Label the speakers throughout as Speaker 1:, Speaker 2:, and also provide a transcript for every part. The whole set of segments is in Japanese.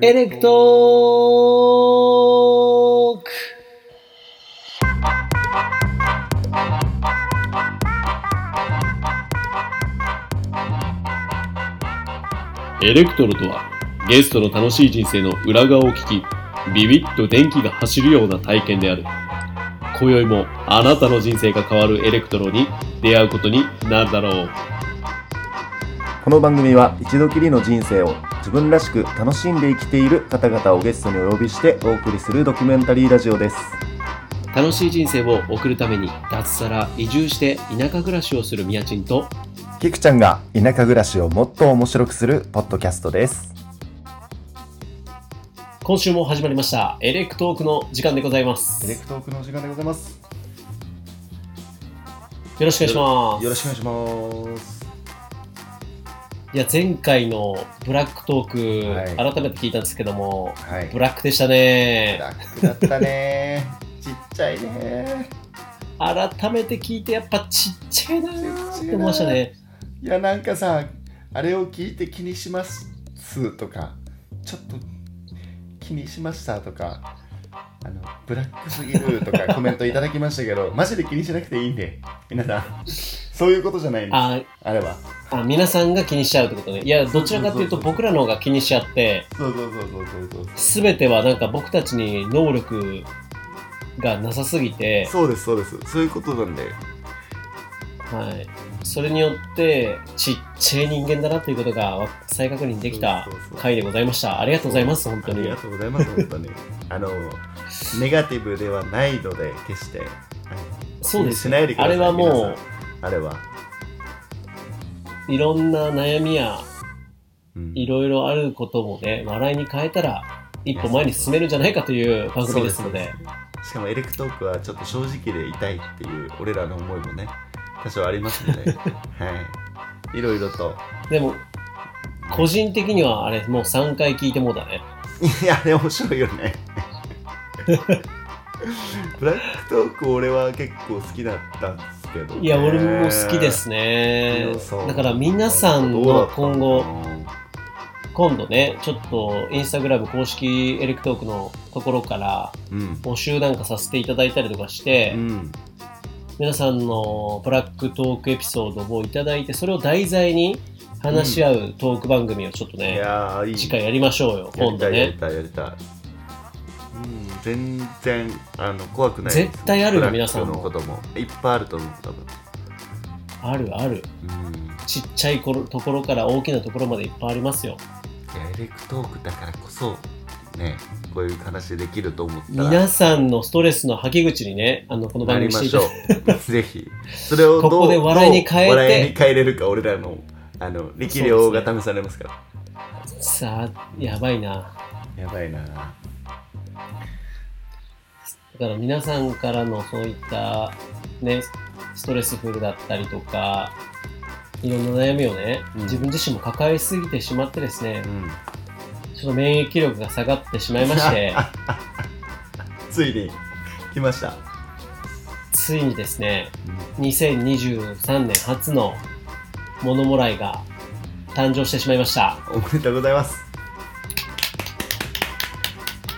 Speaker 1: エレクトーク
Speaker 2: エレクトロとはゲストの楽しい人生の裏側を聞きビビッと電気が走るような体験である今宵もあなたの人生が変わるエレクトロに出会うことになるだろう
Speaker 3: この番組は一度きりの人生を自分らしく楽しんで生きている方々をゲストにお呼びしてお送りするドキュメンタリーラジオです
Speaker 2: 楽しい人生を送るために脱サラ移住して田舎暮らしをするみやちんと
Speaker 3: キクちゃんが田舎暮らしをもっと面白くするポッドキャストです
Speaker 2: 今週も始まりましたエレクトークの時間でございま
Speaker 3: エレ
Speaker 2: す
Speaker 3: クトークのお時間でございます
Speaker 2: よろしくお願いし
Speaker 3: よ
Speaker 2: ま
Speaker 3: ろ
Speaker 2: す
Speaker 3: しくお願いします
Speaker 2: いや前回のブラックトーク、
Speaker 3: はい
Speaker 2: 改めて聞いたんですけども
Speaker 3: はい
Speaker 2: ブラックでしたね
Speaker 3: ラックだったねちっちゃいね
Speaker 2: 改めて聞いてやっぱちっちゃいなーって思いましたね
Speaker 3: いやなんかさあれを聞いて気にしますとかちょっと気にしましたとかあのブラックすぎるとかコ メントいただきましたけどマジで気にしなくていいんで皆さんそういうことじゃないんですあ
Speaker 2: あ
Speaker 3: れは
Speaker 2: あ皆さんが気にしちゃうってことねいやどちらかというと
Speaker 3: そうそうそう
Speaker 2: 僕らの方が気にしちゃって
Speaker 3: そうそうそうそうそうそう
Speaker 2: 全てはなんか僕たちに能力がなさすぎて
Speaker 3: そうですそうですそういうことなんだよ
Speaker 2: はい、それによってちっちゃい人間だなということが再確認できた
Speaker 3: そうそうそう
Speaker 2: 回でございましたありがとうございます本当
Speaker 3: あり
Speaker 2: に
Speaker 3: がとうございます本当にあのネガティブではないので決してあの
Speaker 2: そうで
Speaker 3: 気
Speaker 2: す
Speaker 3: にしないでくだ
Speaker 2: あ
Speaker 3: さ
Speaker 2: れ
Speaker 3: い
Speaker 2: はも
Speaker 3: 皆さんあれはい
Speaker 2: ろんな悩みや
Speaker 3: うん
Speaker 2: いろいろあることもね笑いに変えたら一歩前に進めるんじゃないかという番組ですので
Speaker 3: そうですしかもエレクトークはちょっと正直でいたいっていう俺らの思いも ね多少ありますのではいいろいろと
Speaker 2: でも個人的にはあれもう3回聞いてもうだね
Speaker 3: いやあれ面白いよ ねブラックトーク俺は結構好きだったんですけどね、
Speaker 2: いや俺も好きですね
Speaker 3: 皆さん
Speaker 2: だから皆さん
Speaker 3: どうだ
Speaker 2: の
Speaker 3: ったの
Speaker 2: 今
Speaker 3: かな
Speaker 2: 後今度ねちょっとインスタグラム公式エレクトークのところから
Speaker 3: うん
Speaker 2: 募集なんかさせていただいたりとかして、
Speaker 3: うん
Speaker 2: 皆さんのブラックトークエピソードをいただいてそれを題材に話し合うトーク番組をちょっと
Speaker 3: い
Speaker 2: ね、
Speaker 3: やーいい
Speaker 2: 次回やりましょうよ
Speaker 3: や
Speaker 2: 今
Speaker 3: り
Speaker 2: 度
Speaker 3: たいやり
Speaker 2: ね
Speaker 3: たいやりたい、うん、全然あの怖くないです
Speaker 2: 絶対ある
Speaker 3: ブ
Speaker 2: よ
Speaker 3: ラック
Speaker 2: 皆さんも
Speaker 3: のこともいっぱいあると思う多分
Speaker 2: あるある
Speaker 3: うん
Speaker 2: ちっちゃい頃ところから大きなところまでいっぱいありますよ
Speaker 3: いやエレクトークだからこそねこういう話できると思ったら
Speaker 2: 皆さんのストレスの吐き口にねあのこの
Speaker 3: な
Speaker 2: 番
Speaker 3: り
Speaker 2: 組
Speaker 3: ま
Speaker 2: してい
Speaker 3: したょ
Speaker 2: だいう
Speaker 3: ぜひそれをどう
Speaker 2: ここで笑いに変えて
Speaker 3: どう笑いに変えれるか俺らのあの力量が試されますから
Speaker 2: さあやばいな
Speaker 3: やばいな
Speaker 2: だから皆さんからのそういったねストレスフルだったりとかいろんな悩みをね、
Speaker 3: うん
Speaker 2: 自分自身も抱えすぎてしまってですね
Speaker 3: うん
Speaker 2: ちょっと免疫力が下がってしまいまして
Speaker 3: ついに来ました、
Speaker 2: ついにですね2023年初のモノモライが誕生してしまいました
Speaker 3: おめでとうございます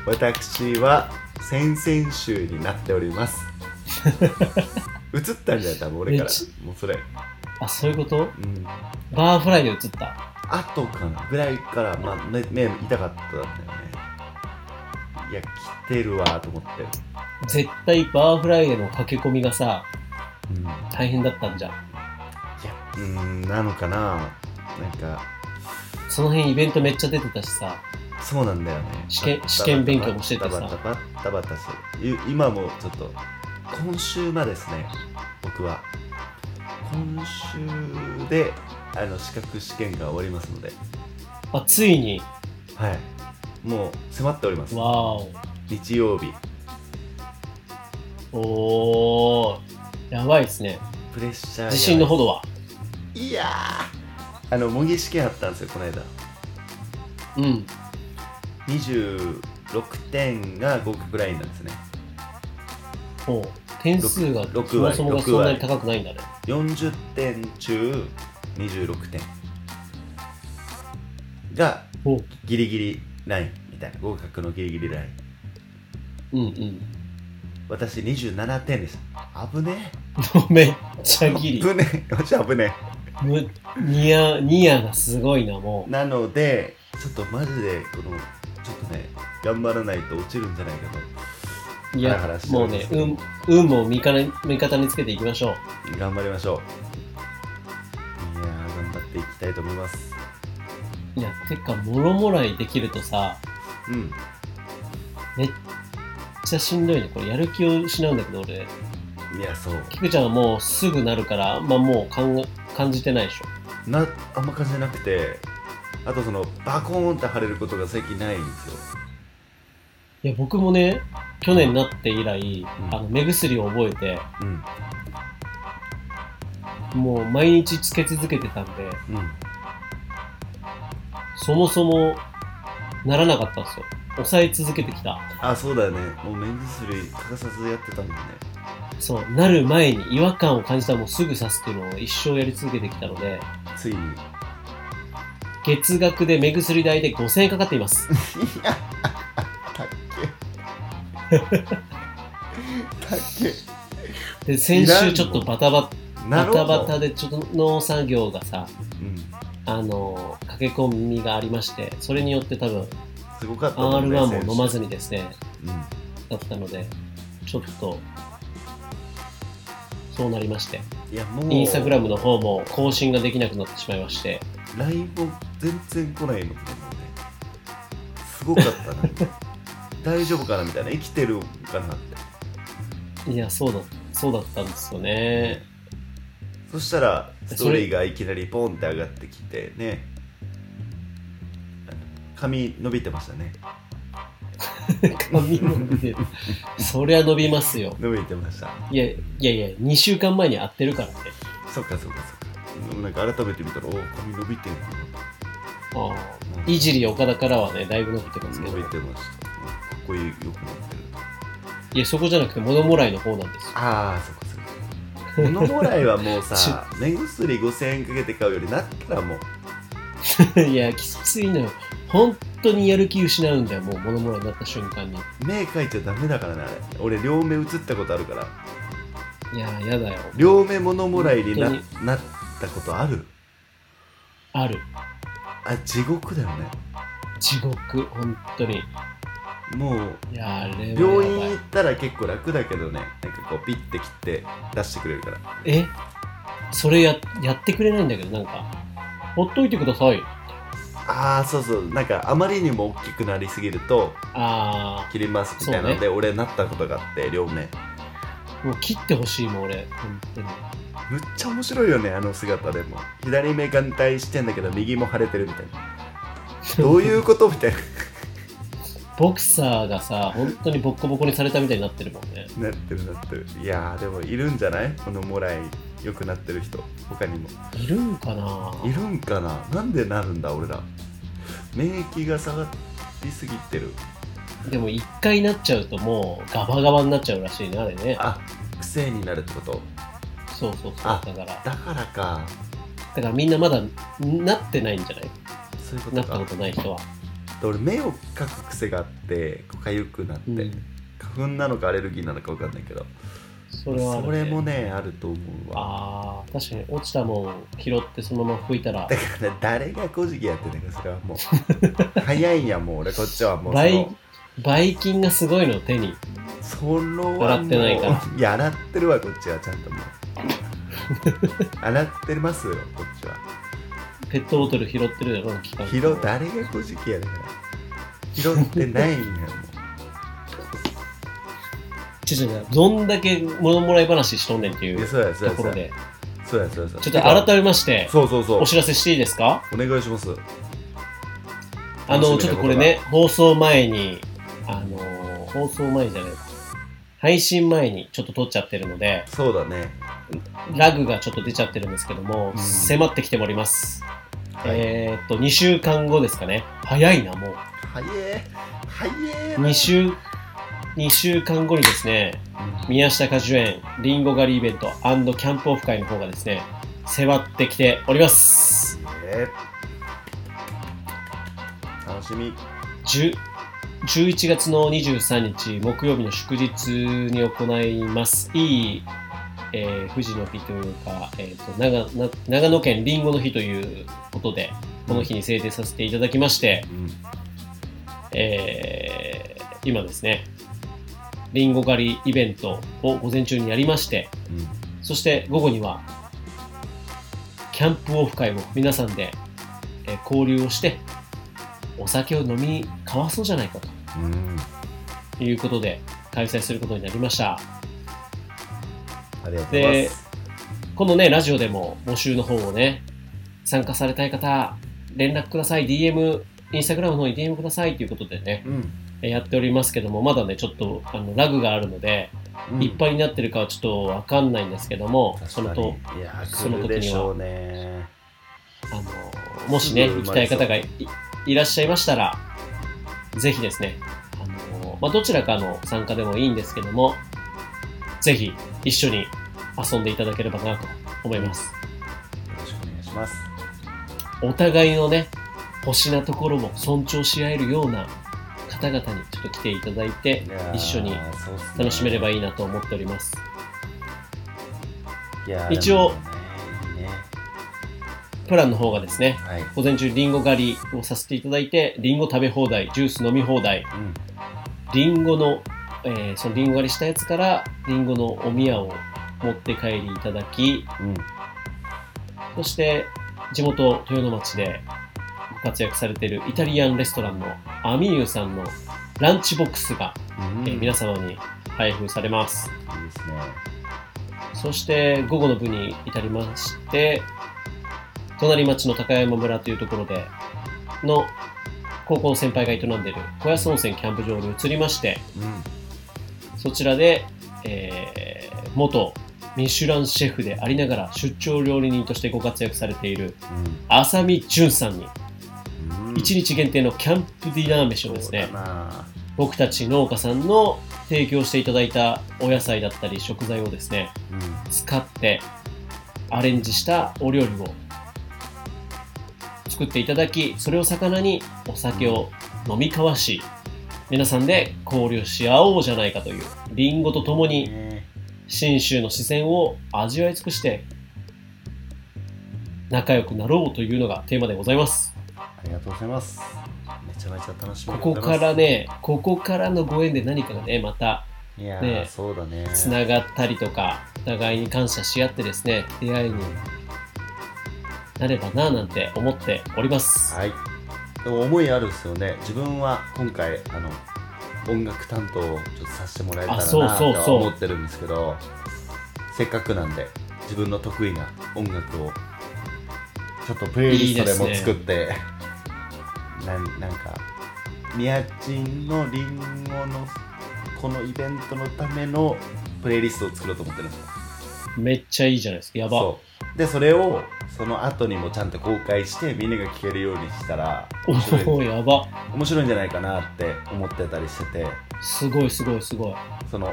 Speaker 3: 私は先々週になっております映ったんじゃない多分俺か
Speaker 2: め
Speaker 3: ら
Speaker 2: っち
Speaker 3: もうそれ、
Speaker 2: あそういうこ
Speaker 3: う
Speaker 2: と
Speaker 3: ん
Speaker 2: バーフライで映った
Speaker 3: 後かなぐらいから、まあ、目目痛かったんだよねいや来てるわと思って、
Speaker 2: 絶対バーフライへの駆け込みがさ
Speaker 3: うん、いや
Speaker 2: 大変だったんじゃん
Speaker 3: うーんなのかななんか
Speaker 2: その辺イベントめっちゃ出てたしさ
Speaker 3: そうなんだよね
Speaker 2: 試験
Speaker 3: バタバタ
Speaker 2: 試験勉強もしててさ
Speaker 3: バタバタバタバタしてるい今もちょっと今週までですね僕は今週であの資格試験が終わりますので
Speaker 2: あついに
Speaker 3: はいもう迫っております
Speaker 2: わーお
Speaker 3: 日曜日
Speaker 2: おー、やばいですね。
Speaker 3: プレッシャーやばい
Speaker 2: 自信のほどは。
Speaker 3: いやーあの模擬試験あったんですよこの間
Speaker 2: うん。
Speaker 3: 26点が合格ラインなんですね
Speaker 2: もう、点数が
Speaker 3: 六
Speaker 2: そもそもが
Speaker 3: 六割
Speaker 2: そんなに高くないんだね。
Speaker 3: 40点中26点が
Speaker 2: お
Speaker 3: ギリギリラインみたいな合格のギリギリライン
Speaker 2: うんうん。
Speaker 3: 私27点でした危ね
Speaker 2: めっちゃ
Speaker 3: え
Speaker 2: ギリ。
Speaker 3: 危ねえ私危ね
Speaker 2: むニヤ、ニヤがすごいな、も
Speaker 3: えなのでちょっとマジでこのちょっとね頑張らないと落ちるんじゃないか
Speaker 2: う。い
Speaker 3: ハラハ
Speaker 2: や
Speaker 3: ラ、して
Speaker 2: も
Speaker 3: る
Speaker 2: う
Speaker 3: んで
Speaker 2: ね
Speaker 3: す、けど
Speaker 2: 運、運も味方に味方につけていきましょう。
Speaker 3: と頑張りましょういやー頑張っていきたいと思います
Speaker 2: いや、てか、もろもらいできるとさ、
Speaker 3: うん
Speaker 2: めっちゃしんどいね。これ、やる気を失うんだけど、俺。
Speaker 3: いやそう
Speaker 2: 菊ちゃんはもうすぐなるから、あんまもう感が感じてないでしょ。
Speaker 3: なあんま感じなくてあとそのバコーンって腫れることが最近ないんですよ
Speaker 2: いや、僕もね、去年になって以来、
Speaker 3: うん
Speaker 2: あの、目薬を覚えて、
Speaker 3: うん
Speaker 2: もう毎日つけ続けてたんで、
Speaker 3: うん
Speaker 2: そもそも、ならなかったんですよ。抑え続けてきた。
Speaker 3: あそうだよねもう目薬欠かさずやってたもんね
Speaker 2: そう、なる前に違和感を感じたらもうすぐ刺すっていうのを一生やり続けてきたので、
Speaker 3: ついに
Speaker 2: 月額で目薬代で5000円かかっています。
Speaker 3: たっけたっけ
Speaker 2: で、先週ちょっとバタバ
Speaker 3: な
Speaker 2: タ、
Speaker 3: る
Speaker 2: バ
Speaker 3: ほど
Speaker 2: タバタでちょっと農作業がさ、
Speaker 3: うん
Speaker 2: あの、駆け込みがありまして、それによって多分
Speaker 3: すごかったもんね
Speaker 2: R1
Speaker 3: 選手
Speaker 2: も飲まずにですね、
Speaker 3: うん
Speaker 2: だったので、ちょっと、そうなりまして、
Speaker 3: いやもう
Speaker 2: インスタグラムの方も更新ができなくなってしまいまして、
Speaker 3: LINE も全然来ないのかもねすごかったな大丈夫かなみたいな生きてるかなって
Speaker 2: いや、そうだ、そうだったんですよね。
Speaker 3: そしたらストーリーがいきなりポンって上がってきてねあの髪伸びてましたね
Speaker 2: 髪も伸びてるそりゃ伸びますよ。
Speaker 3: 伸びてました
Speaker 2: いやいやいや、2週間前に会ってるからね。
Speaker 3: そっかそっかそっかでもなんか改めて見たらおー髪伸びてる
Speaker 2: ああいじり岡田からはね、だいぶ伸びてますけ
Speaker 3: 伸
Speaker 2: ど。
Speaker 3: び
Speaker 2: い
Speaker 3: てましたうんかっこいいよくなってる
Speaker 2: や、そこじゃなくて、物もらいの方なんですよ。
Speaker 3: ああそっかそっか物もらいはもう さ目薬5000円かけて買うよりなったらもう
Speaker 2: いや、きついのよ。本当にやる気失うんだよ、もう物もらいになった瞬間に。
Speaker 3: 目描いちゃダメだからねあれ俺両目映ったことあるから
Speaker 2: いや、やだよ。
Speaker 3: 両目物もらいにな
Speaker 2: 本
Speaker 3: なったことある
Speaker 2: ある。
Speaker 3: あ地獄だよね
Speaker 2: 地獄、本当に。い
Speaker 3: もう
Speaker 2: や、あれはやばい。
Speaker 3: 病院行ったら結構楽だけどねなんかこうピッて切って出してくれるから
Speaker 2: えそれややってくれないんだけど、なんか。ほっといてください。
Speaker 3: ああそうそうなんかあまりにも大きくなりすぎると
Speaker 2: あ
Speaker 3: 切りますみたいなの
Speaker 2: そう
Speaker 3: で、俺なったことがあって両目
Speaker 2: あ、もう切ってほしいもん、俺。本当に。
Speaker 3: むっちゃ面白いよねあの姿でも左目眼帯してんだけど右も腫れてるみたいなどういうことみたい
Speaker 2: ボクサーがさ、本当にボッコボコにされたみたいになってるもんね。
Speaker 3: ななってるなってるいやーでもいるんじゃないこのもらい良くなってる人他にも
Speaker 2: いるんかない
Speaker 3: るんかななんでなるんだ俺ら免疫が下がりすぎてる
Speaker 2: でも一回なっちゃうともうガバガバになっちゃうらしいね、あれね。
Speaker 3: あ癖になるってこと
Speaker 2: そうそうそう。だ
Speaker 3: あ
Speaker 2: から、だ
Speaker 3: だからか
Speaker 2: からみんなまだなってないんじゃない
Speaker 3: そういうこ
Speaker 2: な
Speaker 3: と
Speaker 2: った
Speaker 3: か
Speaker 2: ことない人は。
Speaker 3: 俺目を描く癖があってこう痒くなって、
Speaker 2: うん。
Speaker 3: 花粉なのかアレルギーなのか分かんないけど
Speaker 2: それはある、ね。
Speaker 3: それもねあると思うわ
Speaker 2: ああ、確かに落ちたもん拾ってそのまま拭いたら
Speaker 3: だ、からね誰が古事記やってんだからそれはも う早いんやもう俺こっちはもうそ
Speaker 2: 倍
Speaker 3: の、
Speaker 2: 倍金がすごいの手に。
Speaker 3: その
Speaker 2: 洗ってないから
Speaker 3: いや洗ってるわこっちはちゃんともう 洗ってますよこっちは
Speaker 2: ペットボトル拾ってるだろ、期間。
Speaker 3: 拾誰が古事記やだから拾ってないんやも
Speaker 2: ちょちょちょ、どんだけ物もらい話しとんねんっていう
Speaker 3: いうやそうやそうや
Speaker 2: とこ
Speaker 3: そう
Speaker 2: ろ
Speaker 3: や
Speaker 2: で、
Speaker 3: そうやそうやそうや
Speaker 2: ちょっと改めまして、
Speaker 3: そうそうそう
Speaker 2: お知らせしていいですか
Speaker 3: お願いしますうん
Speaker 2: あの、
Speaker 3: 楽し
Speaker 2: ち
Speaker 3: み
Speaker 2: ょ
Speaker 3: な
Speaker 2: っとこれね、放送前に、あのー、放送前じゃない配信前にちょっと撮っちゃってるので、
Speaker 3: そうだね
Speaker 2: ラグがちょっと出ちゃってるんですけども、
Speaker 3: うん
Speaker 2: 迫ってきております。
Speaker 3: はい
Speaker 2: えーっと、2週間後ですかね。早いな、も
Speaker 3: 早え早え
Speaker 2: う。2週、2週間後にですね、宮下果樹園、リンゴ狩りイベントキャンプオフ会の方がですね、迫ってきております。
Speaker 3: え楽しみ
Speaker 2: 10 11月の23日木曜日の祝日に行います。いい、えー、富士の日というか、えーと長な長野県りんごの日ということで、この日に制定させていただきまして、えー今ですね、りんご狩りイベントを午前中にやりまして、そして午後には、キャンプオフ会を皆さんで、えー交流をして、お酒を飲みに交わそうじゃないかと。
Speaker 3: うんうん
Speaker 2: ということで開催することになりました
Speaker 3: ありがとうございます
Speaker 2: このねラジオでも募集の方をね参加されたい方連絡ください DM インスタグラムの方に DM くださいということでね
Speaker 3: うん
Speaker 2: えやっておりますけどもまだねちょっとあのラグがあるので、
Speaker 3: うん
Speaker 2: いっぱいになってるかはちょっとわかんないんですけどもそ
Speaker 3: 確
Speaker 2: の
Speaker 3: か
Speaker 2: と
Speaker 3: にいやー
Speaker 2: その時には
Speaker 3: 来るでしょうね
Speaker 2: あのもしね
Speaker 3: すぐ埋
Speaker 2: 行き
Speaker 3: ま
Speaker 2: た
Speaker 3: り
Speaker 2: い
Speaker 3: そう
Speaker 2: 方がいいらっしゃいましたらぜひですねあの、まあ、どちらかの参加でもいいんですけどもぜひ一緒に遊んでいただければなと思います
Speaker 3: よろしくお願いします
Speaker 2: お互いのね、星なところも尊重し合えるような方々にちょっと来ていただいて
Speaker 3: いや、ー
Speaker 2: 一緒に
Speaker 3: そうっすね
Speaker 2: 楽しめればいいなと思っております。
Speaker 3: いや
Speaker 2: 一応
Speaker 3: でもねいいね
Speaker 2: プランの方がですね、
Speaker 3: はい
Speaker 2: 午前中リンゴ狩りをさせていただいて、リンゴ食べ放題、ジュース飲み放
Speaker 3: う
Speaker 2: 題、
Speaker 3: ん
Speaker 2: リンゴの、えーそのリンゴ狩りしたやつから、リンゴのお宮を持って帰りいただき、
Speaker 3: うん
Speaker 2: そして地元豊野町でご活躍されているイタリアンレストランのアミユさんのランチボックスが
Speaker 3: うん
Speaker 2: えー皆
Speaker 3: さ
Speaker 2: 様に配布されます
Speaker 3: んいいですね
Speaker 2: そして午後の部に至りまして隣町の高山村というところでの高校の先輩が営んでいる小安温泉キャンプ場に移りまして
Speaker 3: うん
Speaker 2: そちらで、えー元ミシュランシェフでありながら出張料理人としてご活躍されている浅見淳さんに
Speaker 3: うんうん
Speaker 2: 1日限定のキャンプディナー飯をですね
Speaker 3: そうだな
Speaker 2: 僕たち農家さんの提供していただいたお野菜だったり食材をですね
Speaker 3: うん
Speaker 2: 使ってアレンジしたお料理を作っていただきそれを魚にお酒を飲み交わし皆さんで交流し合おうじゃないかというりんごとともに
Speaker 3: ね
Speaker 2: 信州の自然を味わい尽くして仲良くなろうというのがテーマでございます
Speaker 3: ありがとうございますめちゃめちゃ楽しみ
Speaker 2: こ
Speaker 3: でご
Speaker 2: こ
Speaker 3: ざいます
Speaker 2: からねここからのご縁で何かがねまた
Speaker 3: いや
Speaker 2: ね
Speaker 3: ーそうだね
Speaker 2: つながったりとかお互いに感謝し合ってですね出会いになればなぁなんて思っております
Speaker 3: はい。でも思いあるんですよね。自分は今回あの音楽担当をちょっとさせてもらえたら
Speaker 2: あそう
Speaker 3: な
Speaker 2: そう
Speaker 3: と
Speaker 2: そう
Speaker 3: は思ってるんですけど、せっかくなんで自分の得意な音楽をちょっとプレイリストで
Speaker 2: いい
Speaker 3: も
Speaker 2: です
Speaker 3: 作
Speaker 2: ね
Speaker 3: って、なんなんかミヤチンのリンゴのこのイベントのためのプレイリストを作ろうと思ってるんですよ。
Speaker 2: めっちゃいいじゃないですかやば
Speaker 3: そうでそれをその後にもちゃんと公開してみんなが聴けるようにしたら
Speaker 2: お
Speaker 3: 面白い
Speaker 2: おやば
Speaker 3: 面白いんじゃないかなって思ってたりしてて
Speaker 2: すごいすごいすごい
Speaker 3: その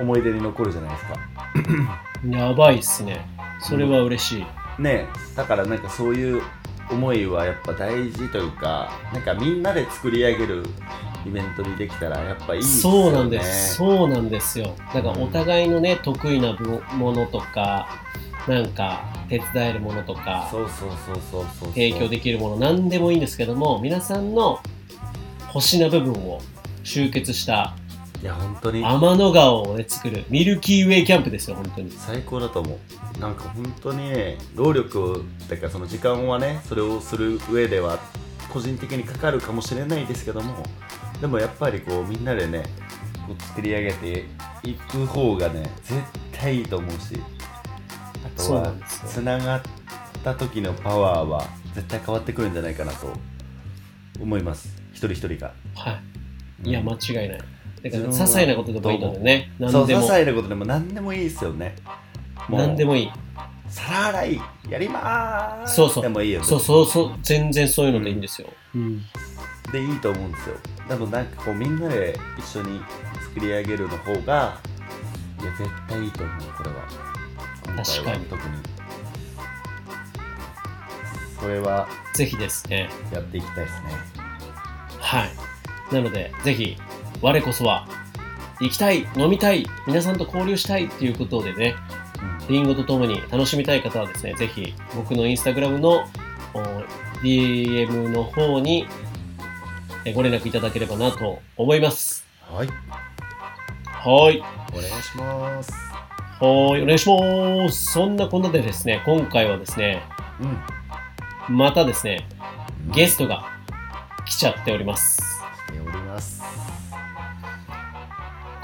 Speaker 3: 思い出に残るじゃないですか
Speaker 2: やばいっすねそれは嬉しい、
Speaker 3: ねえだからなんかそういう思いはやっぱ大事というかなんかみんなで作り上げるイベントにできたらやっぱいいですよね
Speaker 2: そうなんですそうなんですよだから
Speaker 3: うん
Speaker 2: お互いのね得意なぶものとかなんか手伝えるものとか
Speaker 3: そうそうそうそうそうそう
Speaker 2: 提供できるもの何でもいいんですけども皆さんの星な部分を集結した
Speaker 3: いや本当に
Speaker 2: 天の川を、ね、作るミルキーウェイキャンプですよ本当に
Speaker 3: 最高だと思うなんか本当にね労力をだからその時間はねそれをする上では個人的にかかるかもしれないですけどもでもやっぱりこうみんなでねこう作り上げていく方がね絶対いいと思うしあと
Speaker 2: そうな
Speaker 3: は
Speaker 2: んですよ
Speaker 3: つながった時のパワーは絶対変わってくるんじゃないかなと思います一人一人が、
Speaker 2: はいいや
Speaker 3: うん
Speaker 2: 間違いないだから
Speaker 3: 自分
Speaker 2: 些
Speaker 3: は
Speaker 2: 細なことでもいいのでね
Speaker 3: そう
Speaker 2: 何
Speaker 3: 些
Speaker 2: でも
Speaker 3: 細なことでも何でもいいですよねもう
Speaker 2: 何でもいい
Speaker 3: 皿洗いやりまーす
Speaker 2: そうそう
Speaker 3: でもいいよね
Speaker 2: そうそうそう全然そういうのでいいんですよ、
Speaker 3: でいいと思うんですよでもなんかこうみんなで一緒に作り上げるの方がいや絶対いいと思うこれは今
Speaker 2: 確
Speaker 3: 回
Speaker 2: か
Speaker 3: は
Speaker 2: に
Speaker 3: 特にそれは
Speaker 2: ぜひですね
Speaker 3: やっていきたいですね
Speaker 2: はいなので、ぜひ、我こそは、行きたい、飲みたい、皆さんと交流したいということでね、リンゴとともに楽しみたい方はですね、ぜひ、僕のインスタグラムのお DM の方にえご連絡いただければなと思います。
Speaker 3: はい
Speaker 2: はーい。
Speaker 3: お願いします
Speaker 2: はーい、お願いします。そんなこんなでですね、今回はですね、
Speaker 3: うん
Speaker 2: またですね、ゲ
Speaker 3: ス
Speaker 2: ストが来ちゃっております。
Speaker 3: しております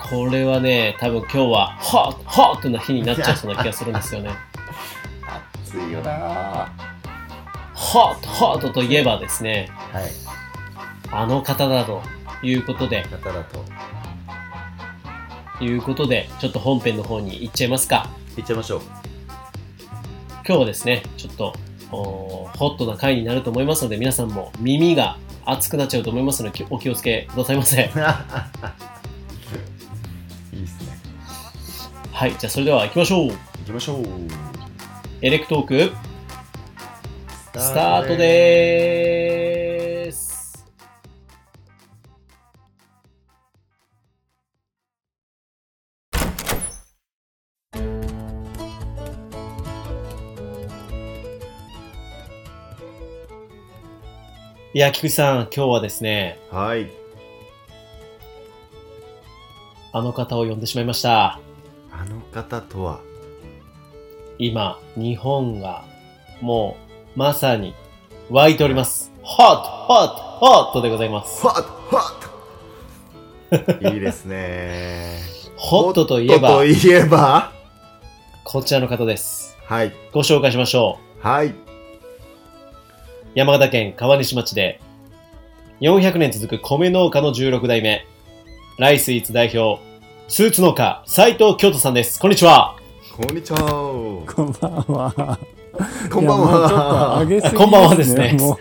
Speaker 2: これはね、多分今日は、ハート、ハートな日になっちゃいそうな気がするんですよね。
Speaker 3: 暑いよなー
Speaker 2: ハート、ハートといえばですね、
Speaker 3: はい
Speaker 2: あの方だということで、
Speaker 3: 方だと
Speaker 2: いうことで、ちょっと本編の方に行っちゃいますか。
Speaker 3: 行っちゃいましょう
Speaker 2: 今日はですね、ちょっと、おーホットな回になると思いますので、皆さんも耳が熱くなっちゃうと思いますので、きお気をつけくださいませ。
Speaker 3: いいっすね
Speaker 2: はい、じゃあそれでは行きましょう。
Speaker 3: 行きましょう
Speaker 2: エレクトーク、
Speaker 3: ス
Speaker 2: スタートでーす。いや、菊池さん、今日はですね、
Speaker 3: すはい
Speaker 2: あの方を呼んでしまいました。
Speaker 3: あの方とは
Speaker 2: 今、日本が、もう、まさに、湧いております。ホット、ホット、ホットでございます。
Speaker 3: ホットホットいいですね
Speaker 2: ホットといえ
Speaker 3: ホ
Speaker 2: ば、
Speaker 3: ットといえば
Speaker 2: こちらの方です。
Speaker 3: はい
Speaker 2: ご紹介しましょう。
Speaker 3: はい
Speaker 2: 山形県川西町で、400年続く米農家の16代目、ライスイーツ代表、スーツ農家、斉藤京都さんです。こんにちは。
Speaker 3: こんにちはこ
Speaker 1: こんばんは。
Speaker 3: んばん
Speaker 1: いやもうちょっと
Speaker 3: は
Speaker 1: 上げすぎ
Speaker 2: こんばんはですね
Speaker 1: も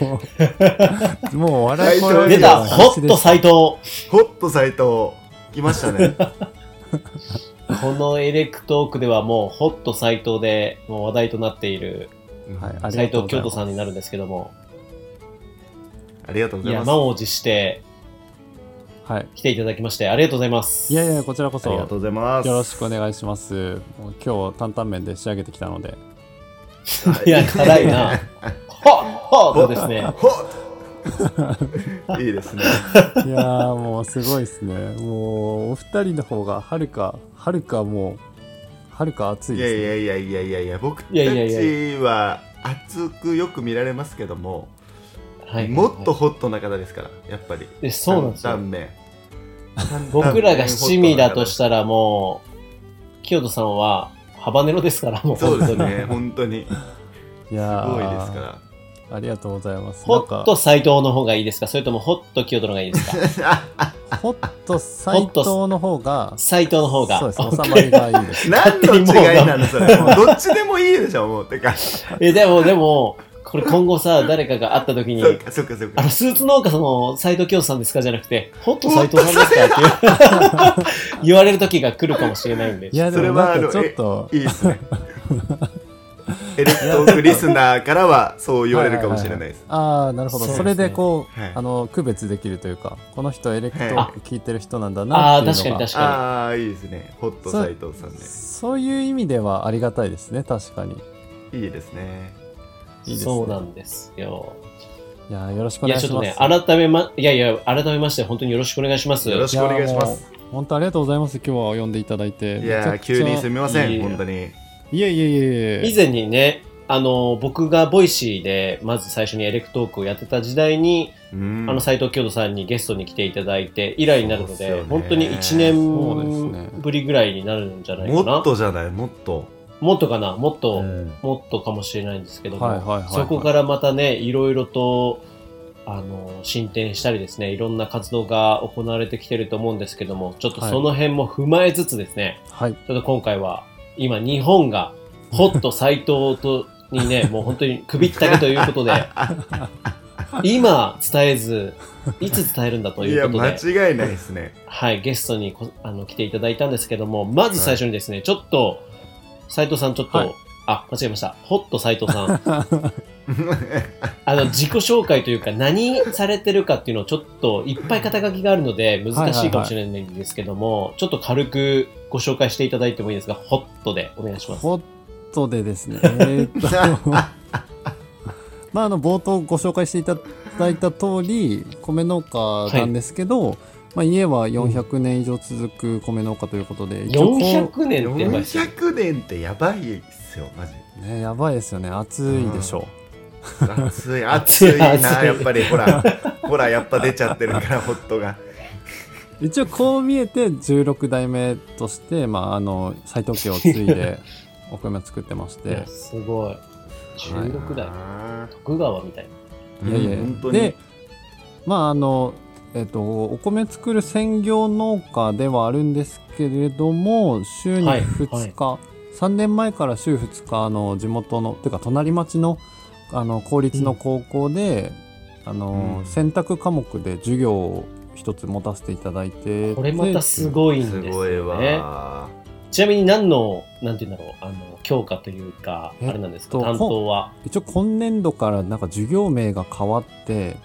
Speaker 1: う、 もう笑いこらえ
Speaker 2: 出
Speaker 1: るよう
Speaker 2: た、
Speaker 1: な
Speaker 2: ホット
Speaker 1: 感
Speaker 2: 斉 藤。こ
Speaker 3: ホット斎藤来ましたね
Speaker 2: のエレクトークではもう、ホット斉藤でもう話題となっている
Speaker 1: じでした。はい、あり
Speaker 2: 斉
Speaker 1: がとう
Speaker 2: 藤
Speaker 1: ございま
Speaker 2: 京都
Speaker 1: す。
Speaker 2: さんになるんですけども、
Speaker 3: ありがとうご
Speaker 2: い
Speaker 3: ざい
Speaker 2: や、
Speaker 3: ます
Speaker 2: 満を持して
Speaker 1: はい。
Speaker 2: 来ていただきまして、ありがとうございます。
Speaker 1: いやいや、こちらこ
Speaker 3: あ
Speaker 1: そ、
Speaker 3: りが
Speaker 1: よ
Speaker 3: とうございます
Speaker 1: ろしくお願いします。もう今日、担々麺で仕上げてきたので。
Speaker 3: はい
Speaker 2: や、辛 いな。ホッホッとですね。
Speaker 3: ホットいいですね
Speaker 1: いやー、もうすごいですね。もう、お二人の方が、はるか、はるかもう、はるか熱い
Speaker 3: い
Speaker 1: で
Speaker 3: や
Speaker 1: すね。
Speaker 3: いやいやいやいやいや僕た
Speaker 2: いやいやいや
Speaker 3: ちは熱くよく見られますけども
Speaker 2: はい、
Speaker 3: もっとホットな方ですからやっぱり
Speaker 2: えそうなんですよ
Speaker 3: 担々麺
Speaker 2: 僕らが七味だとしたらもう、清人さんはハバネロですから、もう
Speaker 3: そうで
Speaker 2: 本当
Speaker 3: す
Speaker 2: に。
Speaker 3: ね本当にす
Speaker 1: いや
Speaker 3: ごいですか
Speaker 1: ら。ありがとうございます。
Speaker 2: ホ
Speaker 1: なん
Speaker 2: ッ
Speaker 1: か
Speaker 2: ト、斎藤の方がいいですかそれともホット清人の方がいいですか
Speaker 1: ホット斎藤の方 が、
Speaker 2: 斎藤の方が。
Speaker 1: そうです、収まりがいいです。
Speaker 3: ら何の違いなのそれもうどっちでもいいでしょもうてかそ
Speaker 2: え、でも、でも、これ今後さ、誰かが会った時に、
Speaker 3: っかそっかそっ
Speaker 2: あ
Speaker 3: か
Speaker 2: の、スーツ農家さんの斎藤京さんですかじゃなくて、ホット斎藤さんですかっていう 言われる時が来るかもしれないんで
Speaker 1: い。や、で
Speaker 3: それ
Speaker 1: も
Speaker 3: は
Speaker 1: なんかちょっと
Speaker 3: い、いです ねエレクトークリスナーからはそう言われるかもしれないです
Speaker 1: ああ、なるほど。
Speaker 2: そうですね
Speaker 1: それでこう、
Speaker 3: はい
Speaker 1: あの、区別できるというか、この人エレクト
Speaker 3: はい
Speaker 1: ーク聞いてる人なんだ
Speaker 2: あ
Speaker 1: な
Speaker 2: あ
Speaker 1: っ
Speaker 2: ー、
Speaker 1: ていう
Speaker 2: 確か
Speaker 1: の
Speaker 2: に
Speaker 1: が。
Speaker 2: 確か
Speaker 3: ああーいいですねホット斎藤さん
Speaker 1: そういう意味ではありがたいですね、確かに。
Speaker 3: でいいですね
Speaker 1: いい
Speaker 2: に。
Speaker 1: ですね
Speaker 2: そうなんですよ。
Speaker 1: いやー、よろしくお
Speaker 2: い
Speaker 1: 願
Speaker 2: や、
Speaker 1: い
Speaker 2: ちょっ
Speaker 1: し
Speaker 2: と
Speaker 1: ます。
Speaker 2: ね、改めま、いやいや、改めまして、本当によろしくお願いします。
Speaker 3: よろしくお願いしま
Speaker 1: や
Speaker 3: す
Speaker 1: ー。もう本当ありがとうございます。今日は呼んでいただいて。
Speaker 3: いや
Speaker 1: め
Speaker 3: ー
Speaker 1: ちゃくち
Speaker 3: 急
Speaker 1: ゃ
Speaker 3: にすみませ
Speaker 2: いい
Speaker 3: ん
Speaker 2: よ
Speaker 3: 本当に
Speaker 1: いえいえいえいえ。
Speaker 2: 以前にね、あの、僕がボイシーで、まず最初にエレクトークをやってた時代に、
Speaker 3: うん
Speaker 2: あの、斉藤京都さんにゲストに来ていただいて、以来になるの
Speaker 3: そうです
Speaker 2: で、
Speaker 3: よね
Speaker 2: 本当に
Speaker 1: そうです
Speaker 2: 1
Speaker 1: ね
Speaker 2: 年ぶりぐらいになるんじゃないかな。
Speaker 3: もっとじゃないもっと
Speaker 2: もっとかな、もっと、
Speaker 3: うん
Speaker 2: もっとかもしれないんですけども、
Speaker 1: はいはいはいはい
Speaker 2: そこからまたね、いろいろと、あの、進展したりですね、いろんな活動が行われてきてると思うんですけども、ちょっとその辺も踏まえつつですね、
Speaker 1: はい。
Speaker 2: ちょっと今回は、今日本が、ホット斎藤と、にね、もう本当に首ったけということで、今伝えず、いつ伝えるんだと
Speaker 3: い
Speaker 2: いう
Speaker 3: や
Speaker 2: こと
Speaker 3: 間
Speaker 2: で、
Speaker 3: 違いないですね
Speaker 2: はい、ゲストにこあの来ていただいたんですけども、まず最初にですね、ちょっと、斎藤さんちょっと、
Speaker 1: はい
Speaker 2: あ、間違えました。ホット斎藤さん。あの、自己紹介というか、何されてるかっていうのをちょっといっぱい肩書きがあるので、難しいかもしれないんですけども、ちょっと軽くご紹介していただいてもいいですが、ホットでお願いします。
Speaker 1: ホットでですね、えーっとまああの冒頭ご紹介していただいた通り米農家なんですけど、まあ、家は400年以上続く米農家ということで、一応こう
Speaker 2: 400年 ってやば
Speaker 4: 400年ってやば
Speaker 2: いっすね
Speaker 4: いっすよマジ
Speaker 1: ね、やばいですよね暑いでしょ
Speaker 4: 暑い暑いな
Speaker 2: 暑い
Speaker 4: やっぱりほらほらやっぱ出ちゃってるからホットが
Speaker 1: う、一応こう見えて16代目として、まあ、あの斎藤家を継いでお米を作ってまして
Speaker 2: すごい。16代、
Speaker 4: あ
Speaker 2: 徳川みたいな。
Speaker 4: ー
Speaker 1: いやいや
Speaker 4: うん本当に
Speaker 1: でまああのえっとお米作る専業農家ではあるんですけれども週に
Speaker 2: はい
Speaker 1: 2日、3年前から週2日あの地元のていうか隣町のあの公立の高校で、あの
Speaker 4: うん
Speaker 1: 選択科目で授業を一つ持たせていただいて
Speaker 2: これまたす
Speaker 1: で
Speaker 2: ごいんです
Speaker 4: す
Speaker 2: よね。
Speaker 4: ごいわ
Speaker 2: ちなみに何の、なんて言うんだろう、あの、教科というか、
Speaker 1: えっと
Speaker 2: あれなんですか、担当は。
Speaker 1: 一応今年度からなんか授業名が変わって、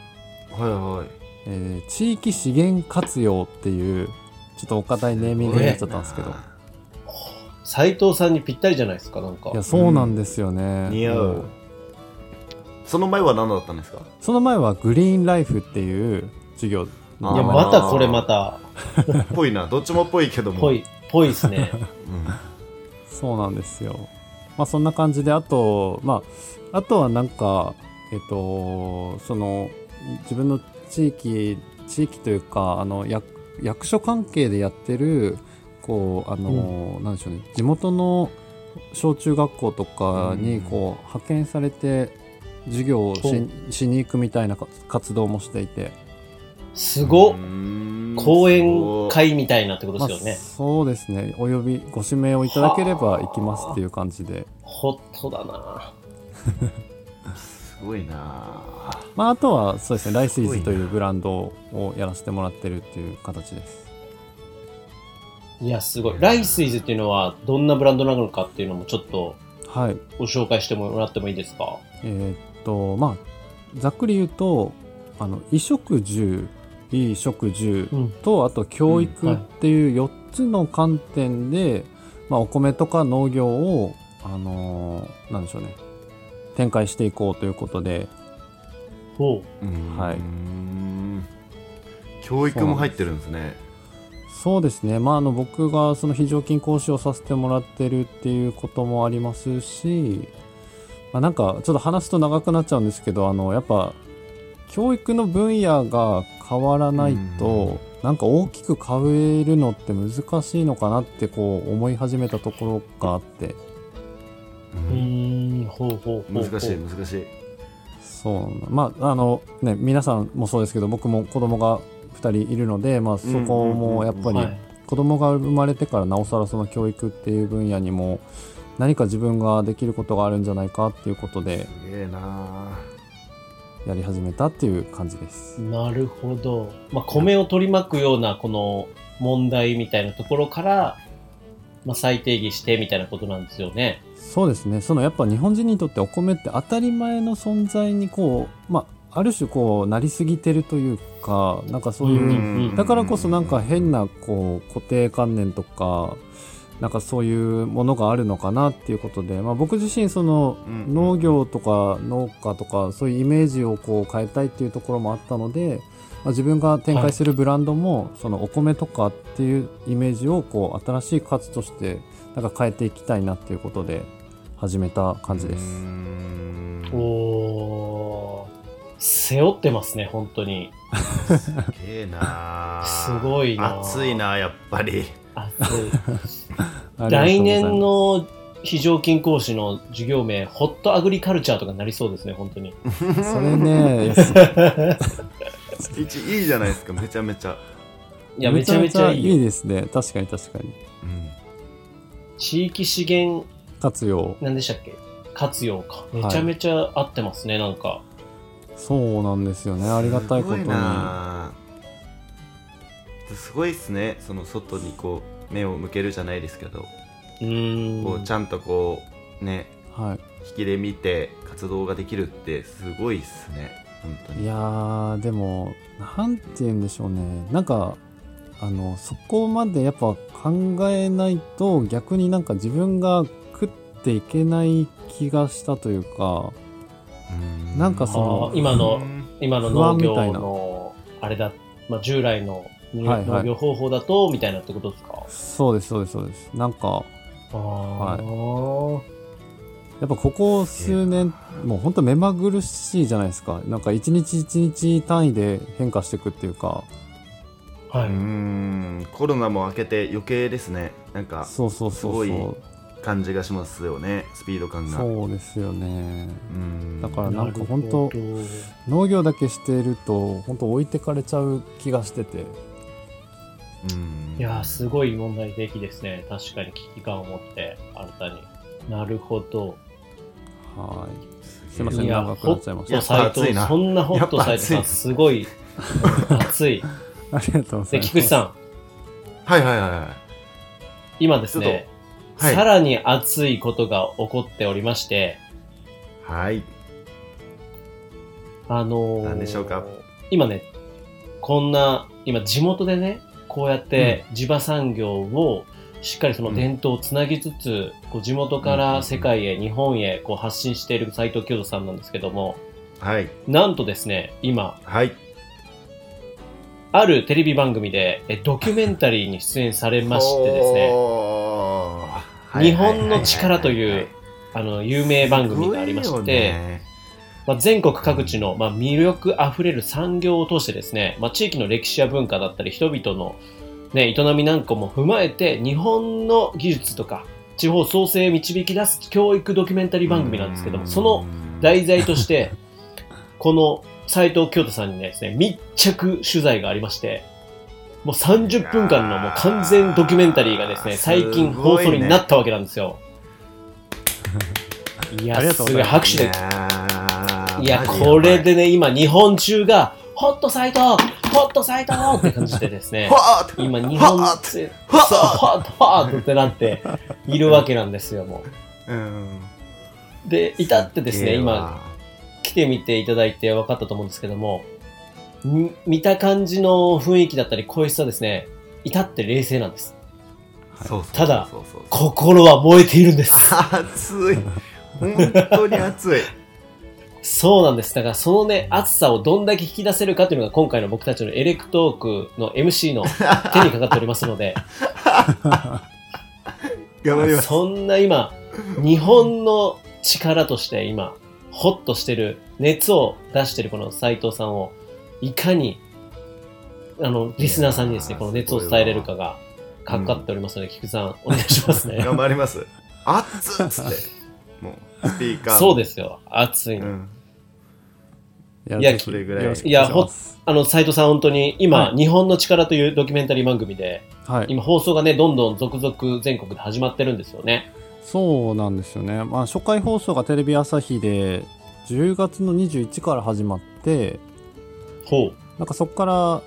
Speaker 4: はいはい
Speaker 1: えー地域資源活用っていうちょっとお堅いネーミングになっちゃったんですけど
Speaker 2: 斉藤さんにぴったりじゃないですか、なんか
Speaker 1: いや。そうなんですよね、
Speaker 4: 似合
Speaker 1: も
Speaker 4: うその前は何だったんですか
Speaker 1: その前はグリーンライフっていう授業の
Speaker 2: い
Speaker 4: あー
Speaker 2: や、またこれまた、
Speaker 4: っぽいなどっちもっぽいけども
Speaker 2: ぽい、ぽいですね。
Speaker 4: うん
Speaker 1: そうなんですよまあそんな感じであとまああとはなんかえっとその自分の地域地域というかあの役役所関係でやってるこうあの、なんでしょうね地元の小中学校とかにこう派遣されて授業をし,、しに行くみたいなか活動もしていて、
Speaker 2: すごっ
Speaker 4: うーん
Speaker 2: 講
Speaker 4: す
Speaker 2: 演
Speaker 4: ごい
Speaker 2: 会みたいなってことですよ
Speaker 1: まあ、
Speaker 2: ね。
Speaker 1: そうですねお呼びご指名をいただければ行きますっていう感じで
Speaker 2: ホットだな
Speaker 4: すごいな
Speaker 1: まあ、あとはそうですねライスイ
Speaker 4: すごい
Speaker 1: ズ
Speaker 4: な
Speaker 1: というブランドをやらせてもらってるっていう形です
Speaker 2: いや、すごい。ライスイズっていうのは、どんなブランドなのかっていうのもちょっと
Speaker 1: はい
Speaker 2: ご紹介してもらってもいいですか
Speaker 1: えーっとまあざっくり言うとあの衣食住衣食住
Speaker 2: うん
Speaker 1: と、あと教
Speaker 2: うん
Speaker 1: 育
Speaker 2: は
Speaker 1: っ
Speaker 2: い
Speaker 1: ていう4つの観点で、まあ、お米とか農業をあのーなんでしょうね展開していこうということで
Speaker 2: ほ
Speaker 4: ー
Speaker 1: はいう
Speaker 4: ーん教育も入ってるんですね
Speaker 1: そうですね、まあ、あの僕がその非常勤講師をさせてもらってるっていうこともありますし、まあ、なんかちょっと話すと長くなっちゃうんですけどあのやっぱ教育の分野が変わらないとなんか大きく変えるのって難しいのかなってこう思い始めたところがあって
Speaker 4: う
Speaker 2: う。うんーん、ほうほうほうほう。
Speaker 4: 難しい難しい
Speaker 1: そうまああのね皆さんもそうですけど僕も子供が2人いるので、まあ、そこもやっぱ
Speaker 4: い
Speaker 1: り
Speaker 2: はい。
Speaker 1: 子供が生まれてからなおさらその教育っていう分野にも何か自分ができることがあるんじゃないかっていうことです
Speaker 4: げえな
Speaker 1: やり始めたっていう感じです。
Speaker 2: なるほど。まあ、米を取り巻くようなこの問題みたいなところから、まあ、再定義してみたいなことなんですよね。
Speaker 1: そうですねそのやっぱ日本人にとってお米って当たり前の存在にこうまあある種こうなりすぎてるというかなんかそういう、
Speaker 2: うん
Speaker 1: だからこそなんか変なこう固定観念とかなんかそういうものがあるのかなっていうことで、まあ、僕自身その
Speaker 4: うん
Speaker 1: 農業とか農家とかそういうイメージをこう変えたいっていうところもあったので、まあ、自分が展開するブランドもそのお米とかっていうイメージをこう新しい価値としてなんか変えていきたいなっていうことで始めた感じで
Speaker 4: うー
Speaker 1: す。
Speaker 4: ん
Speaker 2: おー、背負ってますね、本当に。
Speaker 4: すげえな
Speaker 2: すごいな
Speaker 4: 暑いなやっぱり
Speaker 2: あそ
Speaker 1: あ
Speaker 2: う
Speaker 1: りがとうござい
Speaker 2: 来
Speaker 1: ます
Speaker 2: 年の非常勤講師の授業名、ホットアグリカルチャーとかになりそうですね、本当に。
Speaker 1: それねい や
Speaker 4: 一いいじゃないですかめちゃめちゃ、
Speaker 2: いや、めちゃめちゃいいよ
Speaker 1: いですね確かに確かに
Speaker 4: うん、
Speaker 2: 地域資源、
Speaker 1: 活用
Speaker 2: なんでしたっけ活用か。めちゃめちゃ合ってますね、なんか。
Speaker 1: そうなんですよねありがたいこと
Speaker 4: す
Speaker 1: に
Speaker 4: ごなすごいっすねその外にこう目を向けるじゃないですけど、
Speaker 2: うーん。
Speaker 4: こうちゃんとこうね
Speaker 1: はい
Speaker 3: 引きで見て活動ができるってすごいっすね本当
Speaker 1: い
Speaker 3: に
Speaker 1: やーでもなんて言うんでしょうねなんかあのそこまでやっぱ考えないと逆になんか自分が食っていけない気がしたというか
Speaker 3: うん
Speaker 1: なんかそ
Speaker 2: あ
Speaker 1: の
Speaker 2: ー今の今の農業
Speaker 1: 不安みたい
Speaker 2: のあれだ、まあ、従来のに
Speaker 1: はいはい
Speaker 2: 農業方法だとみたいなってことですか、
Speaker 1: そうですそうですそうですなんか
Speaker 2: ああ
Speaker 1: やっぱここ数年もうほんと目まぐるしいじゃないですかなんか一日一日単位で変化していくっていうか
Speaker 2: は
Speaker 3: う
Speaker 2: い、
Speaker 3: んコロナも明けて余計ですねなんか
Speaker 1: そうそうそう
Speaker 3: す
Speaker 1: そ
Speaker 3: ご
Speaker 1: う
Speaker 3: 感じがしますよねスピード感が
Speaker 1: そうですよね
Speaker 3: うん
Speaker 1: だからなんか本
Speaker 2: なる
Speaker 1: 当
Speaker 2: ほど
Speaker 1: 農業だけしていると本当置いてかれちゃう気がしてて
Speaker 3: うん
Speaker 2: いやーすごい問題的ですね確かに危機感を持って新たになるほど
Speaker 1: はいすいませ
Speaker 2: い
Speaker 1: ん
Speaker 2: や
Speaker 1: 長くなっちゃいまし
Speaker 2: そ
Speaker 3: や
Speaker 2: う
Speaker 3: っぱ
Speaker 2: 斎
Speaker 3: 熱い
Speaker 2: 藤
Speaker 3: な
Speaker 2: そんなホット
Speaker 3: やっぱ
Speaker 2: 斎
Speaker 3: 熱い
Speaker 2: 藤さんすごい 熱い
Speaker 1: たありがとうござい
Speaker 2: で
Speaker 1: ます
Speaker 2: 菊池さん
Speaker 3: はいはいはいはい
Speaker 2: 今ですね、
Speaker 3: ちょっとはい
Speaker 2: さらに熱いことが起こっておりまして
Speaker 3: はい
Speaker 2: あのー
Speaker 3: 何でしょうか
Speaker 2: 今ねこんな今地元でねこうやって地場産業をしっかりその伝統をつなぎつつ、こう地元か
Speaker 3: うんうんう
Speaker 2: ら
Speaker 3: ん
Speaker 2: 世界へ日本へこう発信している斉藤京都さんなんですけども
Speaker 3: はい
Speaker 2: なんとですね今
Speaker 3: はい
Speaker 2: あるテレビ番組でえドキュメンタリーに出演されましてですね
Speaker 3: おーはい
Speaker 2: 日本の力という
Speaker 3: ははは
Speaker 2: あの有名番組がありまして、まあ、全国各地の、まあ、魅力あふれる産業を通してですね、まあ、地域の歴史や文化だったり人々の、ね、営みなんかも踏まえて日本の技術とか地方創生へ導き出す教育ドキュメンタリー番組なんですけどもその題材として この斉藤京都さんにですね密着取材がありましてもう30分間のもう完全ドキュメンタリーがです
Speaker 3: いや
Speaker 2: ね
Speaker 3: ー
Speaker 2: 最近
Speaker 3: すごい
Speaker 2: 放
Speaker 3: ね
Speaker 2: 送になったわけなんですよ。
Speaker 1: あ
Speaker 2: い
Speaker 1: り
Speaker 2: や
Speaker 1: が
Speaker 2: す
Speaker 1: とうご
Speaker 2: ご
Speaker 1: ざ
Speaker 2: い
Speaker 1: いま
Speaker 2: 拍手
Speaker 3: 拍
Speaker 2: で
Speaker 3: いやー
Speaker 2: いや、
Speaker 3: マジ
Speaker 2: これ
Speaker 3: やばい
Speaker 2: でね、今、日本中が、ホットサイトホットサイトって感じでですね
Speaker 3: ほ、ーっ
Speaker 2: 今、日本
Speaker 3: はっ
Speaker 2: 中、
Speaker 3: ほ
Speaker 2: そう
Speaker 3: ーっ
Speaker 2: ホットホットってなっているわけなんですよ、も
Speaker 3: うん
Speaker 2: う。で、至ってですね、
Speaker 3: げー
Speaker 2: 今、
Speaker 3: わ
Speaker 2: 来てみていただいて分かったと思うんですけども、み見た感じの雰囲気だったり、声質はですね、至って冷静なんです。
Speaker 3: そうそう
Speaker 2: ただ
Speaker 3: そうそうそう
Speaker 2: 心は燃えているんです。
Speaker 3: 熱い本当に熱い
Speaker 2: そうなんです。だから、そのね、熱さをどんだけ引き出せるかっていうのが、今回の僕たちのエレクトークの MC の手にかかっておりますので、
Speaker 3: 頑張ります
Speaker 2: そんな今、日本の力として今、ホッとしてる、熱を出してるこの斉藤さんを、いかに、あの、リスナーさんにです
Speaker 3: い
Speaker 2: ね、
Speaker 3: やー
Speaker 2: この熱を伝えれるかが、かかっておりますので、菊池さん、お願いします ね。
Speaker 3: 頑張ります熱っつってもうスピーカーも
Speaker 2: そうですよ、熱いの。
Speaker 3: うん
Speaker 2: いや
Speaker 1: ぜひ
Speaker 3: それぐらい
Speaker 1: よろしく
Speaker 2: い
Speaker 1: お
Speaker 2: や
Speaker 1: 願します
Speaker 2: あの、斉藤さん、本当に、今、
Speaker 1: は
Speaker 2: 日本の力というドキュメンタリー番組で、
Speaker 1: はい
Speaker 2: 今、放送がね、どんどん続々全国で始まってるんですよね。
Speaker 1: そうなんですよねまあ初回放送がテレビ朝日で10月の21から始まって
Speaker 2: ほう。
Speaker 1: なんかそこから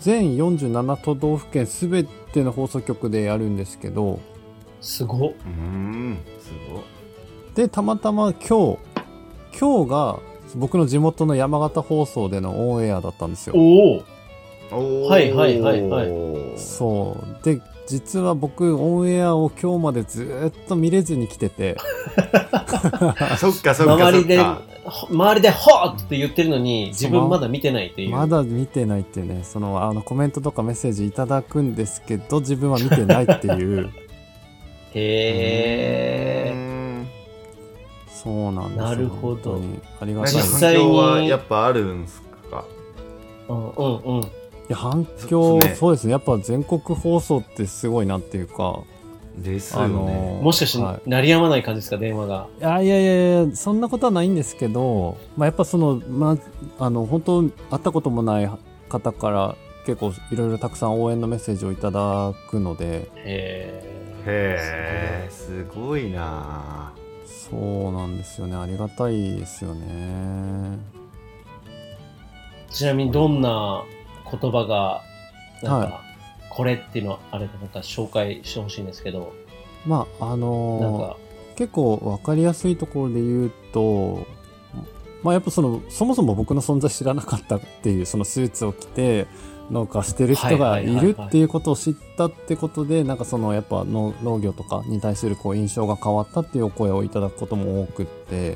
Speaker 1: 全47都道府県すべての放送局でやるんですけど
Speaker 2: すごっ。
Speaker 3: うーんすごい
Speaker 1: でたまたま今日今日が僕の地元の山形放送でのオンエアだったんですよ
Speaker 2: おお
Speaker 3: おー
Speaker 2: はいはいはいはい
Speaker 1: そうで実は僕オンエアを今日までずーっと見れずに来てて
Speaker 3: そっかそっか
Speaker 2: 周りで、
Speaker 3: そっか
Speaker 2: ほ周りで、ほーって言ってるのに、自分まだ見てないっていう。
Speaker 1: まだ見てないっていうねそのあのコメントとかメッセージいただくんですけど自分は見てないっていう
Speaker 3: う
Speaker 2: へえ。
Speaker 3: ーん
Speaker 1: そうなんですよ
Speaker 2: なるほど
Speaker 1: 本当にありが
Speaker 3: 何
Speaker 1: たいです
Speaker 2: 実
Speaker 3: 反
Speaker 2: 際に
Speaker 3: 響はやっぱあるんすか
Speaker 2: うんうんうん。
Speaker 1: いや反響
Speaker 3: そうで
Speaker 1: そ
Speaker 3: すね
Speaker 1: うですねやっぱ全国放送ってすごいなっていうか
Speaker 3: ですよね
Speaker 1: ー
Speaker 2: もしかして、
Speaker 1: はい
Speaker 2: 鳴りやまない感じですか、電話が。
Speaker 1: いやいやいやいやそんなことはないんですけど、まあ、やっぱその,、まあ、あの本当会ったこともない方から結構いろいろたくさん応援のメッセージをいただくので
Speaker 2: へえ。
Speaker 3: へえすごいな
Speaker 1: そうなんですよねありがたいですよね
Speaker 2: ちなみに、どんな言葉が、なんか、
Speaker 1: は
Speaker 2: これっていうのは、あれかなんか紹介してほしいんですけど、
Speaker 1: まああ
Speaker 2: なん
Speaker 1: の
Speaker 2: か、
Speaker 1: 結構分かりやすいところで言うと、まあ、やっぱそのそもそも僕の存在知らなかったっていうそのスーツを着て農家してる人が
Speaker 2: はいはい
Speaker 1: い
Speaker 2: はいはい
Speaker 1: るっていうことを知ったってことでなんかそのやっぱ農農業とかに対するこう印象が変わったっていうお声をいただくことも多くって。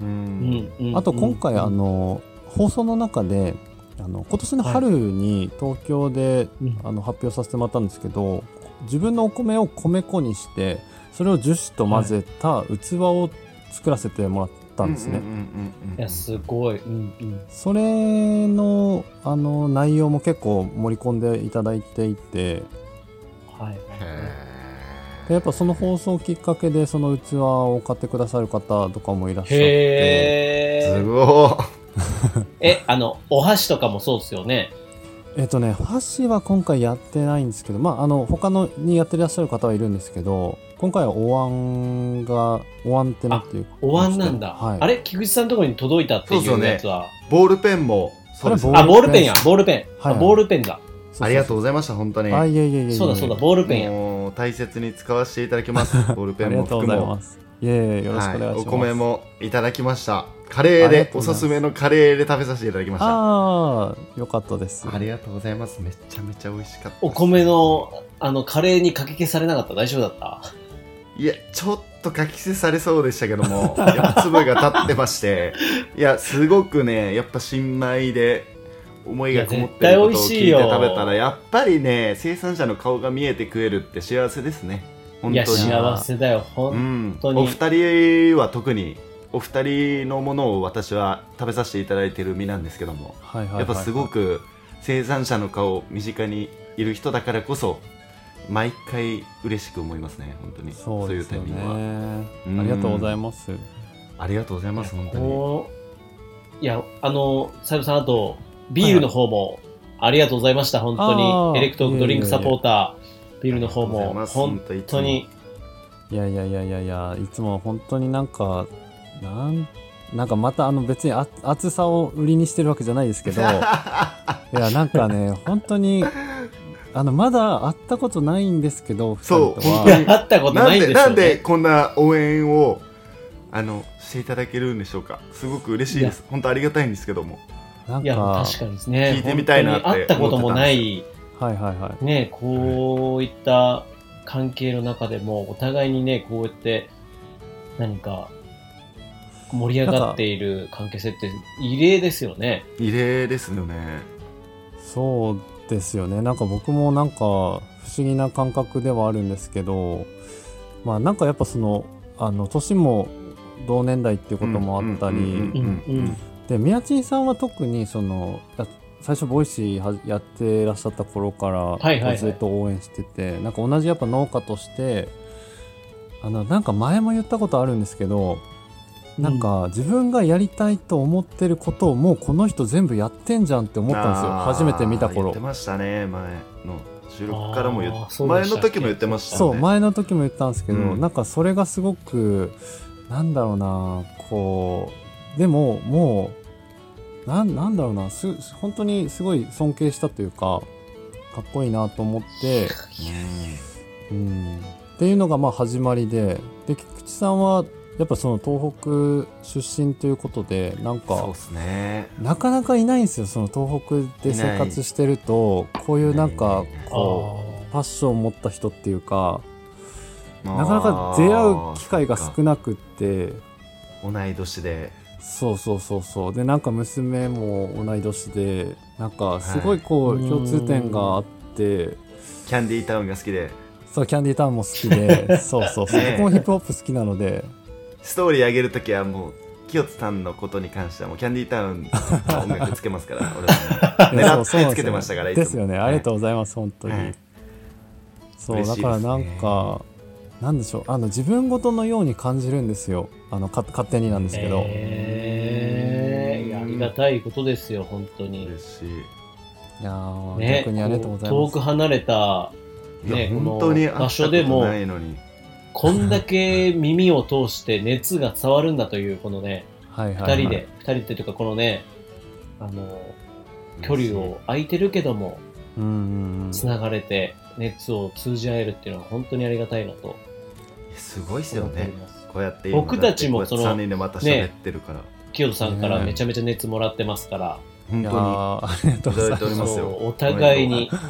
Speaker 3: う
Speaker 2: うんんうん
Speaker 1: あと今回、
Speaker 2: うん
Speaker 1: あの放送の中であの今年の春に東京で、
Speaker 2: うん
Speaker 1: あの発表させてもらったんですけど自分のお米を米粉にしてそれを樹脂と混ぜた器を作らせてもらったんですね。
Speaker 3: うんうんうんうんうん
Speaker 2: いやすごい、うんうん、
Speaker 1: それのあの内容も結構盛り込んでいただいていて
Speaker 2: はい
Speaker 3: へ
Speaker 1: でやっぱその放送きっかけでその器を買ってくださる方とかもいらっしゃって
Speaker 2: へ
Speaker 3: ーす
Speaker 2: え
Speaker 3: ごい
Speaker 2: えあのお箸とかもそうですよね
Speaker 1: えっとね、箸は今回やってないんですけど、まあ、あの、他のにやってらっしゃる方はいるんですけど、今回はお椀が、お椀ってなんていうか
Speaker 2: お椀なんだ、
Speaker 1: はい。
Speaker 2: あれ菊池さんのところに届いたってい
Speaker 3: そう
Speaker 2: う
Speaker 3: そう
Speaker 2: やつは、
Speaker 3: ボールペンもそうです
Speaker 1: あれ
Speaker 2: あボールペンやボールペン、
Speaker 1: はいはい
Speaker 2: あボールペンだ
Speaker 3: ありがとう
Speaker 1: う
Speaker 3: ございました本当に
Speaker 1: あ、いえいえいえいえ
Speaker 2: そうだそうだボールペンや
Speaker 3: もう大切に使わせていただきますボールペ
Speaker 1: あ
Speaker 3: ン
Speaker 1: り
Speaker 3: も
Speaker 1: がとう
Speaker 3: 服
Speaker 1: ござい
Speaker 3: も
Speaker 1: ます。いえいえ、よろしくお願いし
Speaker 3: はい
Speaker 1: ます。
Speaker 3: お米。もいただきましたカレー
Speaker 1: ありが
Speaker 3: で
Speaker 1: とう
Speaker 3: お
Speaker 1: ござい
Speaker 3: す
Speaker 1: ます
Speaker 3: すめのカレーで食べさせていただきました
Speaker 1: ああ、よかったです。
Speaker 3: ありがとうございますめちゃめちゃ美味しかったです
Speaker 2: お米のあのカレーにかき消されなかった大丈夫だった
Speaker 3: いやちょっとかき消されそうでしたけども やっぱ粒が立ってましていやすごくねやっぱ新米で思いがこもってることを聞い
Speaker 2: い
Speaker 3: て
Speaker 2: や絶対美味しいよ
Speaker 3: 食べたらやっぱりね生産者の顔が見えて食えるって幸せですね本
Speaker 2: いや
Speaker 3: 当に
Speaker 2: 幸せだよほ
Speaker 3: うんん
Speaker 2: 当に
Speaker 3: お二人は特にお二人のものを私は食べさせていただいてる身なんですけども
Speaker 1: はいはいは
Speaker 3: や
Speaker 1: い、
Speaker 3: っぱすご。く生産者の顔身近にいる人だからこそ毎回嬉しく思いますね本当に
Speaker 1: そう
Speaker 3: い
Speaker 1: で
Speaker 3: う
Speaker 1: す
Speaker 3: タイ
Speaker 1: よ
Speaker 3: ミングは
Speaker 1: ね。
Speaker 3: うん
Speaker 1: ありがとうございます。
Speaker 3: ありがとうございます本当に
Speaker 2: こういやあのサイブさんあとビールの方もありがとうございました本当
Speaker 1: あー
Speaker 2: にエレクトークドリンクサポータービールの方
Speaker 3: ありがとうござい
Speaker 2: も
Speaker 3: ます
Speaker 2: 本当に
Speaker 1: いやいやいやいやいや、いつも本当になんか、なん、なんかまたあの別にあ厚さを売りにしてるわけじゃないで すけど、いやなんかね、本当に、あの、まだ会ったことないんですけど、
Speaker 3: そう
Speaker 1: 二人と
Speaker 3: 本当
Speaker 1: は。
Speaker 3: に
Speaker 2: 会ったこと
Speaker 3: な
Speaker 2: なんいんで
Speaker 3: ですな
Speaker 2: よ
Speaker 3: ん
Speaker 2: ね
Speaker 3: でこんな応援をあのしていただけるんでしょうかすごく嬉しいです本当ありがたいんですけども
Speaker 1: なん
Speaker 2: いや
Speaker 1: か、
Speaker 2: 確かにですね
Speaker 3: 聞いてみたいなって
Speaker 2: 本当に会ったこともない
Speaker 1: はいはいはい。
Speaker 2: ねこういった関係の中でもお互いにねこうやって何か盛り上がっている関係性って異例ですよね
Speaker 3: 異例ですよね
Speaker 1: そうですよねなんか僕もなんか不思議な感覚ではあるんですけどまあなんかやっぱそのあの年も同年代っていうこともあったり、
Speaker 3: うんうんうんうん
Speaker 1: で宮地さんは特にそのや最初ボイシーはやってらっしゃった頃から、
Speaker 2: いはいはい
Speaker 1: ずっと応援しててなんか同じやっぱ農家としてあのなんか前も言ったことあるんですけどなんか自分がやりたいと思ってることをもうこの人全部やってんじゃんって思ったんですよ
Speaker 3: あー
Speaker 1: 初めて見た頃
Speaker 3: 言ってましたね前の収録からも言っ
Speaker 2: あーそうで
Speaker 3: 前
Speaker 2: した
Speaker 3: の
Speaker 2: っけ
Speaker 3: 時も言ってましたね
Speaker 1: そう前の時も言ったんですけど、
Speaker 3: うん
Speaker 1: なんかそれがすごくなんだろうなこうでももうなんなんだろうなす本当にすごい尊敬したというかかっこいいなと思って、うん、っていうのがまあ始まりでで菊池さんはやっぱその東北出身ということでなん
Speaker 3: そう
Speaker 1: か
Speaker 3: ですね
Speaker 1: なかなかいないんですよその東北で生活してるとこういうなんか
Speaker 3: いない
Speaker 1: こうパッションを持った人っていうかな
Speaker 3: な
Speaker 1: かなか出会う機会が少なくって
Speaker 3: 同い年で
Speaker 1: そうそうそうそうでなんか娘も同い年でなんかすごいこう
Speaker 2: はい
Speaker 1: 共通点があって
Speaker 3: キャンディータウンが好きで
Speaker 1: そうキャンディータウンも好き でそうそうそう
Speaker 3: ねえ
Speaker 1: 僕もヒップホップ好きなので
Speaker 3: ストーリー上げる時はもう清津さんのことに関してはもうキャンディータウンの音楽つけますから俺 はね
Speaker 1: いや
Speaker 3: 狙ってつけてましたからいつも
Speaker 1: ですよねありがとうございます本当に、
Speaker 3: はい
Speaker 1: そう
Speaker 3: 嬉し
Speaker 1: だ
Speaker 3: いです
Speaker 1: か
Speaker 3: ね
Speaker 1: らなんかなんでしょうあの自分事のように感じるんですよあのか勝手になんですけど、
Speaker 2: えーいやありがたいことですよ本当に
Speaker 3: 嬉しい
Speaker 1: いやー、
Speaker 2: ね
Speaker 1: 逆にありがとうござい
Speaker 2: こ
Speaker 1: ま
Speaker 2: う
Speaker 1: す
Speaker 2: 遠く離れた
Speaker 3: いや、
Speaker 2: ね
Speaker 3: 本当に
Speaker 2: この場所で
Speaker 3: 会っ
Speaker 2: も
Speaker 3: たことないのに
Speaker 2: こんだけ耳を通して熱が伝わるんだというこのね
Speaker 1: はいはいは
Speaker 2: 2
Speaker 1: い
Speaker 2: 人で2人ってというかこのねあの距離を空いてるけども
Speaker 1: うんうんうん
Speaker 2: つながれて熱を通じ合えるっていうのは本当にありがたいなと
Speaker 3: すごいですよねこうやって
Speaker 2: 僕たちもその
Speaker 3: 3人でまた喋ってるから、
Speaker 2: 清人さんからめちゃめちゃ熱もらってますから、
Speaker 3: 本
Speaker 1: いや
Speaker 3: 当
Speaker 1: ーありがとう
Speaker 3: にいただいておりま
Speaker 1: ございます
Speaker 3: すよ
Speaker 2: そうお互い
Speaker 3: おめで
Speaker 2: に
Speaker 3: とう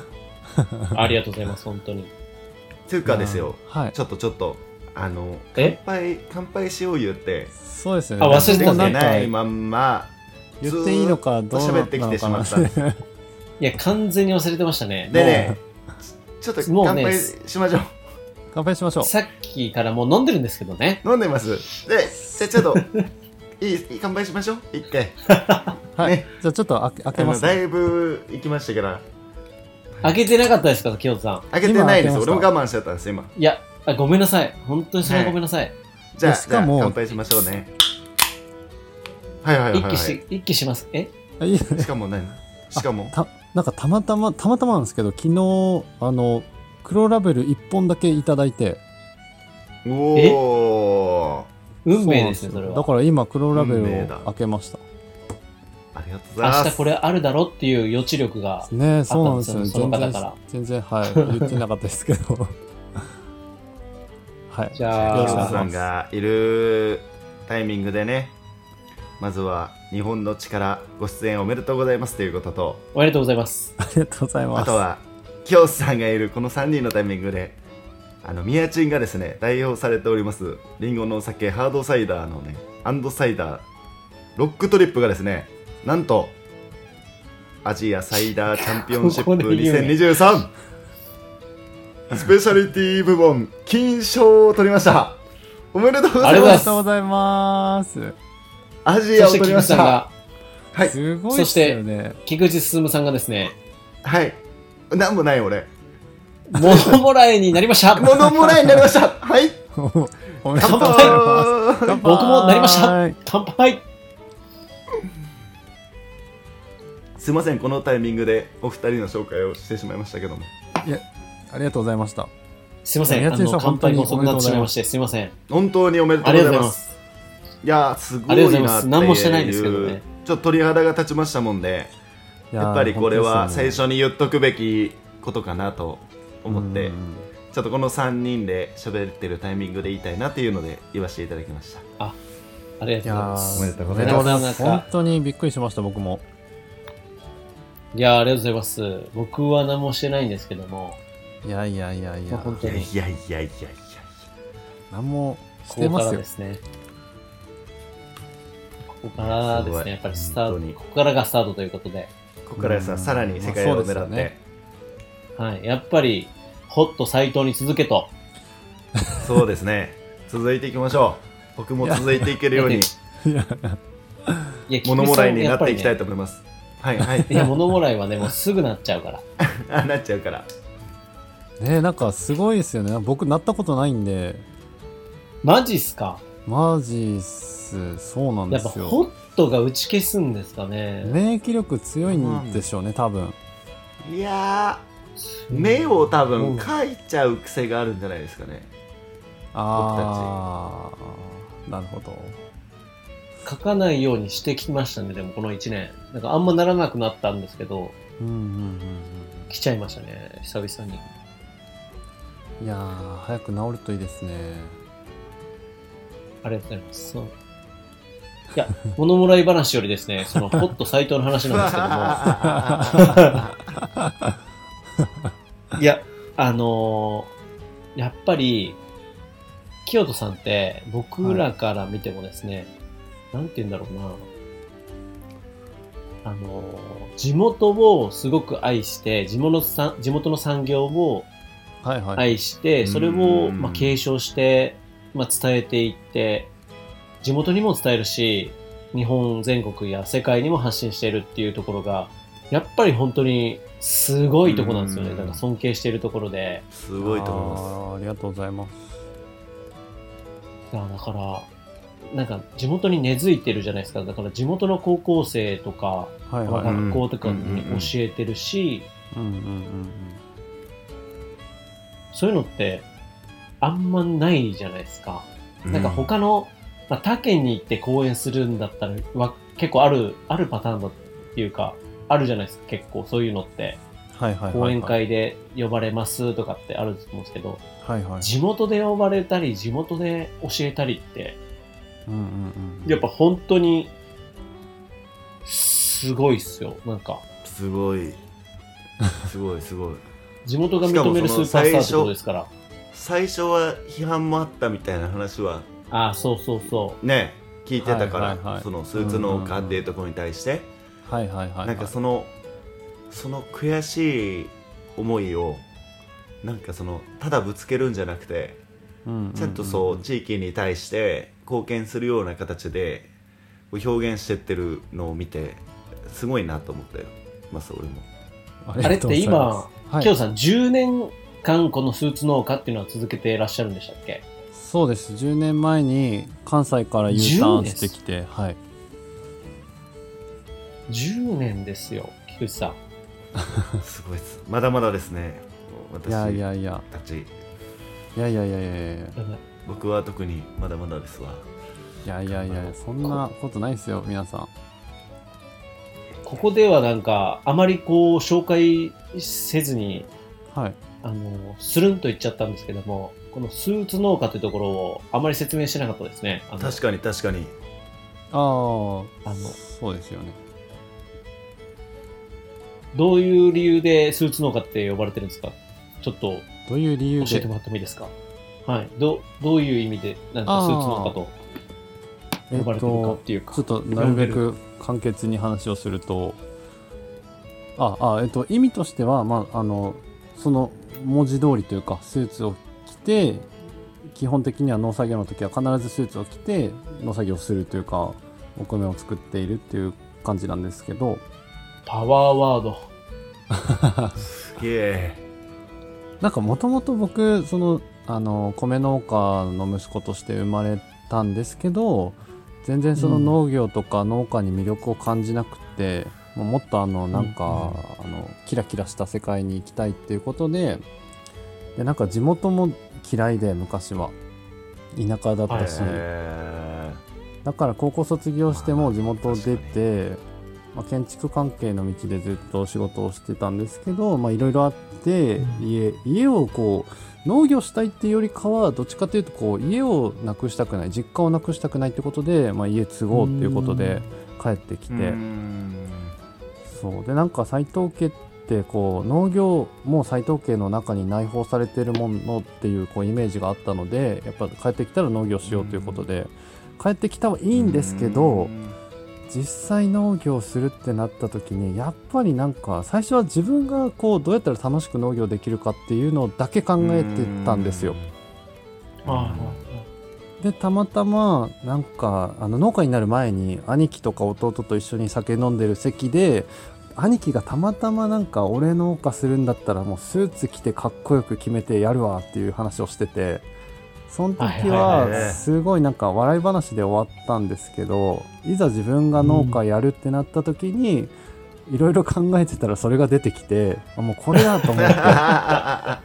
Speaker 2: ありがとうございます本当に
Speaker 3: というかですよ
Speaker 1: はい
Speaker 3: ちょっとちょっとあの乾
Speaker 2: え
Speaker 3: 杯乾杯しよう言って
Speaker 1: そうですよ
Speaker 2: あ
Speaker 1: ね
Speaker 2: 忘れてた
Speaker 3: で
Speaker 2: ね
Speaker 1: なんか
Speaker 3: ないまんま
Speaker 1: 言っていいのかどうなのか
Speaker 3: 喋ってきてしまった
Speaker 1: ない
Speaker 2: や完全に忘れてましたね
Speaker 3: で
Speaker 2: も
Speaker 3: ねちょっと
Speaker 2: もう
Speaker 3: 乾
Speaker 2: ね
Speaker 3: 杯しましょう
Speaker 1: 乾杯しましょ
Speaker 2: うさっきからもう飲んでるんですけどね
Speaker 3: 飲んでますでじゃあちょっといいいい乾杯しましょう一回
Speaker 1: うはい、
Speaker 3: ね
Speaker 1: じゃあちょっと開け開け
Speaker 3: あ
Speaker 1: ま
Speaker 3: の
Speaker 1: す
Speaker 3: だ
Speaker 1: ね
Speaker 3: いぶ行きましたから
Speaker 2: 開けてなかったですか清人さん
Speaker 3: 開けてないです俺
Speaker 1: 今開けました
Speaker 3: も我慢しちゃったんです今
Speaker 2: いやあごめんなさい本当にそれは
Speaker 3: は
Speaker 2: ご
Speaker 3: い
Speaker 2: めんなさい、
Speaker 3: じゃあ
Speaker 1: しかも
Speaker 3: じゃあ乾杯しましょうねはいはいはい、は
Speaker 2: 一
Speaker 3: い、
Speaker 2: 気し一気しますえ
Speaker 1: あいい
Speaker 3: しかも何しかも
Speaker 1: たなんかたまたまたまたまなんですけど昨日あの黒ラベル1本だけいただいて
Speaker 3: おお
Speaker 2: 運命ですね
Speaker 1: そ
Speaker 2: そうれ
Speaker 1: なん
Speaker 2: は
Speaker 1: だから今黒ラベ
Speaker 3: 運命
Speaker 1: ル
Speaker 3: だ
Speaker 1: を開けました
Speaker 3: ありがとうございます
Speaker 2: 明日これあるだろっていう予知力が
Speaker 1: ねそうなんですよね
Speaker 2: その
Speaker 1: 全
Speaker 2: 方
Speaker 1: 然
Speaker 2: から
Speaker 1: 全然はい言ってなかったですけど はい
Speaker 2: じゃあ
Speaker 1: よ
Speaker 3: 清
Speaker 1: ろ
Speaker 3: 田
Speaker 1: しくお願いし
Speaker 3: さ
Speaker 1: ま
Speaker 3: ん
Speaker 1: す
Speaker 3: がいるタイミングでねまずは日本の力ご出演おめでとうございますということと
Speaker 2: おめでとうございます
Speaker 1: ありがとうございます
Speaker 3: あとは清瀬さんがいるこの3人のタイミングであの宮んがですね代表されておりますりんごのお酒ハードサイダーのねアンドサイダーロックトリップがですねなんとアジアサイダーチャンピオンシップ
Speaker 2: ここで言うね
Speaker 3: 2023スペシャリティ部門金賞を取りましたおめでとうござ
Speaker 2: あり
Speaker 3: い
Speaker 2: が
Speaker 3: ます
Speaker 1: あり
Speaker 2: とう
Speaker 1: がとうございます
Speaker 3: アジ
Speaker 2: そ
Speaker 3: アを
Speaker 2: して
Speaker 3: 取り
Speaker 2: 菊
Speaker 3: ま
Speaker 2: 池
Speaker 3: し
Speaker 2: さん
Speaker 3: た
Speaker 2: が
Speaker 3: はい
Speaker 1: すごいですよね
Speaker 2: 菊池進さんがですね
Speaker 3: はいなんもない俺
Speaker 2: 物もらいになりました
Speaker 3: 物もらいになりましたはい
Speaker 1: おおめで
Speaker 3: 乾
Speaker 1: とうございます
Speaker 3: 杯
Speaker 1: 乾杯
Speaker 2: 僕もなりました乾杯
Speaker 3: すいませんこのタイミングでお二人の紹介をしてしまいましたけども
Speaker 1: ありがとうございました
Speaker 2: すいません、
Speaker 1: 宮
Speaker 2: あ
Speaker 1: 地さん
Speaker 2: の乾
Speaker 1: 本当
Speaker 2: 杯
Speaker 1: に
Speaker 2: も遅くなってしまいまして、すいません。
Speaker 3: 本当におめでと
Speaker 2: あ
Speaker 3: う
Speaker 2: り
Speaker 3: ご
Speaker 2: がと
Speaker 3: ざい
Speaker 2: うござい
Speaker 3: ま
Speaker 2: ますす。
Speaker 3: いやーすご
Speaker 2: ありがとう
Speaker 3: い
Speaker 2: ござい
Speaker 3: なっ
Speaker 2: ま
Speaker 3: て
Speaker 2: す
Speaker 3: いう
Speaker 2: 何もしてないんですけどね
Speaker 3: ちょっと鳥肌が立ちましたもんで
Speaker 1: いー
Speaker 3: やっぱりこれは最
Speaker 1: 本
Speaker 3: 初に言っとくべきことかなと思っ
Speaker 1: 当
Speaker 3: て、
Speaker 1: ですよねうん
Speaker 3: ちょっとこの3人で喋ってるタイミングで言いたいなっていうので言わせていただきました
Speaker 2: ありが
Speaker 1: い
Speaker 2: とう
Speaker 1: や
Speaker 2: ございま
Speaker 3: お
Speaker 1: ー
Speaker 2: す。
Speaker 3: めでとうご
Speaker 2: ざい
Speaker 1: おめで
Speaker 2: ます
Speaker 1: とうございます本当にびっくりしました僕も
Speaker 2: いやー、ありがとうございます。僕は何もしてないんですけども、
Speaker 1: いやいやいやい
Speaker 2: まあ
Speaker 1: や
Speaker 2: 本
Speaker 3: い
Speaker 2: 当
Speaker 3: やい
Speaker 2: に、
Speaker 3: やいやいやいや
Speaker 1: 何もし
Speaker 2: こ
Speaker 1: て
Speaker 2: こ
Speaker 1: ま
Speaker 2: から
Speaker 1: すよ
Speaker 2: ですね。ここからです
Speaker 3: すごい
Speaker 2: ね、やっぱりスタ
Speaker 3: 本当
Speaker 2: ー
Speaker 3: に
Speaker 2: ト、ここからがスタートということで、
Speaker 3: ここからさ
Speaker 1: うん
Speaker 3: さらに世界を
Speaker 1: ま
Speaker 3: 狙
Speaker 1: あそう
Speaker 3: っ
Speaker 1: ですよ
Speaker 3: て
Speaker 1: ね
Speaker 2: はい、やっぱり、ホット斎藤に続けと、
Speaker 3: そうですね続いていきましょう僕も続いていけるように
Speaker 2: いや、菊池さん
Speaker 3: 物もらいにな
Speaker 2: や
Speaker 3: っ
Speaker 2: ぱ
Speaker 3: て
Speaker 2: り
Speaker 3: い
Speaker 2: ね
Speaker 3: きたいと思います、はいはい
Speaker 2: いや、物もらいはね、もうすぐなっちゃうから。
Speaker 3: あ なっちゃうから
Speaker 1: ねなんかすごいですよね僕なったことないんで
Speaker 2: マジっすか
Speaker 1: マジっすそうなん
Speaker 2: や
Speaker 1: で
Speaker 2: っぱ
Speaker 1: す
Speaker 2: ホ
Speaker 1: よ
Speaker 2: ットが打ち消すんですかね。
Speaker 1: 免疫力強いんでしょうね多分
Speaker 3: いやー目を多
Speaker 2: う
Speaker 3: 分
Speaker 2: ん
Speaker 3: 描いちゃう癖があるんじゃないですかね
Speaker 1: ああなるほど
Speaker 2: 書かないようにしてきましたね、でもこの1年。なんかあんまならなくなったんですけど、
Speaker 1: うんうんうん
Speaker 2: 来ちゃいましたね、久々に。
Speaker 1: うんいやー早く治るといいですね
Speaker 2: ありがとうございます。そういや、 物もらい話よりですね、その、ホット斎藤の話なんですけ ども、 いや、あのーやっぱり、清人さんって、僕らから見てもですね、なんて言うんだろうな、あのー地元をすごく愛して、地元のさ地元の産業を
Speaker 1: はいはい、
Speaker 2: 愛して、それ
Speaker 3: う
Speaker 2: を、
Speaker 3: ん
Speaker 2: まあ、継承して、まあ、伝えていって、地元にも伝えるし、日本全国や世界にも発信しているっていうところが、やっぱり本当にすごいとこなんですよ
Speaker 3: う
Speaker 2: ね。
Speaker 3: ん
Speaker 2: なんか尊敬しているところで。
Speaker 3: すごいと思います
Speaker 1: あーありがとうございます
Speaker 2: いやだから、なんか地元に根付いてるじゃないですか。だから地元の高校生とか、
Speaker 1: はい
Speaker 2: まあ
Speaker 1: はい、
Speaker 2: 学校とかに
Speaker 3: うんうんうん
Speaker 2: 教えてるし、
Speaker 1: うんうんうん
Speaker 2: そういうのってあんまないじゃないですか。なんか他の、まあ、他県に行って公演するんだったらは結構あるあるパターンだっていうかあるじゃないですか結構そういうのって
Speaker 1: うんはいはいはいはい
Speaker 2: 講演会で呼ばれますとかってあると思うんですけど、
Speaker 1: はいはい
Speaker 2: 地元で呼ばれたり、地元で教えたりって、
Speaker 1: うんうんうん
Speaker 2: やっぱ本当に、すごいっすよ。なんか、
Speaker 3: すごい。すごい、すごい。
Speaker 2: 地元が認める
Speaker 3: し
Speaker 2: ス
Speaker 3: かもその
Speaker 2: ーパースターってことですから。
Speaker 3: 最初は批判もあったみたいな話は
Speaker 2: ああ、そうそうそ
Speaker 3: ね、聞いてたから、
Speaker 1: はいはいはい
Speaker 3: そのスーツ農家っていうところに対して、
Speaker 1: はいはいはい
Speaker 3: なんかその、その悔しい思いを、なんかその、ただぶつけるんじゃなくて、ちゃんとそう、地域に対して貢献するような形でこう表現してってるのを見てすごいなと思ったよます俺 も
Speaker 1: あ
Speaker 2: う。あれって今、
Speaker 1: はい
Speaker 2: キヨさん10年間このスーツ農家っていうのは続けてらっしゃるんでしたっけ
Speaker 1: そうです10年前に関西から U ターンしてきてはい
Speaker 2: ?10 年ですよ、菊池さん。
Speaker 3: すごいですまだまだですね
Speaker 1: いやい
Speaker 3: 私
Speaker 1: やいや
Speaker 3: たち
Speaker 1: いやいやいやいやいや
Speaker 2: やばい
Speaker 3: 僕は特にまだまだですわ
Speaker 1: いやいやいやそんなことないですよ皆さん
Speaker 2: ここではなんか、あまりこう、紹介せずに、
Speaker 1: はい
Speaker 2: あの、スルンと言っちゃったんですけども、このスーツ農家というところをあまり説明してなかったですね。あの
Speaker 3: 確かに確かに
Speaker 1: あー
Speaker 2: あの
Speaker 1: そうですよね
Speaker 2: どういう理由でスーツ農家って呼ばれてるんですかちょっと
Speaker 1: どういう理由
Speaker 2: 教えて
Speaker 1: で
Speaker 2: もらってもいいですかはい。ど、どういう意味で、なんか
Speaker 1: あー
Speaker 2: スーツ農家と
Speaker 1: え
Speaker 2: 呼ば
Speaker 1: っ
Speaker 2: れてるかっ
Speaker 1: と
Speaker 2: ていうか。
Speaker 1: ちょっとなるべく簡潔に話をするとああ、えっと、意味としては、まあ、あのその文字通りというかスーツを着て基本的には農作業の時は必ずスーツを着て農作業をするというかお米を作っているっていう感じなんですけど
Speaker 2: パワーワード。
Speaker 3: すげえ
Speaker 1: なんかもともと僕そのあの米農家の息子として生まれたんですけど全然その
Speaker 2: うん
Speaker 1: 農業とか農家に魅力を感じなくて、もうもっとあのなんか、あのキラキラした世界に行きたいっていうことででなんか地元も嫌いで昔は田舎だったし、
Speaker 2: はい
Speaker 3: え
Speaker 1: だから高校卒業しても地元を出
Speaker 3: まあ
Speaker 1: て、まあ、建築関係の道でずっと仕事をしてたんですけどまあいろいろあって
Speaker 2: うん
Speaker 1: 家家をこう農業したいっていうよりかはどっちかというとこう家をなくしたくない実家をなくしたくないってことで、まあ、家継ごうっていうことで帰ってき
Speaker 3: ーう
Speaker 1: て
Speaker 3: ーん
Speaker 1: そうでなんか斎藤家ってこう農業も斎藤家の中に内包されてるものっていうこうイメージがあったのでやっぱ帰ってきたら農業しようということで帰ってきたはいいんですけど。
Speaker 3: うーん
Speaker 1: 実際農業するってなった時にやっぱりなんか最初は自分がこうどうやったら楽しく農業できるかっていうのだけ考えてたんですよ。
Speaker 2: あ
Speaker 1: でたまたまなんかあの農家になる前に兄貴とか弟と一緒に酒飲んでる席で兄貴がたまたまなんか俺農家するんだったらもうスーツ着てかっこよく決めてやるわっていう話をしててその時
Speaker 2: はい
Speaker 3: はいはいは
Speaker 1: はいすごいなんか笑い話で終わったんですけどいざ自分が農家やるってなった時にいろいろ考えてたらそれが出てきてあもうこれだ と思って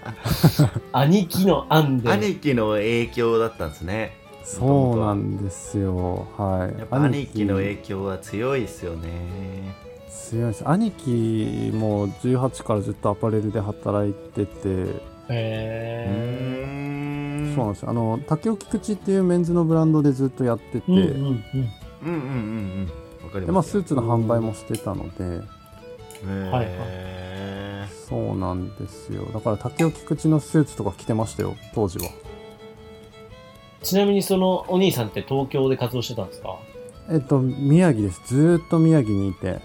Speaker 2: 兄貴の案で。
Speaker 3: 兄貴の影響だったんですね
Speaker 1: そうなんですよはい
Speaker 3: やっぱ兄貴の影響は強いですよね
Speaker 1: 強いです兄貴も18からずっとアパレルで働いてて、
Speaker 3: う
Speaker 2: へー
Speaker 3: ん
Speaker 1: そうなんですよあの竹尾菊池っていうメンズのブランドでずっとやってて、
Speaker 2: うんうんうん。
Speaker 3: うんうんうんうんわかり
Speaker 1: でまあ、
Speaker 3: ます
Speaker 1: スー
Speaker 3: よ
Speaker 1: ツの販売もしてたので、
Speaker 2: はいはい
Speaker 3: へ
Speaker 1: そうなんですよだから竹尾菊池のスーツとか着てましたよ当時は
Speaker 2: ちなみにそのお兄さんって東京で活動してたんですか
Speaker 1: えっと宮城ですずーっと宮城にいて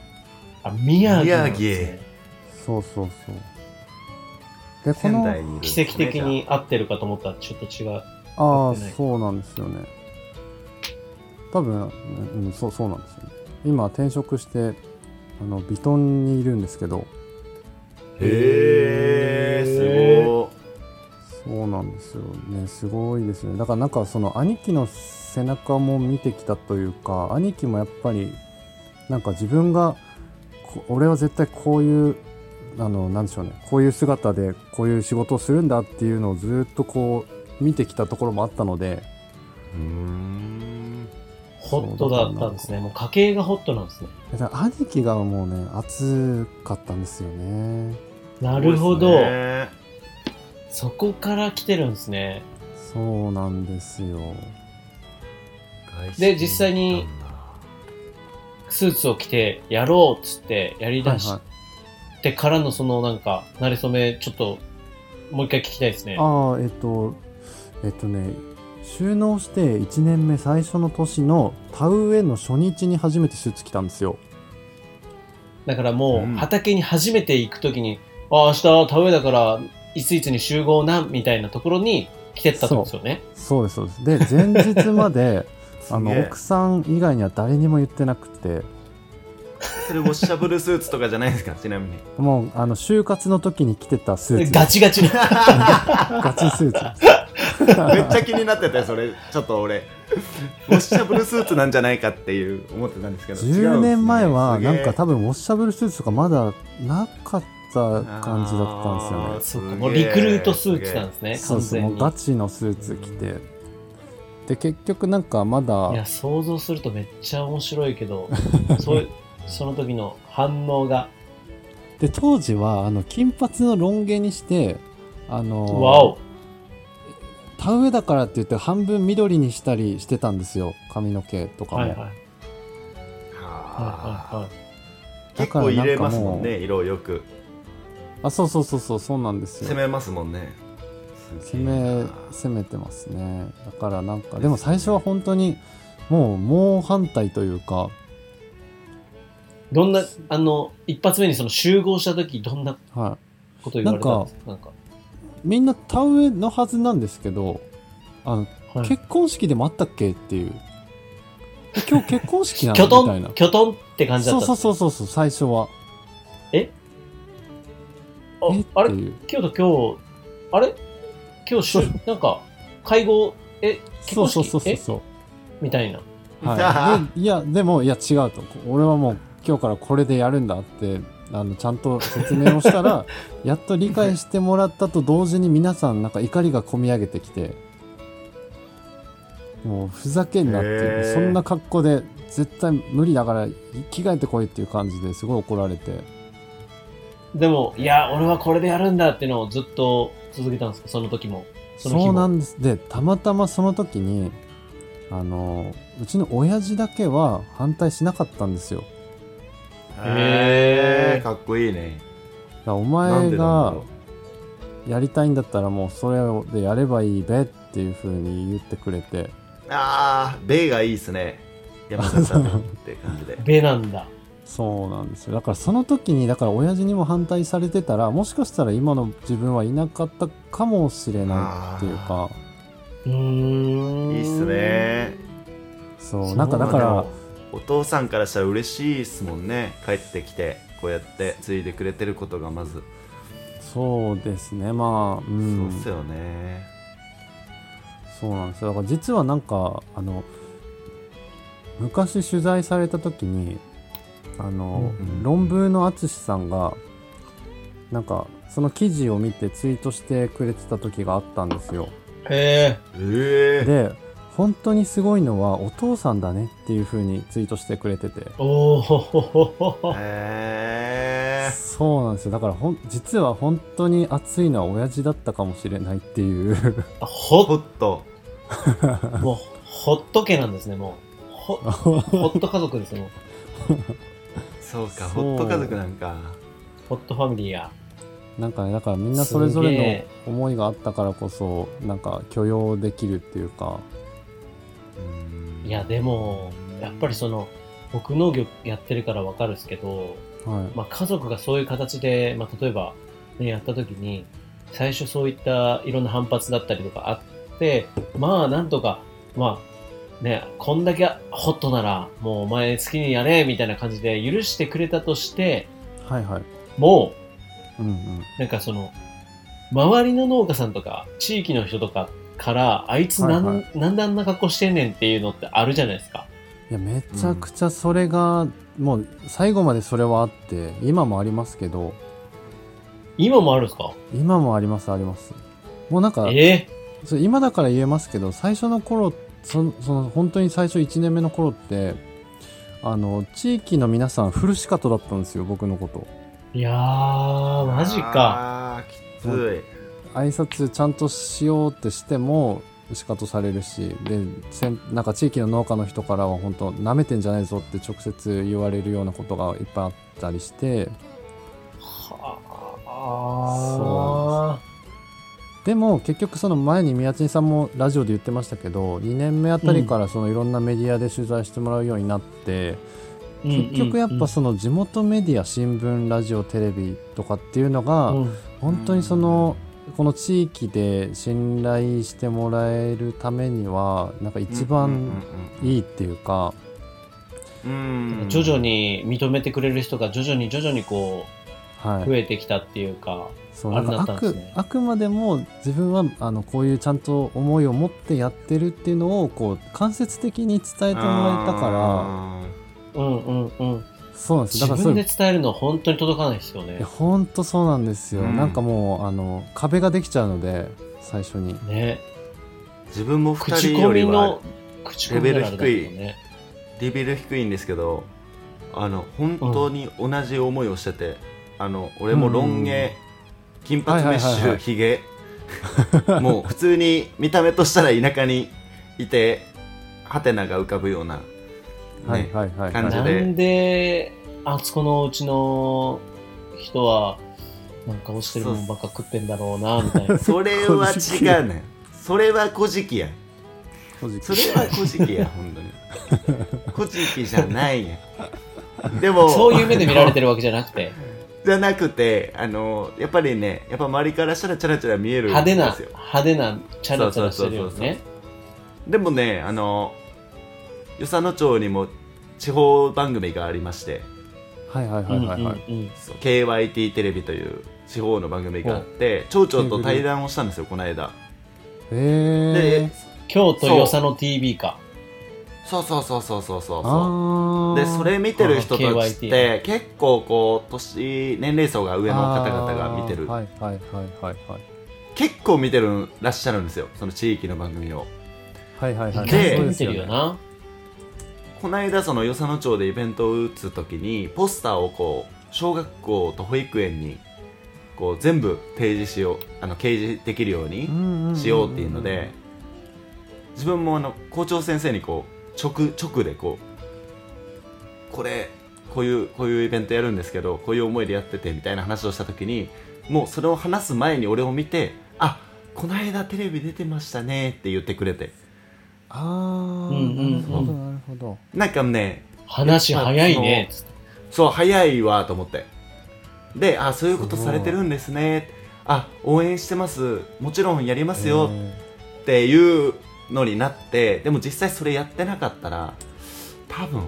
Speaker 2: あ、宮城なんですね、
Speaker 3: 宮
Speaker 1: そうそうそうで
Speaker 3: ー
Speaker 1: こ
Speaker 3: 仙
Speaker 1: の
Speaker 3: 台にいるんですね
Speaker 2: 奇跡的に合ってるかと思ったらちょっと違う。
Speaker 1: ああ
Speaker 2: やってない
Speaker 1: そうなんですよね多分、うん、そうそうなんですよね今転職してあのビトンにいるんですけど
Speaker 3: じゃあへえすご
Speaker 1: そうなんですよねすごいですねだからなんかその兄貴の背中も見てきたというか兄貴もやっぱりなんか自分がこ俺は絶対こういうあのなんでしょうねこういう姿でこういう仕事をするんだっていうのをずっとこう見てきたところもあったので
Speaker 3: いうーん
Speaker 2: ホットだったんですね。もう家系がホットなんですね。
Speaker 1: だから兄貴がもうね熱かったんですよね
Speaker 2: なるほ
Speaker 3: そ
Speaker 2: ど
Speaker 3: うです。ね
Speaker 2: そこから来てるんですね。
Speaker 1: そうなんですよ。
Speaker 3: 外資
Speaker 2: で実際に
Speaker 3: 行ったんだ
Speaker 2: スーツを着てやろうっつってやり
Speaker 1: は
Speaker 2: だ
Speaker 1: い
Speaker 2: し
Speaker 1: はい。
Speaker 2: てからのそのなんか、慣れ初め、ちょっと、もう一回聞きたいですね。
Speaker 1: ああ、えっと、えっとね、収納して1年目最初の年の田植えの初日に初めてスーツ着たんですよ。
Speaker 2: だからも
Speaker 3: うん
Speaker 2: う、畑に初めて行くときに、ああ、明日田植えだから、いついつに集合な、みたいなところに来てったってことですよね。
Speaker 1: そうです、そうです。で、前日ま で、あ
Speaker 3: すげ
Speaker 1: の
Speaker 3: え
Speaker 1: 奥さん以外には誰にも言ってなくて
Speaker 3: それウォッシャブルスーツとかじゃないですか ちなみに
Speaker 1: もうあの就活の時に着てたスー
Speaker 2: で
Speaker 1: ツ
Speaker 2: ガチガチに。
Speaker 1: ガチスーツ
Speaker 3: めっちゃ気になってたよそれちょっと俺ウォッシャブルスーツなんじゃないかっていう思ってたんですけど
Speaker 1: 10年前は
Speaker 3: 違う
Speaker 1: なんん
Speaker 3: ですね
Speaker 1: か多分ウォッシャブルスーツとかまだなかった感じだったんですよ
Speaker 3: あ
Speaker 1: ね
Speaker 3: ー
Speaker 2: そうか、
Speaker 3: すげえ
Speaker 2: もうリクルートスーツなんですね、
Speaker 1: そう
Speaker 2: 完
Speaker 1: そう
Speaker 2: 全
Speaker 1: もう
Speaker 2: に。
Speaker 1: ガチのスーツ着てで結局なんかま
Speaker 2: いや、
Speaker 1: だ
Speaker 2: 想像するとめっちゃ面白い けど、そういう、その時の反応が、
Speaker 1: で当時はあの金髪のロン毛にしてあ
Speaker 2: わ
Speaker 1: の
Speaker 2: お、
Speaker 1: 田植えだからって言って半分緑にしたりしてたんですよ髪の毛とかも、
Speaker 2: はいはい、はい
Speaker 3: はあ
Speaker 2: は
Speaker 1: だ
Speaker 3: 結
Speaker 1: から
Speaker 3: 構
Speaker 1: な
Speaker 3: 入
Speaker 1: んかもう
Speaker 3: れますもんね色をよく
Speaker 1: あそうそうそうそうそうなんですよ
Speaker 3: 攻めますもんねす
Speaker 1: 攻
Speaker 3: げえ
Speaker 1: め
Speaker 3: な
Speaker 1: 攻めてますねだからなんかでも最初は本当にもう猛反対というか
Speaker 2: い。どんな、あの、一発目にその集合した時、どんな
Speaker 1: は
Speaker 2: こと言われたんですかなんか、
Speaker 1: いみんな田植えのはずなんですけどあの
Speaker 2: はい
Speaker 1: 結婚式でもあったっけっていうえ今日結婚式な
Speaker 2: きょ
Speaker 1: のみ
Speaker 2: と、
Speaker 1: たいなん
Speaker 2: きょとんって感じだ
Speaker 1: そ
Speaker 2: っ
Speaker 1: う
Speaker 2: たん
Speaker 1: そ
Speaker 2: で
Speaker 1: う
Speaker 2: す
Speaker 1: そうそうそう最初はえっ
Speaker 2: ああれ
Speaker 1: ていう
Speaker 2: 今日と今日、あれ今日しゅ、なんか、会合、え、結
Speaker 1: そう
Speaker 2: 婚
Speaker 1: そうそう
Speaker 2: 式
Speaker 1: そう
Speaker 2: え
Speaker 1: そ
Speaker 2: みたいな。
Speaker 1: う、 はい、でいやでもいや違うと俺はもう今日からこれでやるんだってあのちゃんと説明をし たらやっと理解してもらったと同時に皆さんなんか怒りがこみ上げてきてもうふざけんなっていう
Speaker 3: へー
Speaker 1: そんな格好で絶対無理だから着替えてこいっていう感じですごい怒られて
Speaker 2: でも、いや、俺はこれでやるんだっていうのをずっと続けたんですかその時も。その日も
Speaker 1: そうなんですでたまたまその時にあのうちの親父だけは反対しなかったんですよ
Speaker 3: へえ
Speaker 2: へー
Speaker 3: かっこいいね
Speaker 1: だからお
Speaker 3: なん
Speaker 1: 前
Speaker 3: でなんだ
Speaker 1: が
Speaker 3: ろ
Speaker 1: やりたいんだったらもうそれでやればいいべっていう風に言ってくれて
Speaker 3: うあーベイがいいっすね山里さんって感じで
Speaker 2: ベなんだ。
Speaker 1: そうなんですよだからその時にだから親父にも反対されてたらもしかしたら今の自分はいなかったかもしれないっていうか
Speaker 2: うーん。
Speaker 3: いいっすね
Speaker 1: そ
Speaker 2: そうう
Speaker 1: なんかだから、
Speaker 3: まあでもお父さんからしたら嬉しいっすもんね帰ってきてこうやって継いでくれてることがまず、
Speaker 1: そうですねまあうん
Speaker 3: そうっすよね
Speaker 1: そうなんですよだから実はなんかあの昔取材された時にあの、
Speaker 3: うんうん
Speaker 1: 論文の淳さんがなんかその記事を見てツイートしてくれてた時があったんですよ
Speaker 2: へえ。
Speaker 3: ええ
Speaker 1: で本当にすごいのはお父さんだねっていう風にツイートしてくれてて
Speaker 2: おおほほほほ。
Speaker 3: えー
Speaker 1: そうなんですよだからほん実は本当に熱いのは親父だったかもしれないっていう
Speaker 3: ほ
Speaker 2: ほ、
Speaker 3: っと
Speaker 2: もう、ほっとけなんですね、もう。ほ、ほっと家族ですね、もう。
Speaker 3: そうか
Speaker 1: そう
Speaker 3: ホット家族なんか
Speaker 2: ホットファミリーや。
Speaker 1: なんかねだからみんなそれぞれの思いがあったからこそなんか許容できるっていうか
Speaker 3: うん
Speaker 2: いや、でも、やっぱりその、僕農業やってるからわかるんですけど、
Speaker 1: はい
Speaker 2: まあ、家族がそういう形で、まあ、例えば、ね、やった時に最初そういったいろんな反発だったりとかあってまあなんとかまあねこんだけホットならもうお前好きにやれみたいな感じで許してくれたとして
Speaker 1: はいはい。
Speaker 2: も
Speaker 1: うんうん。
Speaker 2: うなんかその周りの農家さんとか地域の人とかからあいつなん,、
Speaker 1: はいは
Speaker 2: なんであんな格好してんねんっていうのってあるじゃないですか。
Speaker 1: いや、めちゃくちゃそれが、もう最後までそれはあって、今もありますけど、
Speaker 2: 今もあるんですか
Speaker 1: 今もありますあります。もうなんか、
Speaker 2: え
Speaker 1: それ今だから言えますけど、最初の頃、その、その本当に最初1年目の頃って、あの、地域の皆さんフルシカトだったんですよ、僕のこと。
Speaker 2: えいやー、マジか。
Speaker 3: あーきつ
Speaker 1: 挨拶ちゃんとしようってしても仕方されるしでせんなんか地域の農家の人からは本当なめてんじゃないぞって直接言われるようなことがいっぱいあったりして
Speaker 2: は
Speaker 1: でも結局その前に宮地さんもラジオで言ってましたけど2年目あたりからそのいろんなメディアで取材してもらうようになって、
Speaker 2: あ。
Speaker 1: 結局やっぱその地元メディア新聞ラジオテレビとかっていうのが、
Speaker 2: うん、うん
Speaker 1: 本当にそのこの地域で信頼してもらえるためにはなんか
Speaker 3: い
Speaker 1: 一
Speaker 3: うん
Speaker 1: 番いいっていうか、
Speaker 3: うんうん
Speaker 2: 徐々に認めてくれる人が徐々に徐々にこ
Speaker 1: は
Speaker 2: う、
Speaker 1: い、
Speaker 2: 増えてきたっていうか、
Speaker 1: そう
Speaker 2: あ
Speaker 1: な
Speaker 2: れ
Speaker 1: んか
Speaker 2: だ
Speaker 1: あ
Speaker 2: ったんです
Speaker 1: く
Speaker 2: ね
Speaker 1: あくまでも自分はあのこういうちゃんと思いを持ってやってるっていうのをこう間接的に伝えてもらえたから
Speaker 3: あ
Speaker 2: うんうんうん。
Speaker 1: そうなんです
Speaker 2: 自
Speaker 1: だからそ
Speaker 2: 分
Speaker 1: う
Speaker 2: で
Speaker 1: い
Speaker 2: 伝えるのは本当に届かないですよね
Speaker 1: や。本当そうなんですよ、
Speaker 3: うん
Speaker 1: なんかもうあの壁ができちゃうので最初に
Speaker 2: ね。
Speaker 3: ー自分も2
Speaker 2: 口
Speaker 3: 人よ
Speaker 2: コ
Speaker 3: り
Speaker 2: ミ
Speaker 3: は
Speaker 2: の、口コミならあれだけどね。
Speaker 3: レベル低いんですけどあの本当に同じ思いをしてて、あの俺もロン毛、金髪メッ
Speaker 1: はい
Speaker 3: シ
Speaker 1: はいはいは
Speaker 3: ュ
Speaker 1: い
Speaker 3: ひげ もう普通に見た目としたら田舎にいてハテナが浮かぶような、ね
Speaker 1: はいはいはい、
Speaker 3: 感じ
Speaker 2: な
Speaker 3: で
Speaker 2: んで、あそこのうちの人は、なんか落ちてるもんばっか食ってんだろうな、みたいな。
Speaker 3: それは違うね んそれは古事記や
Speaker 1: 正直
Speaker 3: それは古事 記や本当に古事記じゃないや んでも
Speaker 2: そういう目で見られてるわけじゃなく て、
Speaker 3: じゃなくてあのやっぱりねやっぱ周りからしたらチャラチャラ見えるん
Speaker 2: 派手な、
Speaker 3: ですよ
Speaker 2: 派手な、チャラチャラしてるよね。
Speaker 3: でもね、あの、与謝野町にも地方番組がありまして、
Speaker 1: はいはいはいはいはい、
Speaker 2: うんうんうん
Speaker 3: KYT テレビという地方の番組があって、町長と対談をしたんですよ、この間。
Speaker 1: え
Speaker 3: で
Speaker 1: ー、、
Speaker 2: 京都よさの TV か。
Speaker 3: そうそうそうそうそうそうそ
Speaker 1: あ
Speaker 3: う。
Speaker 1: ー
Speaker 3: で、それ見てる人たちっ
Speaker 2: KYT
Speaker 3: て、結構こう、年、年齢層が上の方々が見てる
Speaker 1: あー。はいはいはいはいはい
Speaker 3: 結構見てる、らっしゃるんですよ、その地域の番組を。
Speaker 1: はいはいはい。
Speaker 3: で
Speaker 1: そう
Speaker 2: 見
Speaker 1: す
Speaker 2: て
Speaker 1: よ
Speaker 2: る
Speaker 1: ね
Speaker 2: よ。な。
Speaker 3: この間その与謝野町でイベントを打つ時にポスターをこう小学校と保育園にこう全部提示しようあの掲示できるように
Speaker 1: うんうんんん
Speaker 3: しようっていうので。自分もあの校長先生にこう直直でこうこれこういうこういうイベントやるんですけどこういう思いでやっててみたいな話をした時にもうそれを話す前に俺を見てあこの間テレビ出てましたねって言ってくれて
Speaker 1: ああ、
Speaker 2: うんうん
Speaker 1: なるほどなるほど。
Speaker 3: なんかね
Speaker 2: 話早いね。
Speaker 3: そう早いわと思ってであそういうことされてるんですねあ応援してますもちろんやりますよっていうのになってでも実際それやってなかったら多分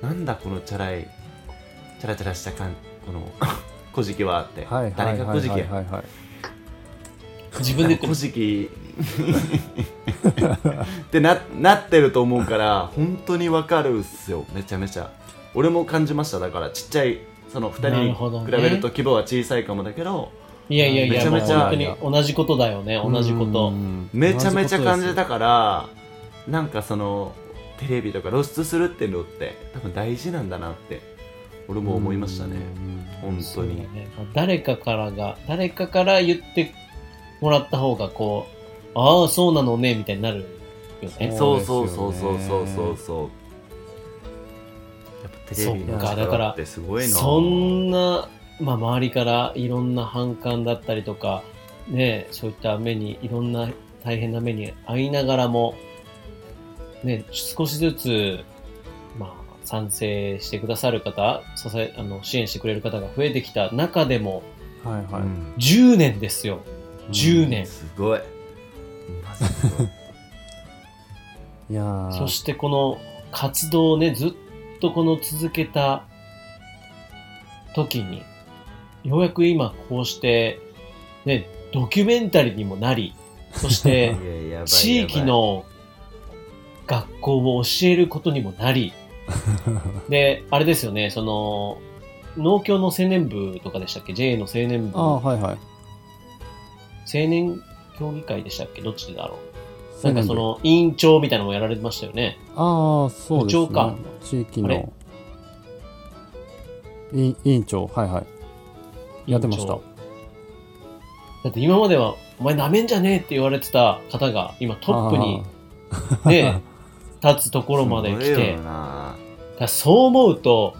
Speaker 3: なんだこのチャラいチャラチャラした感この 「古事記は」って、
Speaker 1: はいはいは
Speaker 3: 誰
Speaker 1: い
Speaker 3: が
Speaker 1: は
Speaker 3: 古
Speaker 1: い
Speaker 3: 事
Speaker 1: は
Speaker 3: 記
Speaker 1: いは
Speaker 3: や
Speaker 1: いはい。
Speaker 2: 自分で言っ て
Speaker 3: 古
Speaker 2: る
Speaker 3: 事記ってななってると思うから本当にわかるっすよめちゃめちゃ俺も感じましただからちっちゃいその
Speaker 2: な
Speaker 3: 2
Speaker 2: るほど
Speaker 3: 人に
Speaker 2: ね
Speaker 3: 比べると規模は小さいかもだけど
Speaker 2: いやいやいや、
Speaker 3: めちゃめちゃ
Speaker 2: もう本当に同じことだよね、同じこと
Speaker 1: う。ん。
Speaker 3: めちゃめちゃ感じた
Speaker 1: 同
Speaker 3: からなんかそのテレビとか露出するっていうのって多分大事なんだなって俺も思いましたね本当
Speaker 2: そう
Speaker 3: に
Speaker 2: だねまあ誰かからが、誰かから言ってもらった方が、こう、ああ、そうなのね、みたいになるよね。
Speaker 3: そう
Speaker 1: そ
Speaker 3: そうう
Speaker 1: です
Speaker 3: そ
Speaker 1: よ
Speaker 3: う
Speaker 1: ね
Speaker 3: そうそうそうそうやっぱテレビの
Speaker 2: そっかだから
Speaker 3: 力ってすごいな
Speaker 2: そんな、まあ、周りからいろんな反感だったりとか、ね、そういった目に、いろんな大変な目に遭いながらも、ね、少しずつ、まあ、賛成してくださる方、支え、あの、支援してくれる方が増えてきた中でも、
Speaker 1: じはいはい。
Speaker 3: うん
Speaker 2: 10年ですよ。10年。
Speaker 3: すごいマジすごい
Speaker 1: いやー
Speaker 2: そしてこの活動をね、ずっとこの続けた時に、ようやく今こうして、ね、ドキュメンタリーにもなり、そし
Speaker 3: いや
Speaker 2: て
Speaker 3: やばい
Speaker 2: 地域の学校を教えることにもなり、で、あれですよね、その、農協の青年部とかでしたっけ ?JA の青年部、
Speaker 1: ああ
Speaker 2: 青
Speaker 1: はいはい。
Speaker 2: 年協議会でしたっけどっちだろうな
Speaker 1: なん
Speaker 2: かそ。の、委員長みたいなのもやられてましたよね。
Speaker 1: ああそうです、ね。
Speaker 2: 部長か
Speaker 1: 地域
Speaker 2: あれ
Speaker 1: の。い委員長はいはい。やってました。
Speaker 2: だって今までは、お前なめんじゃねえって言われてた方が、今トップに ね、立つところまで来
Speaker 3: すごい
Speaker 2: て、
Speaker 3: よな
Speaker 2: だからそう思うと、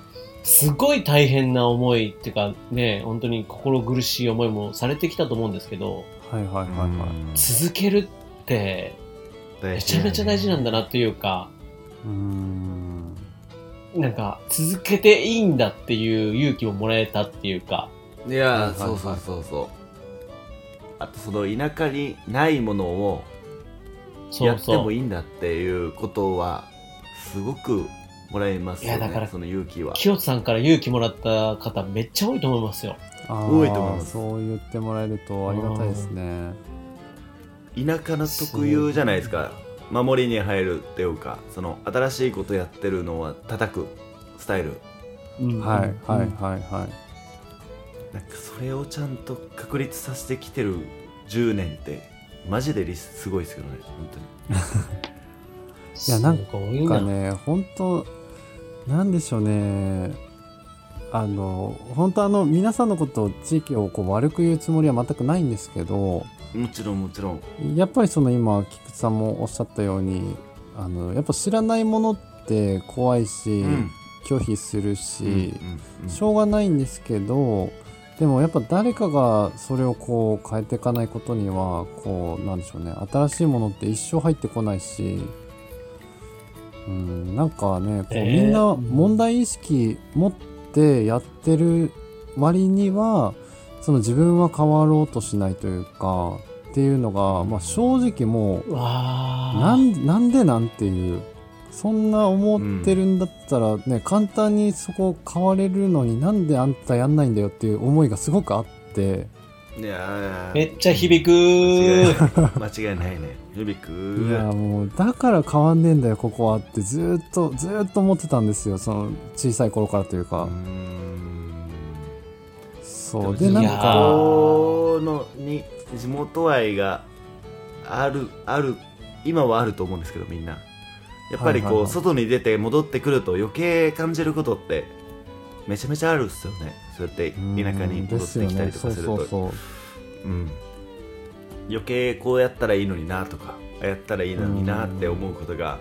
Speaker 2: すごい大変な思いっていうかね、本当に心苦しい思いもされてきたと思うんですけど、
Speaker 1: あー はいはいはいはい。
Speaker 2: 続けるってめ
Speaker 3: め
Speaker 2: ちゃめちゃ大事なんだなっていうか、
Speaker 1: うーん。
Speaker 2: なんか続けていいんだっていう勇気をもらえたっていうか、
Speaker 3: いやー、
Speaker 1: はいはい
Speaker 3: そ
Speaker 1: は
Speaker 3: う
Speaker 1: い
Speaker 3: そうそうそうあとその田舎にないものを
Speaker 2: そ
Speaker 3: や
Speaker 2: う
Speaker 3: って
Speaker 2: そ
Speaker 3: も
Speaker 2: う。
Speaker 3: いいんだっていうことはすごくもらえますよ
Speaker 2: いやだか
Speaker 3: ね
Speaker 2: ら
Speaker 3: その勇気は
Speaker 2: 清津さんから勇気もらった方めっちゃ多いと思いますよ。
Speaker 1: あー
Speaker 3: 多いと思います
Speaker 1: そう言ってもらえるとありがたいですね。
Speaker 3: 田舎の特有じゃないですか守りに入るっていうかその新しいことやってるのは叩くスタイル
Speaker 1: はいはい
Speaker 2: うん
Speaker 1: はいはい。
Speaker 3: なんかそれをちゃんと確立させてきてる10年ってマジでリスすごいですけどね本当に
Speaker 1: いやなんか
Speaker 2: すごい
Speaker 1: なか
Speaker 2: なん
Speaker 1: ね、本当なんでしょうね。あの本当あの皆さんのことを地域をこう悪く言うつもりは全くないんですけど
Speaker 3: もちろんもちろん
Speaker 1: やっぱりその今菊池さんもおっしゃったようにあのやっぱ知らないものって怖いし、
Speaker 3: うん
Speaker 1: 拒否するし、
Speaker 3: うんうんうん
Speaker 1: しょうがないんですけどでもやっぱ誰かがそれをこう変えていかないことにはこうなんでしょうね新しいものって一生入ってこないしうんなんかねこう
Speaker 2: えー
Speaker 1: みんな問題意識持ってやってる割にはその自分は変わろうとしないというかっていうのが、まあ、正直もう
Speaker 2: うわー
Speaker 1: なんなんでなんていうそんな思ってるんだったらね、簡単にそこ変われるのになんであんたやんないんだよっていう思いがすごくあって
Speaker 3: いやー
Speaker 2: めっちゃ響く
Speaker 3: 間違い
Speaker 2: ー。
Speaker 3: ない間違いないねゆびく
Speaker 1: い
Speaker 3: ん
Speaker 1: やもうだから変わんねえんだよここはってずーっとずーっと思ってたんですよその小さい頃からというか、
Speaker 3: うーん
Speaker 1: そう
Speaker 3: でも
Speaker 1: でなん
Speaker 3: 地
Speaker 2: いや
Speaker 1: か
Speaker 2: ー
Speaker 3: 元のに地元愛があるある今はあると思うんですけどみんなやっぱりこう、
Speaker 1: はいはいはい
Speaker 3: 外に出て戻ってくると余計感じることってめちゃめちゃあるっすよねそうやって田舎に
Speaker 1: うん
Speaker 3: 戻ってきたりとかすると
Speaker 1: ですよねそうそうそう
Speaker 3: うん余計こうやったらいいのになとかあやったらいいのになって思うことが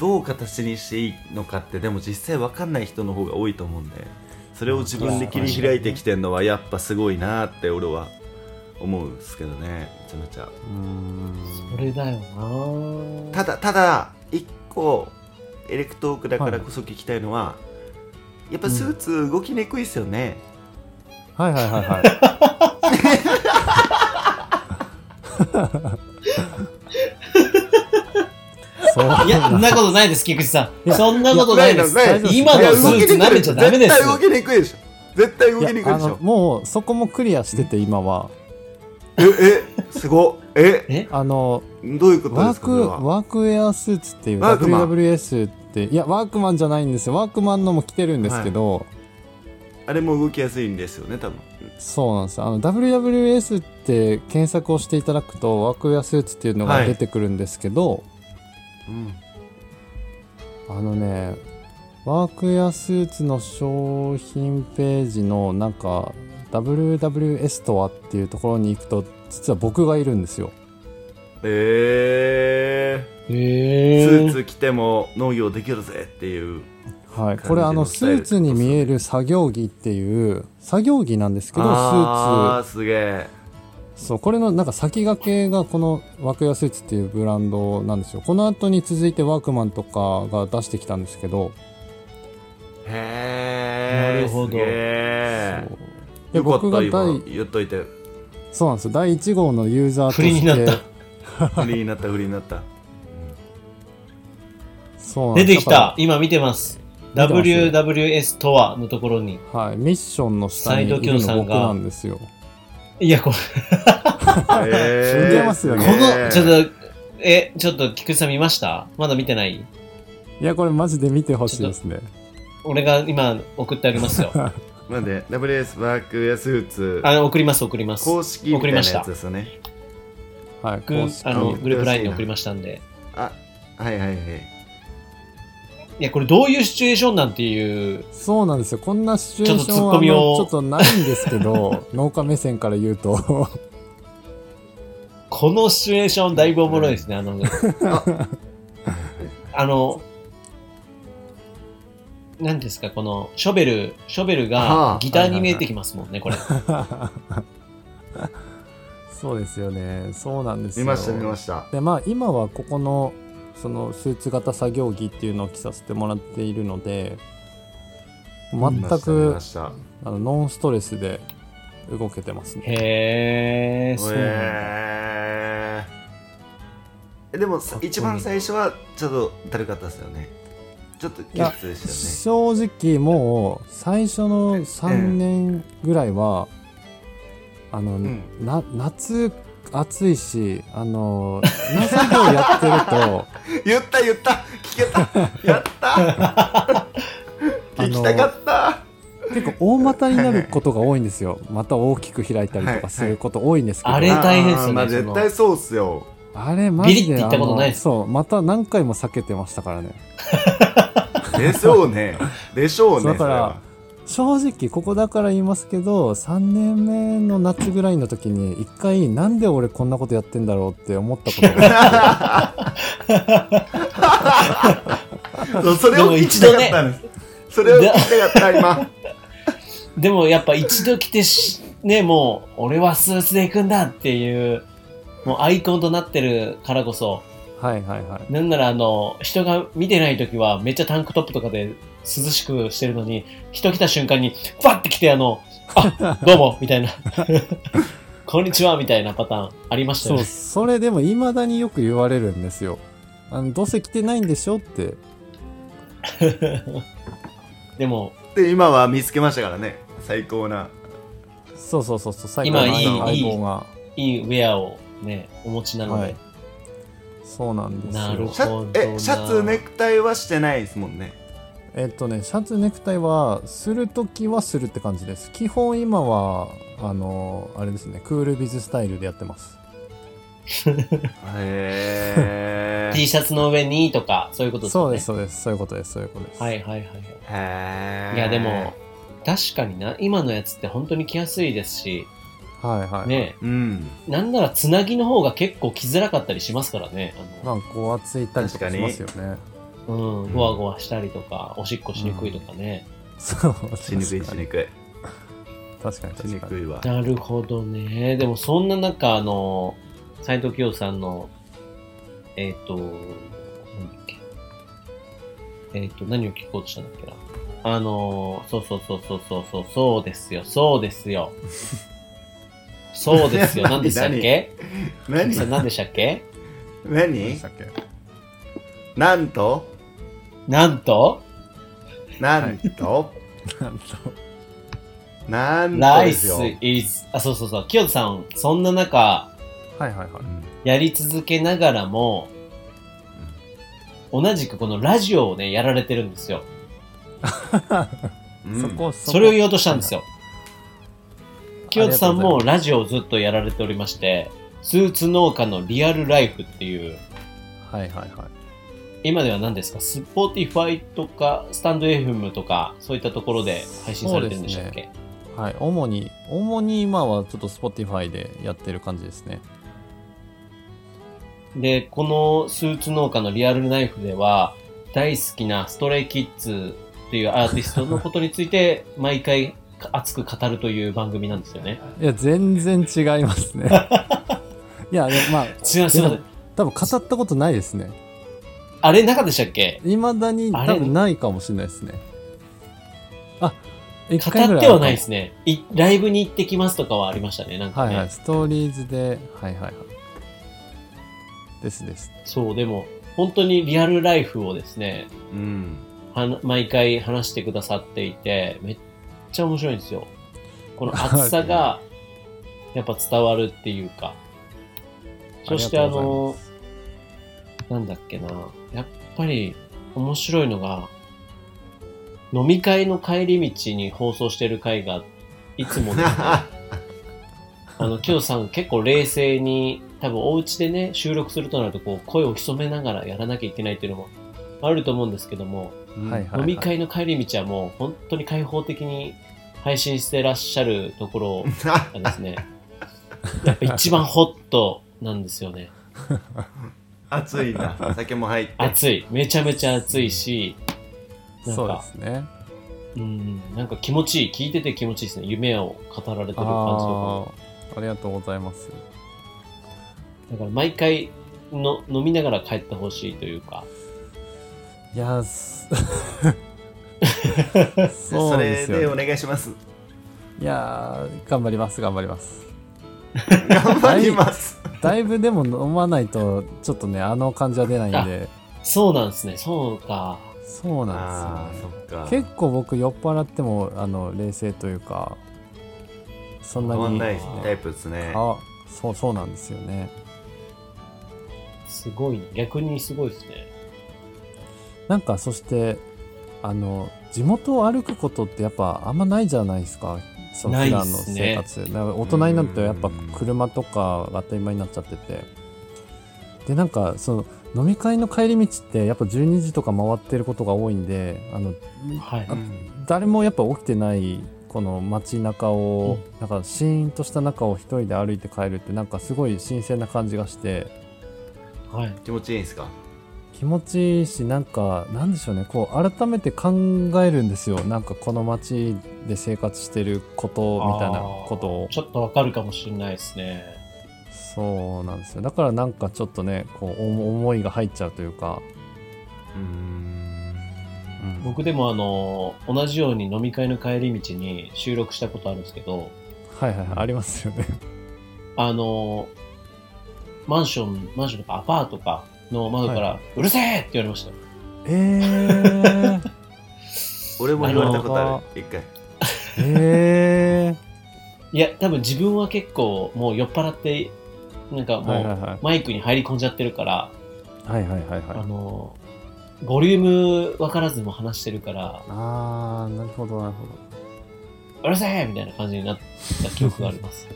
Speaker 3: どう形にしていいのかってでも実際わかんない人の方が多いと思うんでそれを自分で切り開いてきてるのはやっぱすごいなって俺は思うんですけどねめちゃめちゃ
Speaker 1: うん
Speaker 2: それだよなー
Speaker 3: ただただ一個エレクトークだからこそ聞きたいのは、やっぱスーツ動きにくいですよね、
Speaker 1: はいはいはいはいそう
Speaker 2: いや、そんなことないです、菊池さ
Speaker 1: い
Speaker 2: ん。
Speaker 1: や
Speaker 2: そんなことないです
Speaker 3: いやない。
Speaker 1: ない
Speaker 2: 今
Speaker 3: いや
Speaker 2: のス
Speaker 3: 動き
Speaker 2: ー
Speaker 3: にく
Speaker 2: ツ
Speaker 3: い
Speaker 2: 舐めちゃダメで
Speaker 3: 絶
Speaker 2: す
Speaker 3: 対。動きにくいでしょ絶対動きにくいでし
Speaker 1: いやあ
Speaker 3: ょ
Speaker 1: のもうそこもクリアしてて今は
Speaker 3: え、え、すごっ。え、
Speaker 2: え
Speaker 1: あの
Speaker 3: どういうことで
Speaker 1: ワー
Speaker 3: すか
Speaker 1: ク
Speaker 3: それは
Speaker 1: ワークウェアスーツっていう
Speaker 3: ワークマン
Speaker 1: WWS っていやワークマンじゃないんですよワークマンのも着てるんですけど、
Speaker 3: あれも動きやすいんですよね、多分。
Speaker 1: そうなんですよあの WWS って検索をしていただくとワークウェアスーツっていうのが出てくるんですけど、
Speaker 3: うん。
Speaker 1: あのねワークウェアスーツの商品ページのなんか WWS とはっていうところに行くと実は僕がいるんですよ
Speaker 3: えー、
Speaker 2: え
Speaker 3: スーツ着ても農業できるぜっていう。
Speaker 1: は
Speaker 3: 感
Speaker 1: い、
Speaker 3: じ
Speaker 1: これあ
Speaker 3: の
Speaker 1: の
Speaker 3: ス
Speaker 1: ス
Speaker 3: タイル
Speaker 1: ーツに見える作業着っていう作業着なんですけどス
Speaker 3: あー、
Speaker 1: ー
Speaker 3: すげえ。
Speaker 1: ツそうこれのなんか先駆けがこのワークヤスーツっていうブランドなんですよこの後に続いてワークマンとかが出してきたんですけど
Speaker 3: へー、
Speaker 2: なるほど
Speaker 3: すげえ。
Speaker 1: で
Speaker 3: よかった
Speaker 1: 僕が
Speaker 3: 今
Speaker 1: 第
Speaker 3: 言っと いて。
Speaker 1: そうなんですよ第1号のユーザーと
Speaker 2: 振りに
Speaker 1: し
Speaker 2: なってた。
Speaker 3: フリーになった、フリーにな った。
Speaker 1: そうなん
Speaker 2: 出
Speaker 1: です
Speaker 2: てき
Speaker 1: だか
Speaker 2: た。今見てます。
Speaker 1: 見てます
Speaker 2: WWS とはのところに。
Speaker 1: らはい、ミッションの下にい
Speaker 2: 斉藤京
Speaker 1: る
Speaker 2: さ
Speaker 1: の
Speaker 2: ん
Speaker 1: 僕
Speaker 2: が
Speaker 1: なんですよ
Speaker 2: いや、これ、
Speaker 3: え
Speaker 1: 似てますよね
Speaker 2: この、ちょっと、え、ちょっと菊池さん見ましたまだ見てない
Speaker 1: いやこれマジで見てほしいですね
Speaker 2: 俺が今送ってあげますよ。
Speaker 3: と。なんで、WS ワークやスーツ、
Speaker 2: あの送ります、送ります。
Speaker 3: 公式みたいなやつですよね。
Speaker 1: はい
Speaker 2: 僕
Speaker 1: 公式
Speaker 2: あ
Speaker 3: あの
Speaker 2: のグループラインに送りましたんで。
Speaker 3: あ、はいはいはい。
Speaker 2: いや、これどういうシチュエーションなんていう、
Speaker 1: そうなんですよこんなシチュエーション
Speaker 2: ちょっとツッ
Speaker 1: は
Speaker 2: コミを
Speaker 1: あのちょっとないんですけ ど農家目線から言うと
Speaker 2: このシチュエーションだいぶおもろいですね、あの、 あの、何ですか、この、ショベル、ショベル
Speaker 3: は
Speaker 2: が
Speaker 3: あ
Speaker 2: ギターに見えてきますもんね、これ。
Speaker 1: そうですよねそうなんですよ
Speaker 3: 見ました見ました
Speaker 1: でまあ今はここのそのスーツ型作業着っていうのを着させてもらっているので
Speaker 3: 見ました見
Speaker 1: 全く
Speaker 3: ました
Speaker 1: あのノンストレスで動けてますね
Speaker 2: へー、そうなんだ。
Speaker 3: えー、でもさ
Speaker 2: かっこいい
Speaker 3: 一番最初はちょっとだるかったですよねちょっときつでしたよ
Speaker 1: 正直もう最初の3年ぐらいは、あの、
Speaker 3: ん
Speaker 1: な夏暑いしあの農作業やっ てる
Speaker 3: ね言った言った聞 けたやった
Speaker 1: あの
Speaker 3: 聞きたかった
Speaker 1: と結構大股になることが多いんですよまた大きく開いたりとかすること多いんですけど、
Speaker 2: はいはいあれ大変っすよね
Speaker 3: あーまあ
Speaker 2: その
Speaker 3: 絶対そうっすよ
Speaker 1: あれマジで
Speaker 2: ビリって言ったことない
Speaker 1: あのそうまた何回も避けてましたからね
Speaker 3: でしょう ねでしょうね
Speaker 1: そうだから正直ここだから言いますけど3年目の夏ぐらいの時に一回なんで俺こんなことやってんだろうって思ったこと が
Speaker 3: それはそれを聞きたかったんです、それを聞きたかった今
Speaker 2: でもやっぱ一度来てし、ね、もう、俺はスーツで行くんだっていう、もうアイコンとなってるからこそ、
Speaker 1: はいはいはい
Speaker 2: なんならあの、人が見てない時はめっちゃタンクトップとかで涼しくしてるのに、人来た瞬間に、バッて来てあの、 あ、どうも、みたいな。 こんにちは、みたいなパターンありました
Speaker 1: そ
Speaker 2: よ
Speaker 1: う
Speaker 2: ね。
Speaker 1: それでもいまだによく言われるんですよあのどうせ来てないんでしょって
Speaker 2: でも、
Speaker 3: で今は見つけましたからね最高 な
Speaker 1: そうそうそうそう最
Speaker 2: 今
Speaker 3: いい
Speaker 1: の
Speaker 2: いい
Speaker 1: 相棒が
Speaker 2: いいウェアをね、お持ちなので、
Speaker 1: はいそうなんですよ
Speaker 2: なるほど
Speaker 3: シャツえシャツネクタイはしてないですもんね
Speaker 1: えっとねシャツネクタイはするときはするって感じです基本今はあのあれですねクールビズスタイルでやってます
Speaker 3: へ
Speaker 2: T シャツの上にとか、そういうことですよね。
Speaker 1: そうですそうですそういうことですそういうことです
Speaker 2: はいはいはい。
Speaker 3: へー
Speaker 2: いや、でも、確かにな、今のやつって本当に着やすいですし、
Speaker 1: はいはい
Speaker 2: ね、
Speaker 3: うん
Speaker 2: なんならつなぎの方が結構着づらかったりしますからね。あ
Speaker 1: ま
Speaker 2: の
Speaker 1: あごわついたりとかしますよね
Speaker 2: うん、ゴワゴワしたりとか、おしっこしにくいとかね。
Speaker 1: そう
Speaker 3: しにくいしにくい
Speaker 1: 確かに
Speaker 3: しに
Speaker 1: 確か
Speaker 3: く
Speaker 1: に
Speaker 3: いわ
Speaker 2: なるほどね。でもそんな中、あの、斎藤清さんの、えっ、と、なんだっけ。えっ、と、何を聞こうとしたんだっけな。あの、そうそうそうそうそうそう、そうですよ、そうですよ。 そうですよ、
Speaker 3: 何
Speaker 2: 何でしたっけ
Speaker 3: 何
Speaker 2: さん何でしたっけ
Speaker 1: 何で
Speaker 3: 何
Speaker 1: したっけ
Speaker 3: なんと
Speaker 2: なんと、
Speaker 3: なんと
Speaker 1: なんと
Speaker 3: なんと
Speaker 2: ラ
Speaker 3: で
Speaker 2: イ
Speaker 3: す
Speaker 2: ス
Speaker 3: よ
Speaker 2: is、あ、そうそうそう、清田さん、そんな中、
Speaker 1: はいはいはい
Speaker 2: やり続けながらも、同じくこのラジオをね、やられてるんですよ。
Speaker 3: うん
Speaker 1: そこ
Speaker 2: それを言おうとしたんです
Speaker 1: よ。
Speaker 2: よ。清田さんも
Speaker 1: あり
Speaker 2: ラジオをずっとやられておりまして、スーツ農家のリアルライフっていう、
Speaker 1: はいはいはい。
Speaker 2: 今では何ですか、スポーティファイとか、スタンド FM とか、そういったところで配信されてるんでしたっけ、
Speaker 1: はい、主に、主に今はちょっと Spotify でやってる感じですね。
Speaker 2: でこのスーツ農家のリアルライフでは、大好きなストレイキッズっていうアーティストのことについて、毎回熱く語るという番組なんですよね。
Speaker 1: いや、全然違います ね。いや、でもまあ、
Speaker 2: すいません、すいません。
Speaker 1: 多分語ったことないですね。
Speaker 2: あれ、中でしたっけ
Speaker 1: いまだに
Speaker 2: あ
Speaker 1: 多
Speaker 2: れ
Speaker 1: 分ないかもしれないですね。あ、一
Speaker 2: 語
Speaker 1: 回ぐ
Speaker 2: っ
Speaker 1: らい。
Speaker 2: てはないですすね。いライブに行ってきますとかはありましたね、なんか
Speaker 1: はい
Speaker 2: ね。
Speaker 1: はい、ストーリーズで、はいはいはい。ですです。
Speaker 2: そう、でも、本当にリアルライフをですね、
Speaker 3: うん
Speaker 2: はな毎回話してくださっていて、めっちゃ面白いんですよ。こ の熱さが、やっぱ伝わるっていうか。そしてあ
Speaker 1: りがとうござい、
Speaker 2: の
Speaker 1: ます
Speaker 2: なんだっけな、やっぱり面白いのが、飲み会の帰り道に放送してる回が、いつもね、あの、きよさん結構冷静に、多分お家でね、収録するとなると、こう、声を潜めながらやらなきゃいけないっていうのもあると思うんですけども、
Speaker 1: はい はいはい
Speaker 2: 飲み会の帰り道はもう本当に開放的に配信してらっしゃると ころがですね、やっぱ一番ホットなんですよね。
Speaker 3: 暑いな。酒も入って。
Speaker 2: 暑い。めちゃめちゃ暑いし、なん
Speaker 1: そうで
Speaker 2: か、
Speaker 1: すね。
Speaker 2: うん、なんか気持ちいい。聞いてて気持ちいいですね。夢を語られてる感じとかも
Speaker 1: ああ、ありがとうございます。
Speaker 2: だから毎回の飲みながら帰ってほしいというか。
Speaker 1: いや ー、すそ
Speaker 3: そう
Speaker 1: で
Speaker 3: れ
Speaker 1: す
Speaker 3: でお
Speaker 1: よ、ね。
Speaker 3: 願いします。
Speaker 1: いやー、頑張ります、頑張ります。
Speaker 3: 頑張ります。
Speaker 1: だいぶでも飲まないと、ちょっとね、あの感じは出ないんで、
Speaker 2: そうなんですね。そうか。
Speaker 1: そうなん
Speaker 3: あ
Speaker 1: ですよ、
Speaker 3: あ、そっか。
Speaker 1: ね。結構僕、酔っ払っても、あの、冷静というか、そんな
Speaker 3: 変わん
Speaker 1: に、
Speaker 3: ないタイプですね。
Speaker 1: あ、そう、そうなんですよね。
Speaker 2: すごい、ね。逆にすごいですね。
Speaker 1: なんか、そして、あの、地元を歩くことってやっぱあんまないじゃないですか。その
Speaker 2: ない
Speaker 1: 普
Speaker 2: っ
Speaker 1: 段の
Speaker 2: す
Speaker 1: 生
Speaker 2: ね
Speaker 1: 活。だから大人になるとやっぱ
Speaker 3: うん
Speaker 1: 車とかが当たり前になっちゃってて。で、なんか、その飲み会の帰り道ってやっぱ12時とか回ってることが多いんで、あの、
Speaker 2: はい。
Speaker 3: うん
Speaker 1: 誰もやっぱ起きてないこの街中を、なんかシーンとした中を一人で歩いて帰るってなんかすごい新鮮な感じがして
Speaker 2: はい。
Speaker 3: 気持ちいいんすか
Speaker 1: 気持ちいいしなんかなんでしょうねこう改めて考えるんですよなんかこの街で生活してることみたいなこと
Speaker 2: あ
Speaker 1: を
Speaker 2: ーちょっとわかるかもしれないですね。
Speaker 1: そうなんですよだからなんかちょっとねこう思思いが入っちゃうというか、
Speaker 3: うーん。
Speaker 1: うん
Speaker 2: 僕でもあの、同じように飲み会の帰り道に収録したことあるんですけど、
Speaker 1: はいはいはいありますよね
Speaker 2: あの、マンション、マンションとかアパートとかの窓から、うるせえって言われましたよ。
Speaker 1: えー、
Speaker 3: 俺も言われたことある。一回。
Speaker 1: え
Speaker 2: いや、多分自分は結構もう酔っ払って、なんか
Speaker 1: ー、はいは
Speaker 2: も
Speaker 1: いはいう
Speaker 2: マイクに入り込んじゃってるから、
Speaker 1: はいはいはいはい
Speaker 2: あの、ボリューム分からずも話してるから、
Speaker 1: あーなるほどなるほど
Speaker 2: うるせえみたいな感じになった記憶があります。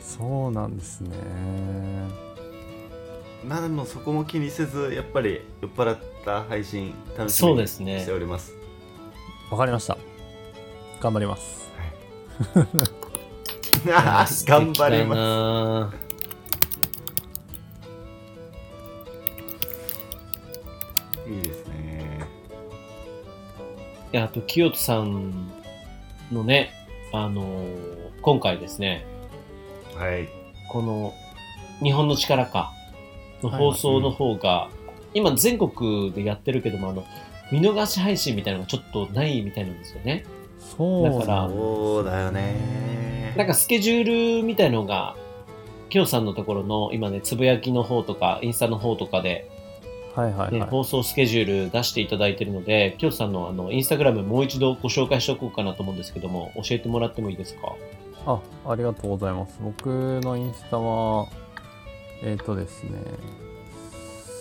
Speaker 1: そうなんですね
Speaker 3: まあでもそこも気にせず、やっぱり酔っ払った配信楽しみ
Speaker 2: そうで
Speaker 3: に
Speaker 2: すね
Speaker 3: しております。
Speaker 1: わかりました頑張ります
Speaker 3: あー 頑張ります。
Speaker 2: ます。
Speaker 3: いいですね。
Speaker 2: いや、あと、清人さんのね、あのー今回ですね、
Speaker 3: はい。
Speaker 2: この、日本の力か、の放送の方が、今全国でやってるけども、あの、見逃し配信みたいなのがちょっとないみたいなんですよね。
Speaker 1: そうなんです
Speaker 2: だから
Speaker 3: そうだよね。
Speaker 2: なんかスケジュールみたいのが、清人さんのところの、今ね、つぶやきの方とか、インスタの方とかで、
Speaker 1: はいはい
Speaker 2: ね
Speaker 1: はい、
Speaker 2: 放送スケジュール出していただいてるので、清人さんのあの、インスタグラムもう一度ご紹介しておこうかなと思うんですけども、教えてもらってもいいですか
Speaker 1: あありがとうございます僕のインスタはえっ、とですね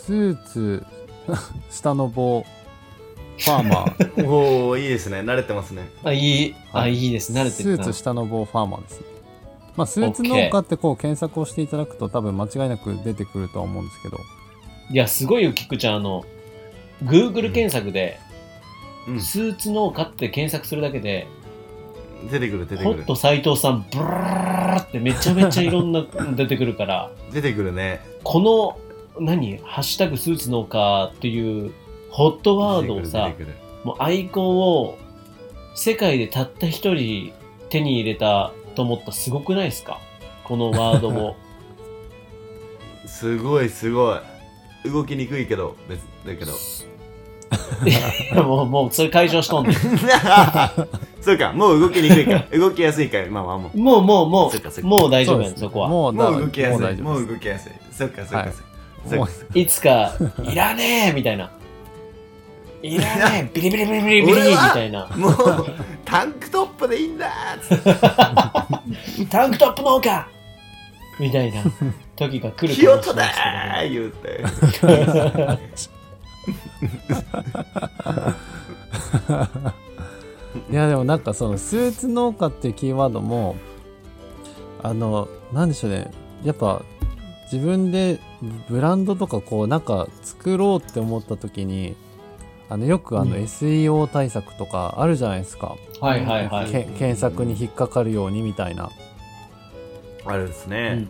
Speaker 1: スーツ 下の棒ファーマー
Speaker 3: おおいいですね。慣れてますね。
Speaker 2: あ、いい、
Speaker 1: は
Speaker 2: あ、
Speaker 1: い
Speaker 2: いい です。慣れて
Speaker 1: ス
Speaker 2: る
Speaker 1: ー
Speaker 2: な
Speaker 1: ツ下の棒ファーマーですねまあ、スーツ農家ってこう検索をしていただくと多分間違いなく出てくるとは思うんですけど
Speaker 2: いや、すごいよ、キックちゃん。あの、Google 検索で、
Speaker 3: うん。
Speaker 2: スーツ農家って検索するだけで、
Speaker 3: 出てくる出て
Speaker 2: ホ
Speaker 3: く
Speaker 2: ッ
Speaker 3: る
Speaker 2: ト。斎藤さん、ブラーってめちゃめちゃいろんな 出てくるから、
Speaker 3: 出てくるね。
Speaker 2: この、何ハッシュタグスーツ農家っていう、ホットワードをさ
Speaker 3: 出て、くる出てくる
Speaker 2: もうアイコンを、世界でたった一人手に入れたと思ったすごくないですかこのワードも。
Speaker 3: すごいすごい。動きにくいけど別だ けど。
Speaker 2: いやもう、もう、それ解消しとんねん
Speaker 3: そうかもう動きにくいか動きやすいか今はも
Speaker 2: もう、もう、も
Speaker 3: そっかそっ
Speaker 2: う、
Speaker 3: か
Speaker 2: もう大丈夫
Speaker 1: う
Speaker 2: やん、そこは。
Speaker 1: も
Speaker 3: う
Speaker 1: うだ
Speaker 3: もう動きや
Speaker 1: もう
Speaker 3: す
Speaker 1: 大
Speaker 3: い
Speaker 1: 丈
Speaker 3: も
Speaker 1: 夫で
Speaker 3: う
Speaker 1: す
Speaker 3: 動きやすいそっかそっ
Speaker 1: は
Speaker 3: か
Speaker 1: い
Speaker 3: そっかそうか
Speaker 2: いつか、いらねえみたいな。いらねえビリビリビリビリビリみ
Speaker 3: 俺は
Speaker 2: たいな。
Speaker 3: もうタンクトップでいいんだーっつって
Speaker 2: タンクトップ農家みたいな時が来 る
Speaker 3: ひよと
Speaker 2: しれ
Speaker 3: だ
Speaker 2: ない
Speaker 3: ー言うて
Speaker 1: いやでもなんかそのスーツ農家っていうキーワードもあのなんでしょうねやっぱ自分でブランドとかこうなんか作ろうって思った時にあのよくあの
Speaker 2: うん
Speaker 1: SEO 対策とかあるじゃないですか、
Speaker 2: はいはいはい。
Speaker 1: け検索に引っかかるようにみたいな
Speaker 3: あれです
Speaker 2: う
Speaker 3: ね
Speaker 2: ん、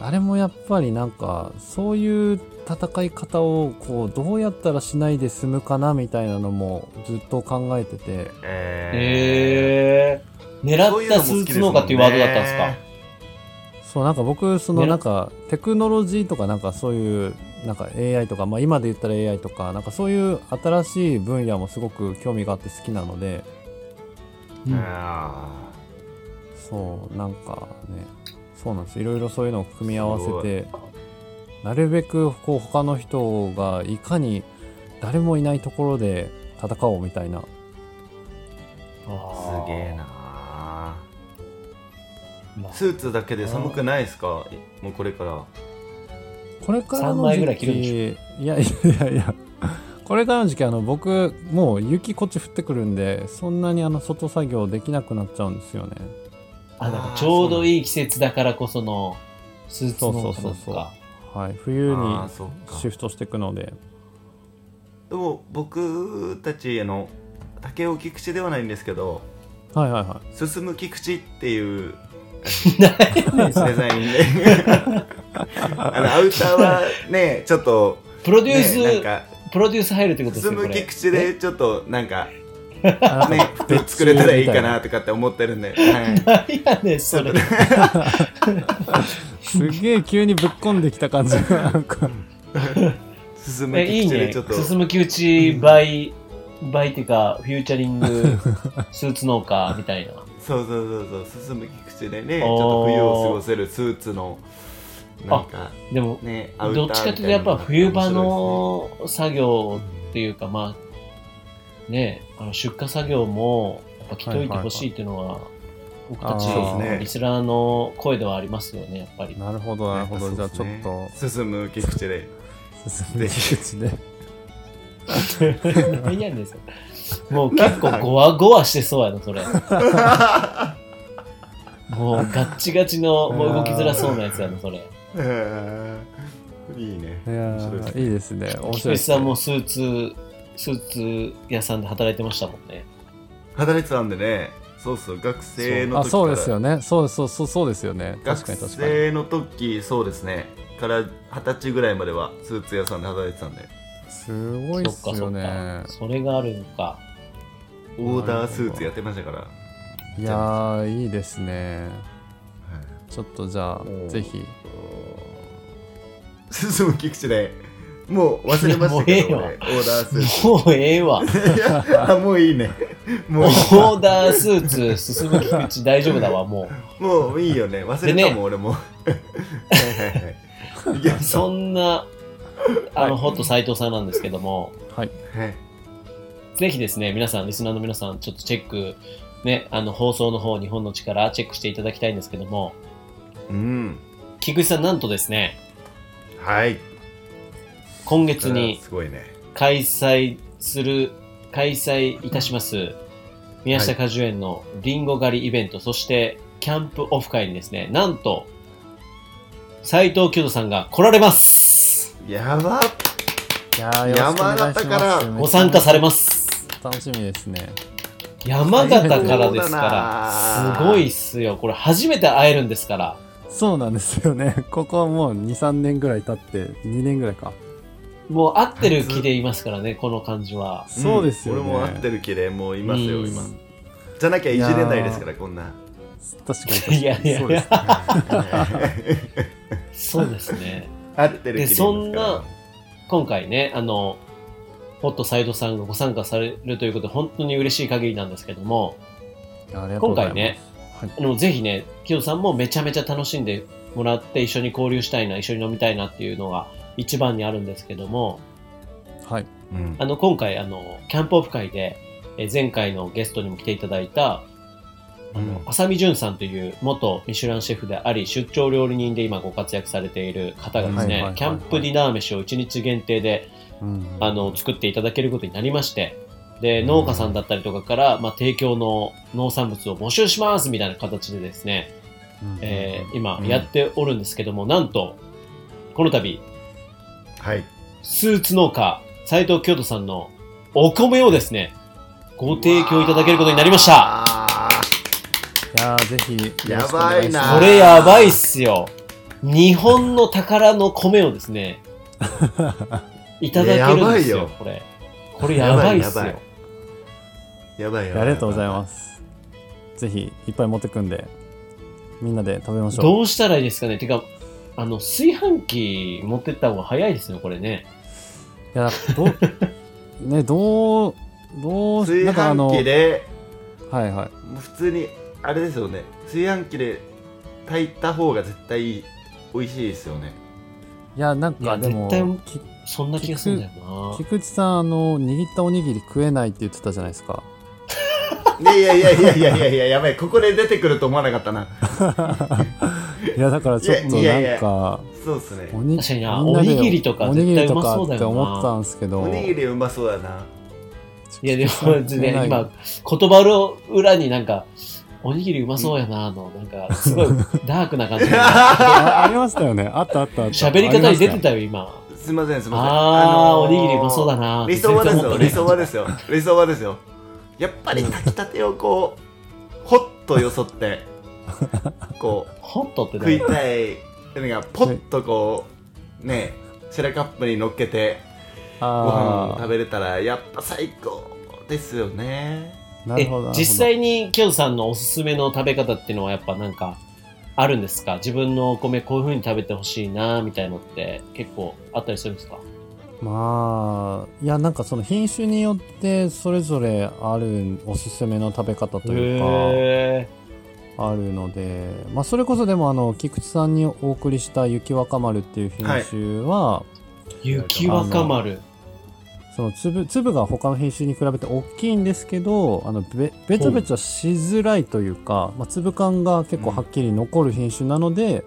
Speaker 1: あれもやっぱりなんかそういう戦い方をこうどうやったらしないで済むかなみたいなのもずっと考えてて
Speaker 3: え
Speaker 2: えー、狙ったスーツ農家っていうワードだったんですか
Speaker 1: そうなんか僕その
Speaker 2: ね
Speaker 1: なんかテクノロジーとかなんかそういうなんか AI とか、まあ、今で言ったら AI とかなんかそういう新しい分野もすごく興味があって好きなので
Speaker 3: え
Speaker 2: うん
Speaker 3: あ
Speaker 1: そうなんかねそうなんですいろいろそういうのを組み合わせてなるべくこう他の人がいかに誰もいないところで戦おうみたいな
Speaker 3: ーすげえ
Speaker 2: な。
Speaker 3: な
Speaker 2: まあ
Speaker 3: スーツだけで寒くないですかもうこれから
Speaker 1: これから
Speaker 2: 3
Speaker 1: の
Speaker 2: 枚ぐら
Speaker 1: 時
Speaker 2: い着るんで
Speaker 1: 期いやいやいやいやこれからの時期あの僕もう雪こっち降ってくるんでそんなにあの外作業できなくなっちゃうんですよね
Speaker 2: あなんかちょうどいい季節だからこそのスーツ農家
Speaker 1: そう
Speaker 2: と
Speaker 1: そうそう
Speaker 2: か。
Speaker 1: はい冬
Speaker 3: あー
Speaker 1: に
Speaker 3: そうか
Speaker 1: シフトしていくので
Speaker 3: でも僕たちあの竹尾菊池ではないんですけど
Speaker 1: はいはいは
Speaker 3: 進む菊池っていう
Speaker 2: な
Speaker 3: デ
Speaker 2: い
Speaker 3: ザイン であのアウターはねちょっと、
Speaker 2: プロデュー
Speaker 3: ね、
Speaker 2: ス、
Speaker 3: なんか
Speaker 2: プロデュース入るってことです
Speaker 3: 進
Speaker 2: ね。こ
Speaker 3: む
Speaker 2: れ
Speaker 3: 菊池でちょっとなんか
Speaker 1: い
Speaker 3: ね服作れたらいいかなとかって思ってるんで、はい、
Speaker 2: 何 やねん、それ。
Speaker 1: すげえ急にぶっこんできた感じがなんか
Speaker 3: 進む
Speaker 2: えい
Speaker 3: 菊
Speaker 2: い
Speaker 3: 池
Speaker 2: ね
Speaker 3: でちょっと
Speaker 2: 進む木内バイ、バイっていうかフューチ ャリングスーツ農家みたいな
Speaker 3: そうそうそうそう進む菊池でねち
Speaker 2: あー
Speaker 3: ょっと冬を過ごせるスーツのなんか
Speaker 2: でも
Speaker 3: ねアウター
Speaker 2: ど
Speaker 3: み
Speaker 2: っ
Speaker 3: い
Speaker 2: たちか
Speaker 3: な
Speaker 2: というとやっぱ冬場
Speaker 3: 面
Speaker 2: の作業っていうかまあねあの出荷作業もやっぱ着といてほしいっていうのは僕たち
Speaker 1: あーそうです
Speaker 3: ね
Speaker 2: リスラーの声ではありますよねやっぱり
Speaker 1: なるほどなるほどじゃあちょっ
Speaker 3: 白い
Speaker 1: と
Speaker 3: ですね進む菊池で
Speaker 1: 進んでいくうちで
Speaker 2: 何やねんそれもう結構ゴワゴワしてそうやなそれもうガッチガチのもう動きづらそうなやつやなそれ
Speaker 3: へー いいね
Speaker 1: いや
Speaker 3: 面白いです
Speaker 1: ー
Speaker 3: ね
Speaker 1: いいですね面白
Speaker 2: 菊
Speaker 1: い
Speaker 2: 池
Speaker 1: です
Speaker 2: さ
Speaker 1: ね
Speaker 2: んもスーツスーツ屋さんで働いてましたもんね
Speaker 3: 働いてたんでねそうそう学生の
Speaker 1: あ
Speaker 3: 時
Speaker 1: そうです
Speaker 3: から
Speaker 1: よねそうそうそうそうですよね確か
Speaker 3: 学
Speaker 1: に確かに
Speaker 3: 生の時そうですねから二十歳ぐらいまではスーツ屋さんで働いてたんです
Speaker 1: ごい
Speaker 2: そ
Speaker 1: っ
Speaker 2: っ
Speaker 1: す
Speaker 2: かそ
Speaker 1: よ
Speaker 2: っ
Speaker 1: ね
Speaker 2: かそれがあるのか
Speaker 3: オーダースーツやってましたから、はい
Speaker 1: やーいいですねちょっとじゃあぜひ
Speaker 3: い、進む菊池でもう忘れましたけど、ね、
Speaker 2: いやもうええわ
Speaker 3: オーダースーツ
Speaker 2: もうええわ
Speaker 3: あもういいねもういい
Speaker 2: オーダースーツ進む菊池大丈夫だわも
Speaker 3: もういいよね忘れたもん、
Speaker 2: でね
Speaker 3: 俺も はいはいはいいや
Speaker 2: うそんなあのホット斎藤さんなんですけども
Speaker 1: はい
Speaker 3: はい
Speaker 2: ぜひですね、皆さん、リスナーの皆さん、ちょっとチェック、ね、あの、放送の方、日本の力、チェックしていただきたいんですけども、
Speaker 3: うん
Speaker 2: 菊池さん、なんとですね、
Speaker 3: はい
Speaker 2: 今月に
Speaker 3: すごいね
Speaker 2: 開催する、開催いたします、宮下果樹園のリンゴ狩りイベント、そして、キャンプオフ会にですね、なんと、斎藤京都さんが来られます
Speaker 3: やばっ
Speaker 1: いやーよろしくお願いし
Speaker 3: 山形か
Speaker 1: ます
Speaker 3: ら
Speaker 2: ご参加されます
Speaker 1: 楽しみですね
Speaker 2: 山形からです
Speaker 3: 最高
Speaker 2: か
Speaker 3: だな
Speaker 2: ら、すごいっすよ。これ、初めて会えるんですから。
Speaker 1: そうなんですよね ここはもう23年ぐらい経って2年ぐらいか
Speaker 2: もう合ってる気でいますからね、この感じは。
Speaker 1: そうですよね、
Speaker 3: うん俺も合ってる気でもういますよ、
Speaker 2: うん
Speaker 3: 今じゃなきゃいじれないですからこんな
Speaker 1: 確かに確かに
Speaker 2: いやいや
Speaker 1: そう
Speaker 2: い
Speaker 1: です
Speaker 2: や、
Speaker 3: 合
Speaker 2: そうです ね。
Speaker 3: ってる気でいますから
Speaker 2: でそんな今回ね、あの、ホットサイドさんがご参加されるということで、本当に嬉しい限りなんですけども、
Speaker 1: いやありがとうご
Speaker 2: 今
Speaker 1: ざい
Speaker 2: 回
Speaker 1: ます
Speaker 2: ね、
Speaker 1: はい
Speaker 2: あのぜひね、キヨさんもめちゃめちゃ楽しんでもらって、一緒に交流したいな、一緒に飲みたいなっていうのが一番にあるんですけども、
Speaker 1: はい
Speaker 3: うん
Speaker 2: あの、今回、あの、キャンプオフ会で、えー前回のゲストにも来ていただいた、あの、浅見淳さんという元ミシュランシェフであり、出張料理人で今ご活躍されている方がです
Speaker 1: はいはいはいは
Speaker 2: ね
Speaker 1: い、
Speaker 2: キャンプディナー飯を1日限定で、
Speaker 1: うん
Speaker 2: あの、作っていただけることになりまして、で、農家さんだったりとかから、まあ、提供の農産物を募集しますみたいな形でですね、
Speaker 1: うん
Speaker 2: えー今
Speaker 3: うん
Speaker 2: やっておるんですけども、なんと、この度、
Speaker 3: はい。
Speaker 2: スーツ農家、斉藤京都さんのお米をですね、ご提供いただけることになりました。
Speaker 3: た。
Speaker 1: いやーぜひよろしくお
Speaker 3: やば
Speaker 1: 願します
Speaker 3: いな
Speaker 2: これやばいっすよ。日本の宝の米をです ね、いただけるんですよ、
Speaker 3: やばいよ
Speaker 2: これ。これやばいっす
Speaker 3: やばいや
Speaker 2: よ
Speaker 3: ば。やばいやばい。
Speaker 1: ありがとうございます。ぜひいっぱい持ってくんで、みんなで食べましょう。
Speaker 2: どうしたらいいですかねてか、あの、炊飯器持ってった方が早いですね、これね。
Speaker 1: いやどう ねどうどう
Speaker 3: 炊
Speaker 1: なんかあの
Speaker 3: 飯器で、
Speaker 1: はいはい。
Speaker 3: もう普通に、あれですよね。炊飯器で炊いた方が絶対美味しいですよね。
Speaker 1: いやなん
Speaker 2: いや
Speaker 1: かでも
Speaker 2: 絶
Speaker 1: き
Speaker 2: 対そんな気がするんだよな。
Speaker 1: 菊池さんあの握ったおにぎり食えないって言ってたじゃないですか。
Speaker 3: いやいやいやいやいやいやいや、やばい。ここで出てくると思わなかったな。
Speaker 1: いやだからちょっと
Speaker 3: いやいやい
Speaker 1: な
Speaker 3: や
Speaker 1: んか
Speaker 3: そうですね。
Speaker 1: おに
Speaker 2: 確かにな
Speaker 1: みんなで
Speaker 2: おにぎりとか
Speaker 1: おにぎりと
Speaker 2: 絶対うま
Speaker 1: か
Speaker 2: そうだ
Speaker 1: っ
Speaker 2: よ
Speaker 1: て
Speaker 2: な
Speaker 1: 思ったんですけど。
Speaker 3: おにぎりうまそうだな。
Speaker 2: いや、で
Speaker 1: 菊池さん
Speaker 2: も、別にね、
Speaker 1: 食えない
Speaker 2: 今、言葉の裏になんか、おにぎりうまそうやな、の、なんか、すごいダークな感じで。
Speaker 1: あありましたよね。あったあったあった。
Speaker 2: 喋り方に出て
Speaker 1: た。
Speaker 2: たよ、今。
Speaker 3: すいません、すいません。
Speaker 2: あー、
Speaker 3: の
Speaker 2: おにぎりうまそうだな。
Speaker 3: 理想はですよ、理
Speaker 2: 全然
Speaker 3: 想はですよ、理想はですよ。やっぱり炊きたてをこう、ほっとよそって、こ う、
Speaker 2: ホットって
Speaker 3: 食い
Speaker 2: ね。
Speaker 3: たいのが、ポッとこう、ね、シェラカップに乗っけて、ご飯を
Speaker 1: あ
Speaker 3: 食べれたら、やっぱ最高ですよね。
Speaker 1: あなる
Speaker 2: え
Speaker 1: ほどなるほど。
Speaker 2: 実際にキョンさんのおすすめの食べ方っていうのはやっぱなんかあるんですか自分のお米こういう風に食べてほしいなみたいのって結構あったりするんですか
Speaker 1: まあいやなんかその品種によってそれぞれあるおすすめの食べ方というか
Speaker 2: へ
Speaker 1: あるので、まあ、それこそでもあの菊池さんにお送りした「雪若丸」っていう品種は、
Speaker 2: ー雪若丸
Speaker 1: その粒粒が他の品種に比べて大きいんですけどあのべべちゃべちゃしづらいというか、まあ、粒感が結構はっきり残る品種なので、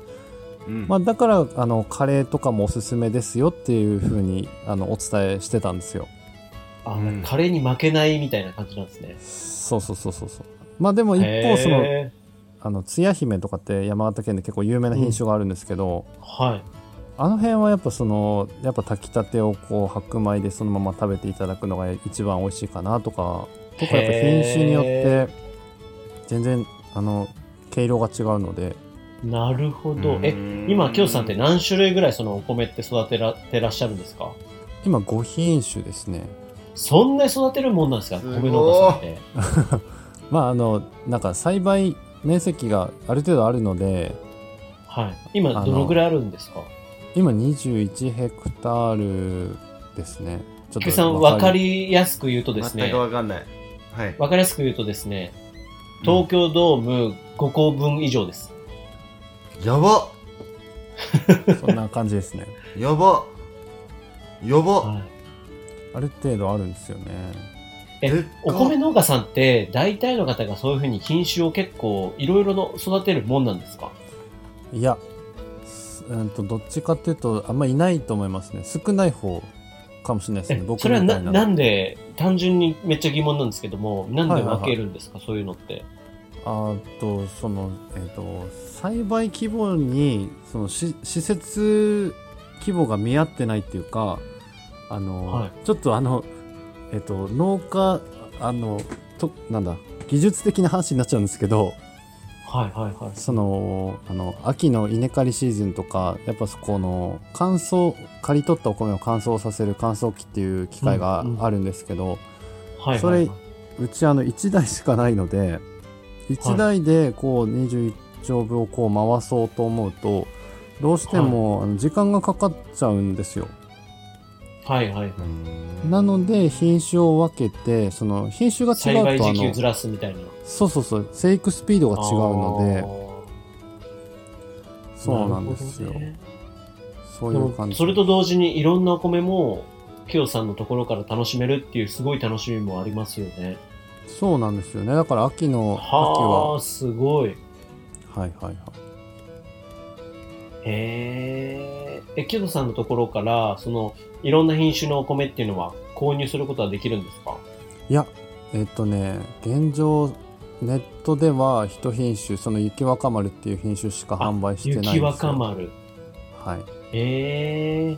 Speaker 3: うん
Speaker 1: まあ、だからあのカレーとかもおすすめですよっていうふうにあのお伝えしてたんですよ。
Speaker 2: あ、
Speaker 3: うん
Speaker 2: カレーに負けないみたいな感じなんですね
Speaker 1: そうそうそうそうそう。まあでも一
Speaker 2: へ
Speaker 1: 方
Speaker 2: ー
Speaker 1: そのあのつや姫とかって山形県で結構有名な品種があるんですけど、
Speaker 2: はい
Speaker 1: あの辺はやっぱそのやっぱ炊きたてをこう白米でそのまま食べていただくのが一番美味しいかなとかとかやっぱ
Speaker 2: へー
Speaker 1: 品種によって全然あの毛色が違うので
Speaker 2: なるほど
Speaker 3: うん
Speaker 2: え今キョンさんって何種類ぐらいそのお米って育てらてらっしゃるんですか
Speaker 1: 今5品種ですね
Speaker 2: そんなに育てるもんなんですか
Speaker 3: すごい
Speaker 2: 米農家さんって
Speaker 1: まああのなんか栽培面積がある程度あるので
Speaker 2: はい今どのぐらいあるんですか
Speaker 1: 今21ヘクタールですねちょ
Speaker 2: 菊池さん分かりやすく言うとですね
Speaker 3: 全くわかんない。はい。
Speaker 2: わかりやすく言うとですね、東京ドーム5個分以上です。
Speaker 3: やば
Speaker 1: そんな感じですね
Speaker 3: やばやば
Speaker 2: はい
Speaker 1: ある程度あるんですよね
Speaker 3: でっ
Speaker 2: え
Speaker 3: か
Speaker 2: お米農家さんって大体の方がそういうふうに品種を結構いろいろの育てるもんなんですか
Speaker 1: いや、すうんと、どっちかっていうと、あんまいないと思いますね。少ない方かもしれないです
Speaker 2: え
Speaker 1: ね。僕
Speaker 2: それは
Speaker 1: みた
Speaker 2: ない
Speaker 1: な。
Speaker 2: なんで単純にめっちゃ疑問なんですけどもなんで分けるんですか、そういうのって
Speaker 1: あと、その、えっ、と、栽培規模に、そのし、施設規模が見合ってないっていうか、あの、
Speaker 2: はい
Speaker 1: ちょっとあの、えっ、と、農家、あの、と、なんだ、技術的な話になっちゃうんですけど、
Speaker 2: はいはいはい
Speaker 1: そのあの秋の稲刈りシーズンとかやっぱそこの乾燥刈り取ったお米を乾燥させる乾燥機っていう機械が
Speaker 2: うんうん
Speaker 1: あるんですけど、
Speaker 2: はいはいはい
Speaker 1: それうちあの1台しかないので1台でこう21丁分をこう回そうと思うとどうしてもあの時間がかかっちゃうんですよ。
Speaker 2: はいはいはい
Speaker 1: なので品種を分けてその品種が
Speaker 2: 栽
Speaker 1: 違う
Speaker 2: 培
Speaker 1: とあ
Speaker 2: 時期
Speaker 1: の
Speaker 2: をずらすみたいな
Speaker 1: そうそうそう生育スピードが違うの
Speaker 2: の
Speaker 1: でそうなんですよ。そう
Speaker 2: で
Speaker 1: いう
Speaker 2: も
Speaker 1: 感じ
Speaker 2: それと同時にいろんなお米もキヨさんのところから楽しめるっていうすごい楽しみもありますよね。
Speaker 1: そうなんですよね。だから秋の秋
Speaker 2: は
Speaker 1: は
Speaker 2: あすごい。へ
Speaker 1: はいはいはい。
Speaker 2: え。えキヨさんのところからそのいろんな品種のお米っていうのは購入することはできるんですか
Speaker 1: いやえっとね現状ネットでは一品種その雪若丸っていう品種しか販売してないんですよ。
Speaker 2: 雪若丸。
Speaker 1: はい
Speaker 2: ええ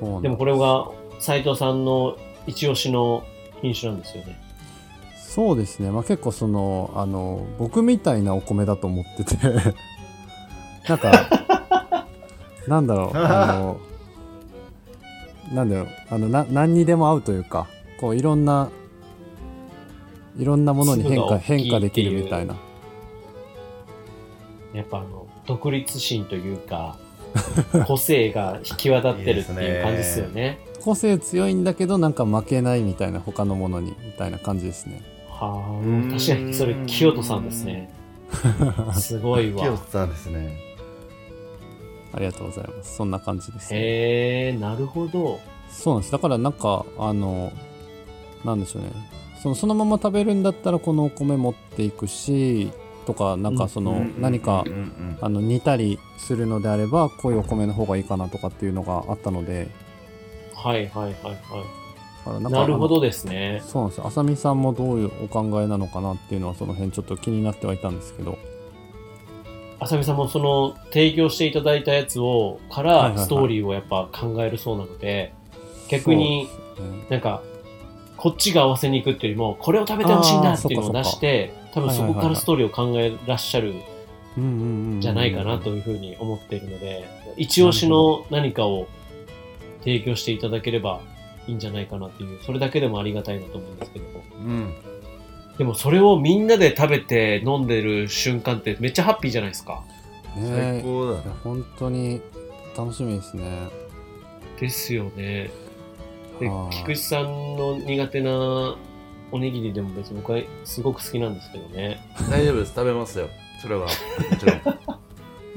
Speaker 1: そうなん
Speaker 2: でもこれが斉藤さんの一押しの品種なんですよね。
Speaker 1: そうですね、まあ、結構そのあの僕みたいなお米だと思って てなんか なんだろうあのなんだろうあのな何にでも合うというかこういろんないろんなものに変化
Speaker 2: 粒が大きいっていう
Speaker 1: 変化できるみたいな
Speaker 2: やっぱあの、独立心という か、個性が引き渡ってるっていう感じですよね。
Speaker 1: 個性強いんだけどなんか負けないみたいな他のものにみたいな感じですね
Speaker 2: はあ、確かにそれ、清人さんですね。すごい
Speaker 3: キヨ
Speaker 2: わ。
Speaker 3: さんですね。
Speaker 1: ありがとうございますそんな感じです、ね、
Speaker 2: へえ、なるほど。
Speaker 1: そうなんですだからなんかあのなんでしょうねそのそのまま食べるんだったらこのお米持っていくしとかなんかその、何か、
Speaker 3: うんうん
Speaker 1: あの煮たりするのであればこういうお米の方がいいかなとかっていうのがあったので
Speaker 2: はいはいはいは。
Speaker 1: だからないんか
Speaker 2: なるほどですね。
Speaker 1: そうなんですよ浅見さんもどういうお考えなのかなっていうのはその辺ちょっと気になってはいたんですけど
Speaker 2: 浅見さんもその提供していただいたやつをか
Speaker 1: はいはいは
Speaker 2: ら
Speaker 1: い
Speaker 2: ストーリーをやっぱ考えるそうなので、逆に
Speaker 1: そうですね
Speaker 2: なんか、こっちが合わせに行くっていうよりも、これを食べてほしいなっていうのを出して、多分そこからストーリーを考えらっしゃる
Speaker 1: うんうんうんうん
Speaker 2: じゃないかなというふうに思っているので、一押しの何かを提供していただければいいんじゃないかなっていう、それだけでもありがたいなと思うんですけども。
Speaker 3: うん。
Speaker 2: でもそれをみんなで食べて飲んでる瞬間ってめっちゃハッピーじゃないですか。
Speaker 3: 最
Speaker 1: ねえ
Speaker 3: 高だ
Speaker 1: いや。本当に楽しみですね
Speaker 2: ですよね。で
Speaker 1: は、い
Speaker 2: 菊池さんの苦手なおにぎりでも別に僕はすごく好きなんですけどね。
Speaker 3: 大丈夫です。食べますよ。それは。もちろん。
Speaker 1: い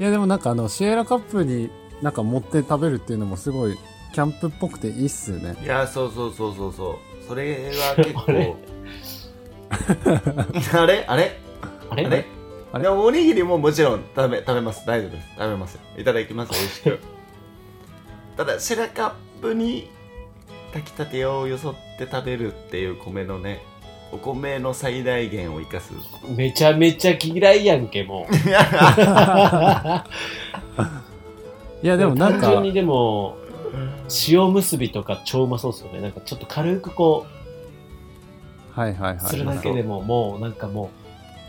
Speaker 1: やでもなんかあのシエラカップになんか持って食べるっていうのもすごいキャンプっぽくていいっすよね
Speaker 3: いや、そうそうそうそうそう。それは結
Speaker 2: あれ
Speaker 3: 構。あれあれ
Speaker 2: あ
Speaker 3: あ
Speaker 2: れ
Speaker 3: れ
Speaker 1: あれ
Speaker 3: でもおにぎりももちろん食べ食べます。大丈夫です。食べますよ。いただ きます。美味しく。ただ、シェラカップに炊きたてをよそって食べるっていう米のね、お米の最大限を生かす。
Speaker 2: めちゃめちゃ嫌いやんけ、もう。
Speaker 1: い やでもなん
Speaker 2: 単純
Speaker 1: か
Speaker 2: にでも、塩結びとか超うまそうですよね。なんかちょっと軽くこ、
Speaker 1: はいはいうは
Speaker 2: す
Speaker 1: い
Speaker 2: るだけでももうなんかも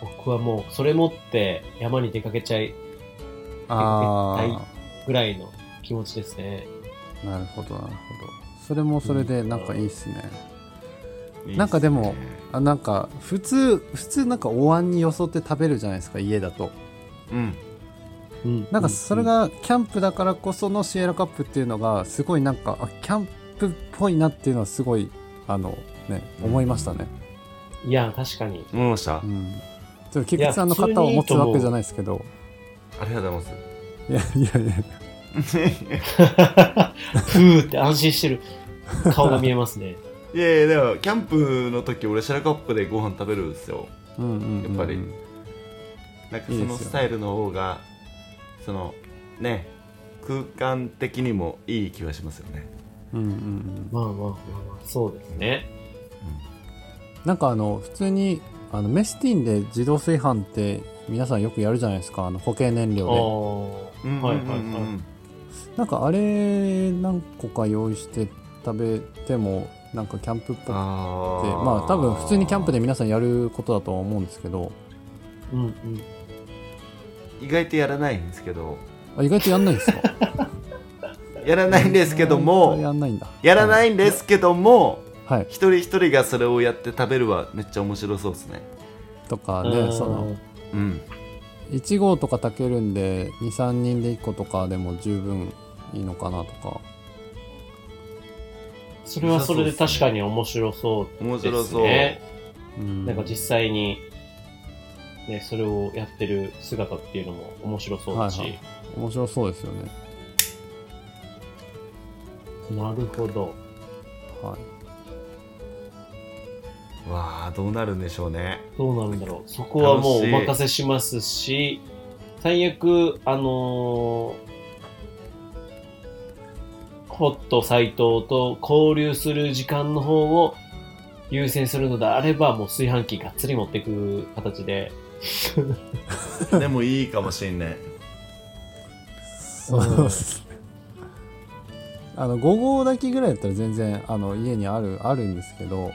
Speaker 2: う、僕はもうそれ持って山に出かけちゃい
Speaker 1: あ
Speaker 2: ぐらいの気持ちですね。
Speaker 1: あなるほどなるほどそれもそれでなんかいいっす
Speaker 3: い
Speaker 1: ね、
Speaker 3: いっすね
Speaker 1: なんかでもあなんか普通普通なんかお椀によそって食べるじゃないですか家だと
Speaker 3: うん。
Speaker 2: うん
Speaker 1: なんかそれ、がキャンプだからこそのシエラカップっていうのがすごいなんかあキャンプっぽいなっていうのはすごいあのね思いましたね
Speaker 2: うんいや、確かに。
Speaker 3: 思いました
Speaker 1: う。んちょっと菊池さんの肩を持つわけじゃないですけど
Speaker 3: ありがとうございま
Speaker 1: いやいやいや
Speaker 3: す。
Speaker 2: ふ ーって安心してる顔が見えますね。
Speaker 3: いやいや、でも、キャンプの時、俺、シェラカップでご飯食べるんですよ。
Speaker 1: うんう
Speaker 3: や
Speaker 1: ん
Speaker 3: っぱりなんかそ
Speaker 1: いいで
Speaker 3: の
Speaker 1: すよ
Speaker 3: スタイルの方がそのね空間的にもいい気はしますよね
Speaker 1: うんうんうん
Speaker 2: まあまあまあまあ、そうですね。
Speaker 1: なんかあの普通にあのメスティンで自動炊飯って皆さんよくやるじゃないですかあの固形燃
Speaker 2: ああ、
Speaker 1: 料
Speaker 3: うん
Speaker 2: はいはいは
Speaker 1: でなんかあれ何個か用意して食べてもなんかキャンプっぽくて
Speaker 3: あー
Speaker 1: まあ多分普通にキャンプで皆さんやることだとは思うんですけど
Speaker 2: い。うんうん。
Speaker 3: 意外とやらないんですけど
Speaker 1: あ意外とやんないんですか
Speaker 3: やらないんですけど
Speaker 1: 意外とや
Speaker 3: も
Speaker 1: んないんだ
Speaker 3: やらないんですけども
Speaker 1: はい
Speaker 3: 一人一人がそれをやって食べるはめっちゃ面白そうですね
Speaker 1: とか
Speaker 2: う
Speaker 1: ね
Speaker 2: ん
Speaker 1: その
Speaker 3: うん
Speaker 1: 1号とか炊けるんで23人で1個とかでも十分いいのかなとか
Speaker 2: それはそれで確かに面白そう
Speaker 3: 面
Speaker 2: で
Speaker 3: 白
Speaker 2: す
Speaker 3: そう、
Speaker 2: ね。
Speaker 1: うん
Speaker 2: なんか実際に、ね、それをやってる姿っていうのも面白そうだし。
Speaker 1: はいは面白そうですよね
Speaker 2: なるほど。
Speaker 1: はい
Speaker 3: わあどうなるんでしょう ね
Speaker 2: どうなるんだろう。そこはもうお
Speaker 3: 楽しい
Speaker 2: 任せしますし、最悪、あのーホット斎藤と交流する時間の方を優先するのであれば、もう炊飯器がっつり持っていく形で、
Speaker 3: でもいいかもしんない
Speaker 1: そうですね。あの5合炊きぐらいだったら全然あの家にあるあるんですけど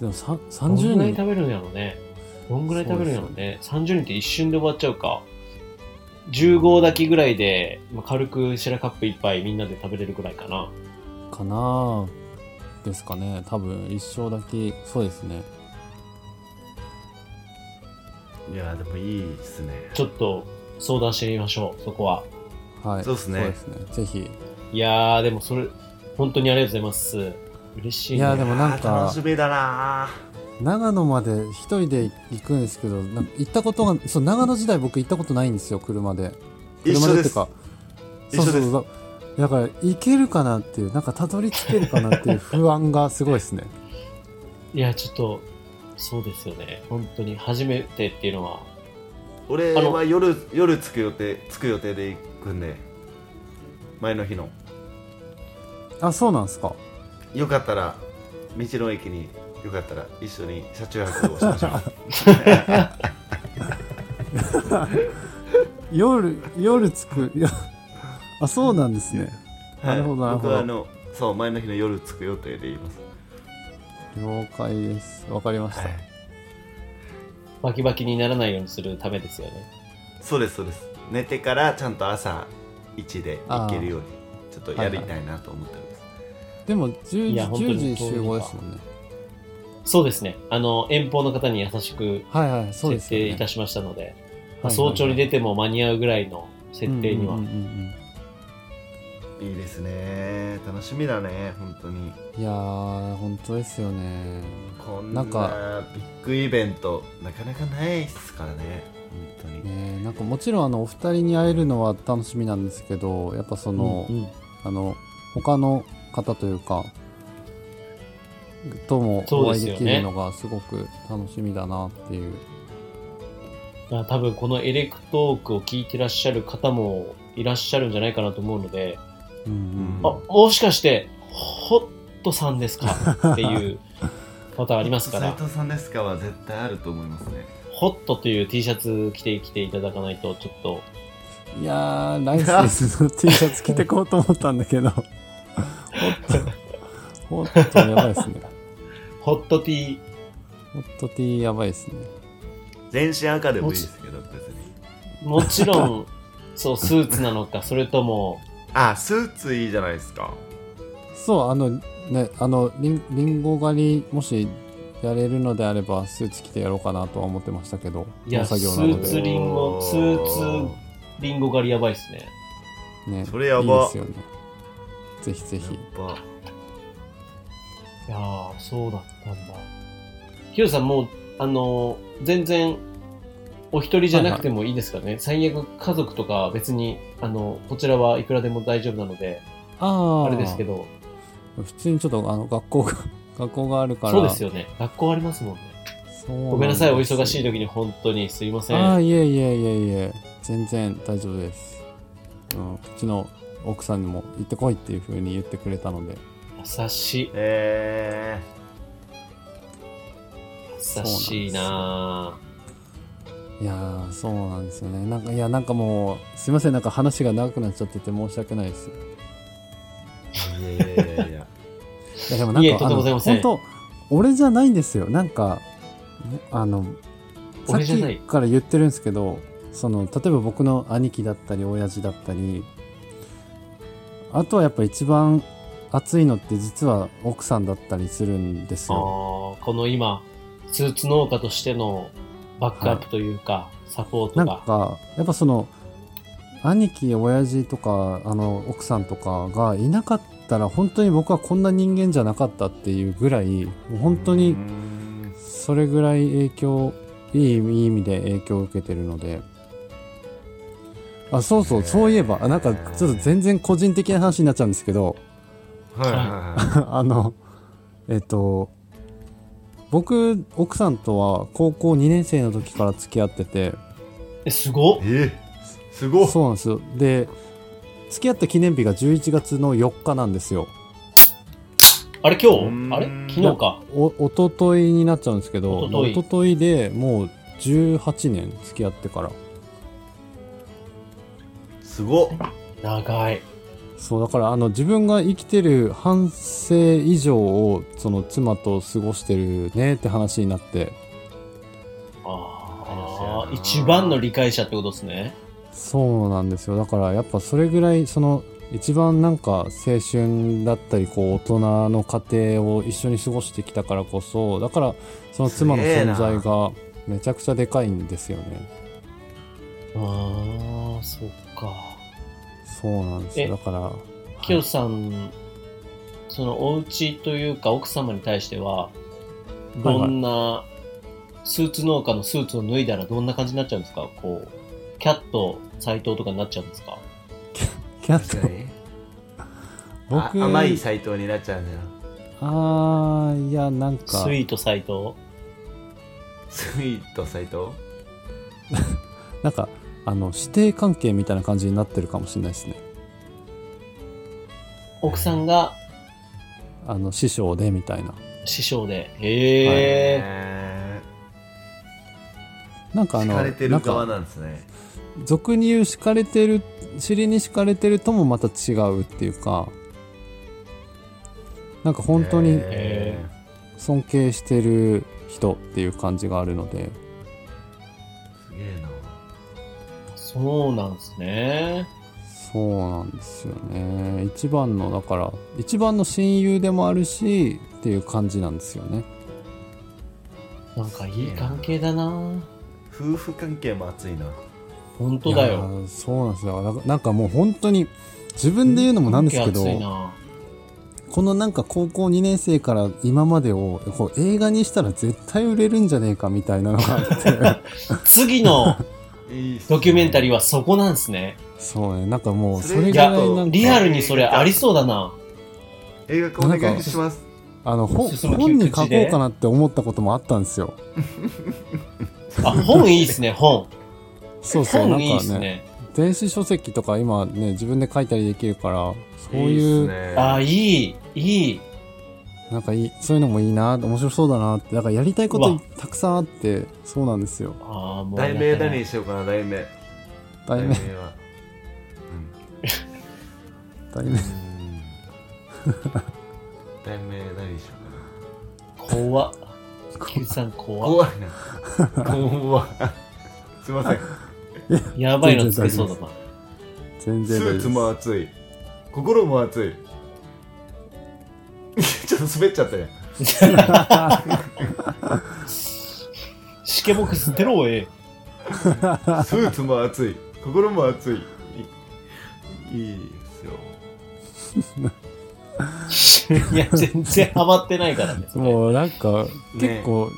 Speaker 1: でもさ
Speaker 2: どんぐら
Speaker 1: 30
Speaker 2: い
Speaker 1: 人
Speaker 2: 食べるんやろね。どんぐらい食べるんやろね。30人って一瞬で終わっちゃうか。15だけぐらいで、まあ軽く白カップ一杯みんなで食べれるぐらいかな。
Speaker 1: かなですかね多分一生炊きそうですね
Speaker 3: いやーでもいいっすね
Speaker 2: ちょっと相談してみましょう、そこは。
Speaker 1: はい
Speaker 3: そうっすね
Speaker 1: ぜひ
Speaker 2: いやー、でもそれ、本当にありがとうございます。嬉しい、ね。
Speaker 1: いやでもなん
Speaker 3: あー
Speaker 1: か
Speaker 3: 楽しみだな
Speaker 1: 長野まで一人で行くんですけどなんか行ったことがそう長野時代僕行ったことないんですよ車で
Speaker 3: ー一
Speaker 1: 車
Speaker 3: 緒
Speaker 1: で
Speaker 3: で
Speaker 1: って
Speaker 3: す
Speaker 1: か
Speaker 3: 一緒です
Speaker 1: そうだだから行けるかなっていうなんかたどり着けるかなっていう不安がすごいですね
Speaker 2: いや、ちょっと、そうですよね。本当に初めてっていうのは、
Speaker 3: 俺
Speaker 2: あの
Speaker 3: は夜夜着く予定着く予定で行くんで前の日の
Speaker 1: あそうなんですか
Speaker 3: よかったら道の駅によかったら一緒に車中泊をしましょう
Speaker 1: 夜夜着く いやあそうなんですね
Speaker 3: は
Speaker 1: ないるほどなるほど
Speaker 3: 僕はあのそう前の日の夜着く予定でいます、
Speaker 1: 了解ですわかりました、
Speaker 3: はい、
Speaker 2: バキバキにならないようにするためですよね。
Speaker 3: そうですそうです寝てからちゃんと朝1で行けるようにちょっとやりたいなと思ってます、
Speaker 1: でも10時
Speaker 2: いや本当に
Speaker 1: 10時集合ですもんね
Speaker 2: そうですね。あの、遠方の方に優しく
Speaker 1: はいはいそうで
Speaker 2: 設
Speaker 1: すよね
Speaker 2: 定いたしましたので、
Speaker 1: はい
Speaker 2: 早朝に出ても間に合うぐらいの設定には
Speaker 1: うんうんうんうん
Speaker 3: いいですね楽しみだね本当に
Speaker 1: いやー本当ですよね
Speaker 3: こん
Speaker 1: な
Speaker 3: なん
Speaker 1: か
Speaker 3: ビッグイベントなかなかないっすからね本当に、
Speaker 1: ねえなんかもちろんあのお二人に会えるのは楽しみなんですけどやっぱその、
Speaker 2: うんうん
Speaker 1: あの他の方というかとも
Speaker 2: そ
Speaker 1: お
Speaker 2: う
Speaker 1: 会い
Speaker 2: ですよ
Speaker 1: で
Speaker 2: ね
Speaker 1: きるのがすごく楽しみだなっていう
Speaker 2: まあ多分このエレクトークを聞いてらっしゃる方もいらっしゃるんじゃないかなと思うので、
Speaker 1: うんうん
Speaker 2: あ、もしかして、ホットさんですかっていうパターンありますか
Speaker 3: 斉
Speaker 2: ら、
Speaker 3: 藤さんですかは絶対あると思いますね
Speaker 2: ホットという T シャツ着てきていただかないと、ちょっと、
Speaker 1: いやーライスですの T シャツ着てこうと思ったんだけどホットホットやばいですね
Speaker 2: ホット T、
Speaker 1: ホット T やばいですね
Speaker 3: 全身赤でもいいですけど別に
Speaker 2: もちろ ん、そう、スーツなのか、それとも、
Speaker 3: あスーツいいじゃないですか
Speaker 1: そうあのねあのリンリンゴ狩りもしやれるのであればスーツ着てやろうかなとは思ってましたけど
Speaker 2: いや
Speaker 1: 農作業なの
Speaker 2: スー
Speaker 1: で
Speaker 2: ツリンゴスーツリンゴ狩りやばいっすね。
Speaker 1: ね
Speaker 3: それやば
Speaker 1: いいですよねぜひぜひ
Speaker 3: やっ
Speaker 2: いやー、そうだったんだ。ヒロさん、もう、あのー全然、お一人じゃなくてもいいですかね。最悪、家族とか別に、あの、こちらはいくらでも大丈夫なので、
Speaker 1: ああ
Speaker 2: あれですけど、
Speaker 1: 普通にちょっとあの学校が 学校があるから
Speaker 2: そうですよね。学校ありますもんね。ごめんなさい、お忙しい
Speaker 1: 時
Speaker 2: 時に本当にすいませ
Speaker 1: ああ
Speaker 2: ん。
Speaker 1: いえいえいえいえ全然大丈夫です、うん、うちの奥さんにも行ってこいっていうふうに言ってくれたので
Speaker 2: 優しい、
Speaker 3: え
Speaker 2: 優しいなぁ
Speaker 1: いやーそうなんですよねなんかいやなんかもうすいませんなんか話が長くなっちゃってて申し訳ないです
Speaker 3: ー、いやいやいやいや
Speaker 1: いやでもなん
Speaker 2: い
Speaker 1: か
Speaker 2: えとんでもございません
Speaker 1: あの本当俺じゃないんですよなんかあのさっ
Speaker 2: 俺じゃ
Speaker 1: き
Speaker 2: ない
Speaker 1: から言ってるんですけどその例えば僕の兄貴だったり親父だったりあとはやっぱ一番熱いのって実は奥さんだったりするんです
Speaker 2: あ
Speaker 1: よ
Speaker 2: ーこの今、スーツ農家としてのバックアップというか、サポー
Speaker 1: な
Speaker 2: ト
Speaker 1: ん
Speaker 2: が。
Speaker 1: かやっぱその兄貴親父とかあの奥さんとかがいなかったら本当に僕はこんな人間じゃなかったっていうぐらいもう本当に
Speaker 3: うーん
Speaker 1: それぐらい影響いいいい意味で影響を受けてるのであそうそうそういえばあなんかちょっと全然個人的な話になっちゃうんですけど
Speaker 3: はいはいは
Speaker 1: あのえっと僕奥さんとは高校2年生の時から付き合ってて
Speaker 2: え、すごっ
Speaker 3: いえすごっ
Speaker 1: そうなんですよで付き合った記念日が11月の4日なんですよ
Speaker 2: あれ今
Speaker 3: うーん
Speaker 2: 日あれ昨日か。
Speaker 1: おおとといになっちゃうんですけど
Speaker 2: おととい
Speaker 1: とといでもう18年付き合ってから
Speaker 3: すごっ
Speaker 2: 長い。
Speaker 1: そうだからあの自分が生きてる半生以上をその妻と過ごしてるねって話になって
Speaker 2: ああ、一番の理解者ってことですね。
Speaker 1: そうなんですよだからやっぱそれぐらいその一番なんか青春だったりこう大人の家庭を一緒に過ごしてきたからこそだからその妻の
Speaker 3: すげえ
Speaker 1: 存
Speaker 3: な
Speaker 1: 在がめちゃくちゃでかいんですよね
Speaker 2: ああ、そっか。
Speaker 1: そうなんです
Speaker 2: え
Speaker 1: よだからは
Speaker 2: きよ
Speaker 1: い
Speaker 2: さん、そのお家というか奥様に対しては、どんな、スーツ農家のスーツを脱いだらどんな感じになっちゃうんですかこう、キャット斎藤とかになっちゃうんですか
Speaker 1: キャ
Speaker 3: 確
Speaker 1: ッ
Speaker 3: か
Speaker 1: ト
Speaker 3: にあ
Speaker 1: 僕
Speaker 3: 甘い斎藤になっちゃうんだよ
Speaker 1: あーいやなんか
Speaker 2: スイート斎藤
Speaker 3: スイート斎藤
Speaker 1: なんかあの師弟関係みたいな感じになってるかもしれないですね
Speaker 2: 奥さんが
Speaker 1: あの師匠でみたいな
Speaker 2: 師匠で。へえ、
Speaker 3: え
Speaker 1: なんかあ
Speaker 3: 敷
Speaker 1: の
Speaker 3: かれてる
Speaker 1: な
Speaker 3: 側
Speaker 1: んか
Speaker 3: なんですね
Speaker 1: 俗に言う敷かれてる尻に敷かれてるともまた違うっていうかなんか本当に
Speaker 3: へ
Speaker 1: 尊敬してる人っていう感じがあるので
Speaker 3: ーすげえな
Speaker 2: そうなんですね。
Speaker 1: そうなんですよね一番のだから一番の親友でもあるしっていう感じなんですよね
Speaker 2: なんかいい関係だな。
Speaker 3: 夫婦関係も熱いな
Speaker 2: 本当だ
Speaker 1: いや
Speaker 2: よ。
Speaker 1: ーそうなんですよだからなんかもう本当に自分で言うのもなんですけど、
Speaker 2: 関係熱いな
Speaker 1: このなんか高校2年生から今までをこう映画にしたら絶対売れるんじゃねえかみたいなのがあって
Speaker 2: 次の
Speaker 3: いいっすね
Speaker 2: ドキュメンタリーはそこなんですね。
Speaker 1: そうねなんかもう
Speaker 3: そ
Speaker 1: そ
Speaker 3: れ
Speaker 1: れ
Speaker 2: い
Speaker 1: ぐら
Speaker 2: や
Speaker 1: いなん、
Speaker 2: リア
Speaker 1: か
Speaker 2: ルにそれありそうだな。
Speaker 3: 映画化お願いします
Speaker 1: あの本
Speaker 2: 進む
Speaker 1: 本に書こ
Speaker 2: 切り口で
Speaker 1: うかなって思ったこともあったんですよ
Speaker 2: あ、本いいですね、本。
Speaker 1: そうそうなん
Speaker 2: 本いいで
Speaker 1: か
Speaker 2: す
Speaker 1: ね
Speaker 2: ね。
Speaker 1: 電子書籍とか今ね自分で書いたりできるからそういう
Speaker 3: いっすね
Speaker 2: あ、いい、いい。
Speaker 1: なんかいいそういうのもいいな面白そうだなってだからやりたいこ
Speaker 2: う
Speaker 1: と
Speaker 2: わ
Speaker 1: たくさんあってそうなんですよ
Speaker 2: ああ、もう。
Speaker 3: 題名何にしようかな題名
Speaker 1: 題名
Speaker 3: は
Speaker 1: 題
Speaker 3: うん
Speaker 1: 名
Speaker 3: 題名何にしようかな
Speaker 2: 怖っ。菊池さん怖っ。
Speaker 3: 怖いな怖いすいません
Speaker 2: やばいのつけそうだな。
Speaker 1: 全
Speaker 3: ス
Speaker 1: 然大丈夫
Speaker 3: ー
Speaker 1: で
Speaker 3: ツ
Speaker 1: す
Speaker 3: も熱い心も熱い ちょっと滑っちゃったね
Speaker 2: シケボックス出ろ、え。
Speaker 3: スーツも熱い心も熱いいいいですよ
Speaker 2: いや、全然ハマってないからね。それ
Speaker 1: もうなんか
Speaker 3: ね
Speaker 1: 結構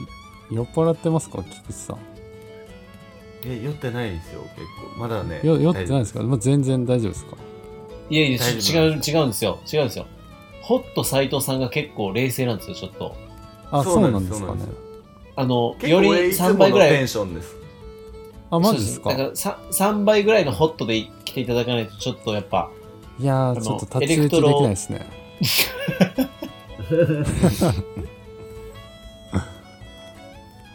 Speaker 1: 酔っ払ってますか菊池さん
Speaker 3: え酔ってないですよ結構まだね
Speaker 1: よ酔ってないですか、
Speaker 3: 大丈
Speaker 1: まあ、全然大丈夫ですか
Speaker 2: いやいや、
Speaker 3: 大
Speaker 2: ち
Speaker 3: 丈夫
Speaker 2: 違う、違うんですよ。違うんですよ。ホット斎藤さんが結構冷静なんですよ、ちょっと。
Speaker 1: あ
Speaker 3: そ
Speaker 1: そうう
Speaker 3: な
Speaker 1: なんん
Speaker 3: で
Speaker 1: ですすかね
Speaker 2: あの、
Speaker 3: 夫結
Speaker 2: よ
Speaker 3: 構
Speaker 2: り
Speaker 3: 俺いつも
Speaker 2: 3
Speaker 3: の
Speaker 2: 倍ぐら
Speaker 3: テ
Speaker 2: い
Speaker 3: ン。ションです
Speaker 1: あマジですか
Speaker 2: そうだから 3, 倍ぐらいのホットで来ていただかないと、ちょっとやっぱ、
Speaker 1: いやー
Speaker 2: の
Speaker 1: ちょっと太刀打ちできないですね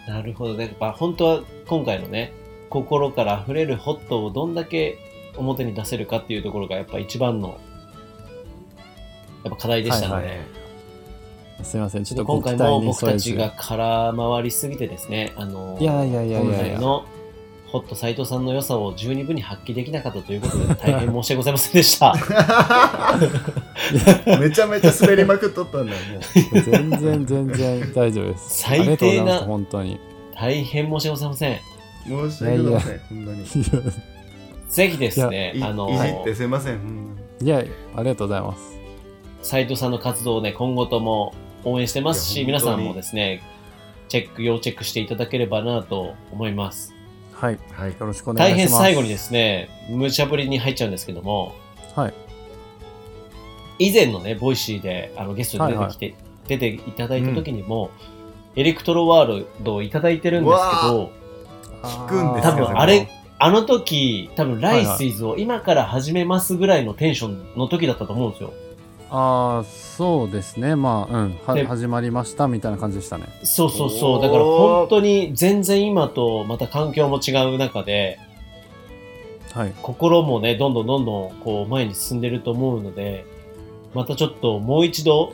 Speaker 2: なるほどね。やっぱ本当は今回のね、心から溢れるホットをどんだけ表に出せるかっていうところがやっぱ一番の、やっぱ課題でしたので、
Speaker 1: はいすいません
Speaker 2: ち
Speaker 1: ち
Speaker 2: ょ
Speaker 1: ょ
Speaker 2: っ
Speaker 1: っ
Speaker 2: と
Speaker 1: と
Speaker 2: 今
Speaker 1: ご期
Speaker 2: 回
Speaker 1: 待
Speaker 2: も
Speaker 1: に
Speaker 2: 僕
Speaker 1: 添
Speaker 2: た
Speaker 1: え
Speaker 2: ち
Speaker 1: ず
Speaker 2: が空回りすぎてですね、あの
Speaker 1: いやいやいやい
Speaker 2: 今
Speaker 1: やい
Speaker 2: 回
Speaker 1: や
Speaker 2: のホット斎藤さんの良さを十二分に発揮できなかったということで大変申し訳ございませんでした。
Speaker 3: めちゃめちゃ滑りまくっとったんだよもう
Speaker 1: 全然全然大丈夫です
Speaker 2: 最低
Speaker 1: あ
Speaker 2: な
Speaker 1: りがとうございます本当に
Speaker 2: 大変申し訳ございません。
Speaker 3: 申し訳ございませんほんまに
Speaker 2: ぜひですね
Speaker 3: い、
Speaker 2: あの
Speaker 3: いじってすいませんほんまに
Speaker 1: いやいやありがとうございます
Speaker 2: 斉藤さんの活動をね、今後とも応援してます
Speaker 3: い
Speaker 2: し、
Speaker 3: や
Speaker 2: 皆さん
Speaker 3: 本当
Speaker 2: も
Speaker 3: に
Speaker 2: ですね、チェック、要チェックしていただければなと思います。
Speaker 1: はいよ
Speaker 3: はい
Speaker 1: ろしくお願いし
Speaker 2: 大
Speaker 1: ま
Speaker 2: 変
Speaker 1: す
Speaker 2: 最後にですね、無茶ぶりに入っちゃうんですけども、
Speaker 1: はい
Speaker 2: 以前のね、ボイシーであのゲストに出てきて、出ていただいた時にも、エレクトロワールドをいただいてるんですけど、
Speaker 3: 聞くんです
Speaker 2: 多
Speaker 3: よ
Speaker 2: 分あれ、あの時、多分ライスイズを今から始めますぐらいのテンションの時だったと思うんですよ。
Speaker 1: ああそうですねまあうん
Speaker 2: で
Speaker 1: は始まりましたみたいな感じでしたね
Speaker 2: そうそうそ
Speaker 3: お
Speaker 2: う。
Speaker 3: ー
Speaker 2: だから本当に全然今とまた環境も違う中で、
Speaker 1: はい。
Speaker 2: 心もね、どんどんどんどんこう前に進んでると思うので、またちょっともう一度、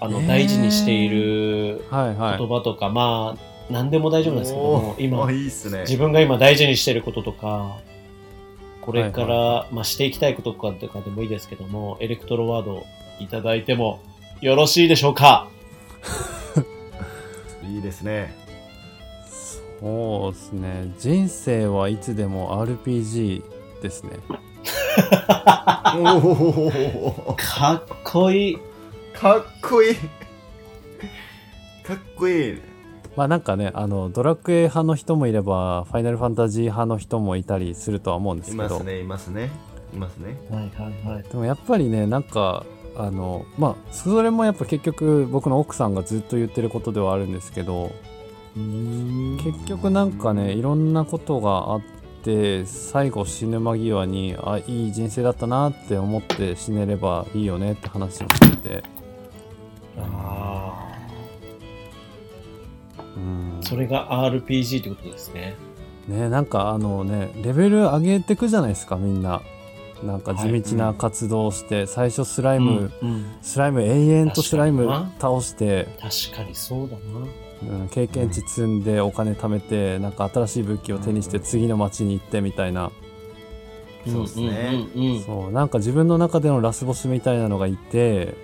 Speaker 2: あの、
Speaker 1: ねー
Speaker 2: 大事にしている
Speaker 1: はいはい。
Speaker 2: 言葉とか、まあ、何でも大丈夫なんですけども、
Speaker 3: あ
Speaker 2: 今、
Speaker 3: いいっすね
Speaker 2: 自分が今大事にしてることとか、これから、まあ、していきたいこととかとかでもいいですけども、エレクトロワードいただいてもよろしいでしょうか
Speaker 3: いいですね
Speaker 1: そうですね。人生はいつでも RPG ですね。
Speaker 3: おお
Speaker 2: かっこいい。
Speaker 3: かっこいいかっこいい
Speaker 1: まあなんかね、あの、ドラクエ派の人もいれば、ファイナルファンタジー派の人もいたりするとは思うんです
Speaker 3: い
Speaker 1: け
Speaker 3: ま
Speaker 1: ど、
Speaker 3: すねいますねいますね
Speaker 2: はいはいはい。
Speaker 1: でもやっぱりね、なんか、あの、まあ、それもやっぱ結局僕の奥さんがずっと言ってることではあるんですけど、結局なんかね、いろんなことがあって、最後死ぬ間際に、あ、いい人生だったなって思って死ねればいいよねって話をしてて、
Speaker 2: ああ、
Speaker 1: うん。
Speaker 2: それが RPG ってことですね。
Speaker 1: ねなんかあのねレベル上げてくじゃないですかみんななんか地道な活動をして、最初スライム、
Speaker 2: うんうん
Speaker 1: スライム永遠とスライム
Speaker 2: 確かにな
Speaker 1: 倒して、
Speaker 2: 確かにそうだな。
Speaker 1: うん、経験値積んでお金貯めてなんか新しい武器を手にして次の町に行ってみたいな、
Speaker 3: そうっすね
Speaker 2: うんうんうんうん
Speaker 1: そうなんか自分の中でのラスボスみたいなのがいて